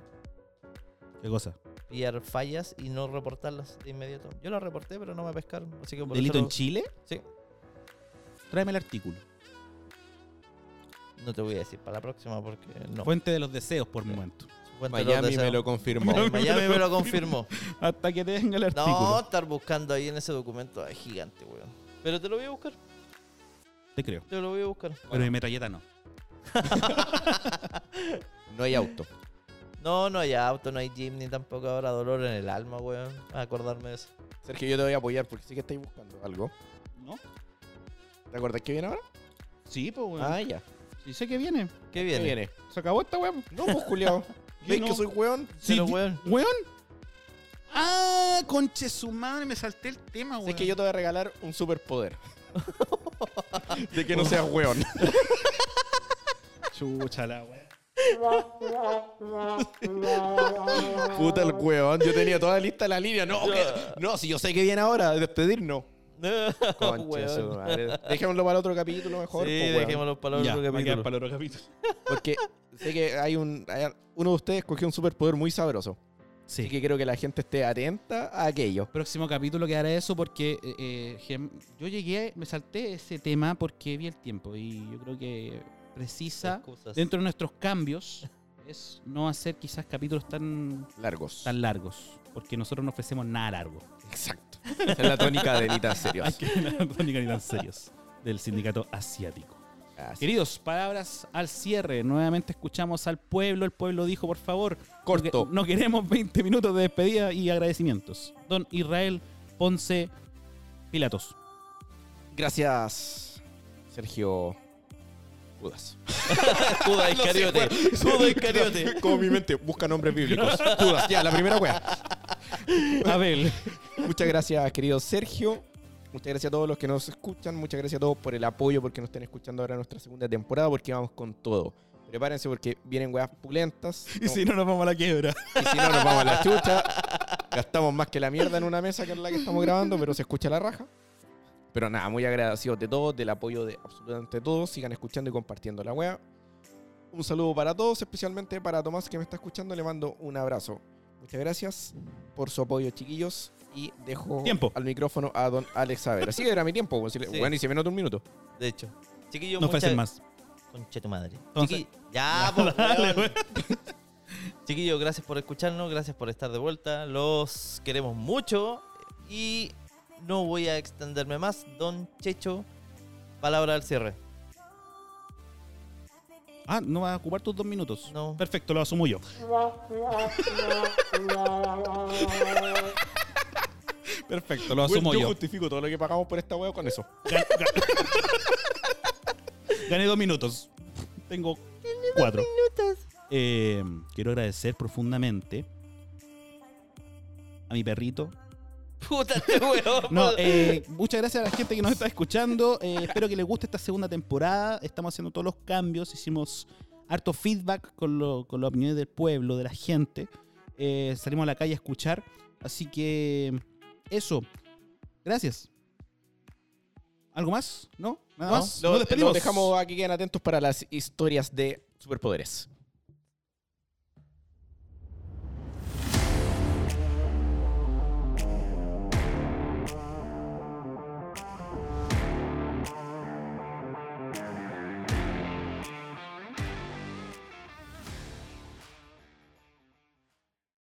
¿Qué cosa?
Pillar fallas y no reportarlas de inmediato. Yo las reporté, pero no me pescaron. Así que por
¿Delito
eso
en Chile?
Sí.
Tráeme el artículo.
no te voy a decir para la próxima porque no.
Fuente de los deseos por momento.
Fuente de los
Miami me
deseos.
lo confirmó.
Me lo-
Miami me lo confirmó.
Hasta que te venga el
No,
artículo.
estar buscando ahí en ese documento es gigante, weón. Pero te lo voy a buscar,
Te creo.
te lo voy a buscar.
Pero mi metralleta no.
No hay auto.
No, no hay auto, no hay gym, ni tampoco habrá dolor en el alma, weón. A acordarme de eso.
Sergio, yo te voy a apoyar porque sí que estáis buscando algo.
¿No?
¿Te acuerdas que viene ahora?
Sí, pues, weón.
Ah, ya.
Sí sé que viene.
¿Qué
¿Qué
viene?
viene? ¿Se acabó esta weón? No, pues, culiao.
Yo
¿Veis
no.
que soy weón?
Sí,
Pero,
di-
weón.
Ah, conche su madre, me salté el tema, weón.
Es que yo te voy a regalar un superpoder. de que no seas weón.
Chúchala, weón.
Puta el weón. Yo tenía toda lista la línea. No, que- no, si yo sé que viene ahora, despedirnos. Concha
Weón.
su madre. Dejémoslo para otro capítulo mejor.
sí,
po, weón.
dejémoslo para el
Ya,
otro
va a quedar
capítulo.
para el otro capítulo.
Porque sé que hay un. hay- uno de ustedes cogió un superpoder muy sabroso.
Sí.
Así que quiero que la gente esté atenta a aquello.
próximo capítulo quedará eso porque eh, eh, Gem- yo llegué, me salté ese tema porque vi el tiempo y yo creo que precisa,
Excusas.
dentro de nuestros cambios, es no hacer quizás capítulos tan,
Largos.
tan largos, porque nosotros no ofrecemos nada largo.
Exacto. Esa es la tónica de Nita Serios.
Hay que no ni tan serios del sindicato asiático.
Así.
Queridos, palabras al cierre. Nuevamente escuchamos al pueblo. El pueblo dijo, por favor,
Corto.
no queremos 20 minutos de despedida y agradecimientos. Don Israel Ponce Pilatos.
Gracias, Sergio Judas.
Judas Iscariote. Judas Iscariote.
Cariote. Como mi mente busca nombres bíblicos. Judas, ya, la primera wea.
Abel.
Muchas gracias, querido Sergio. Muchas gracias a todos los que nos escuchan. Muchas gracias a todos por el apoyo, porque nos estén escuchando ahora en nuestra segunda temporada, porque vamos con todo. Prepárense porque vienen weas pulentas. No,
no, nos vamos a la quiebra.
y si no, nos vamos a la chucha. Gastamos más que la mierda en una mesa que en la que estamos grabando, pero se escucha la raja. Pero nada, muy agradecidos de todos, del apoyo de absolutamente todos. Sigan escuchando y compartiendo la wea. Un saludo para todos, especialmente para Tomás que me está escuchando. Le mando un abrazo. Muchas gracias por su apoyo, chiquillos. Y dejo
Tiempo.
al micrófono a don Alex Saavedra. Así era mi tiempo. pues, si le-
Sí.
Bueno, y se me nota un minuto.
De hecho. Chiquillo,
No
muchas...
ofrecen más.
Concha tu madre.
Entonces-
Chiqui- Ya, pues, weón. Chiquillos, gracias por escucharnos, gracias por estar de vuelta. Los queremos mucho. Y no voy a extenderme más. Don Checho, palabra al cierre.
Ah, no vas a ocupar tus dos minutos.
No.
Perfecto, lo asumo yo. Perfecto, lo asumo
Bueno,
yo.
justifico todo lo que pagamos por esta wea con eso.
Gan- gan- Gané dos minutos. Tengo cuatro. Eh, quiero agradecer profundamente a mi perrito.
Puta este weón.
No, eh, muchas gracias a la gente que nos está escuchando. Eh, espero que les guste esta segunda temporada. Estamos haciendo todos los cambios. Hicimos harto feedback con, lo- con las opiniones del pueblo, de la gente. Eh, salimos a la calle a escuchar. Así que eso. Gracias. ¿Algo más? ¿No? ¿Nada
No,
más?
Lo,
Nos
lo dejamos aquí, queden atentos para las historias de superpoderes.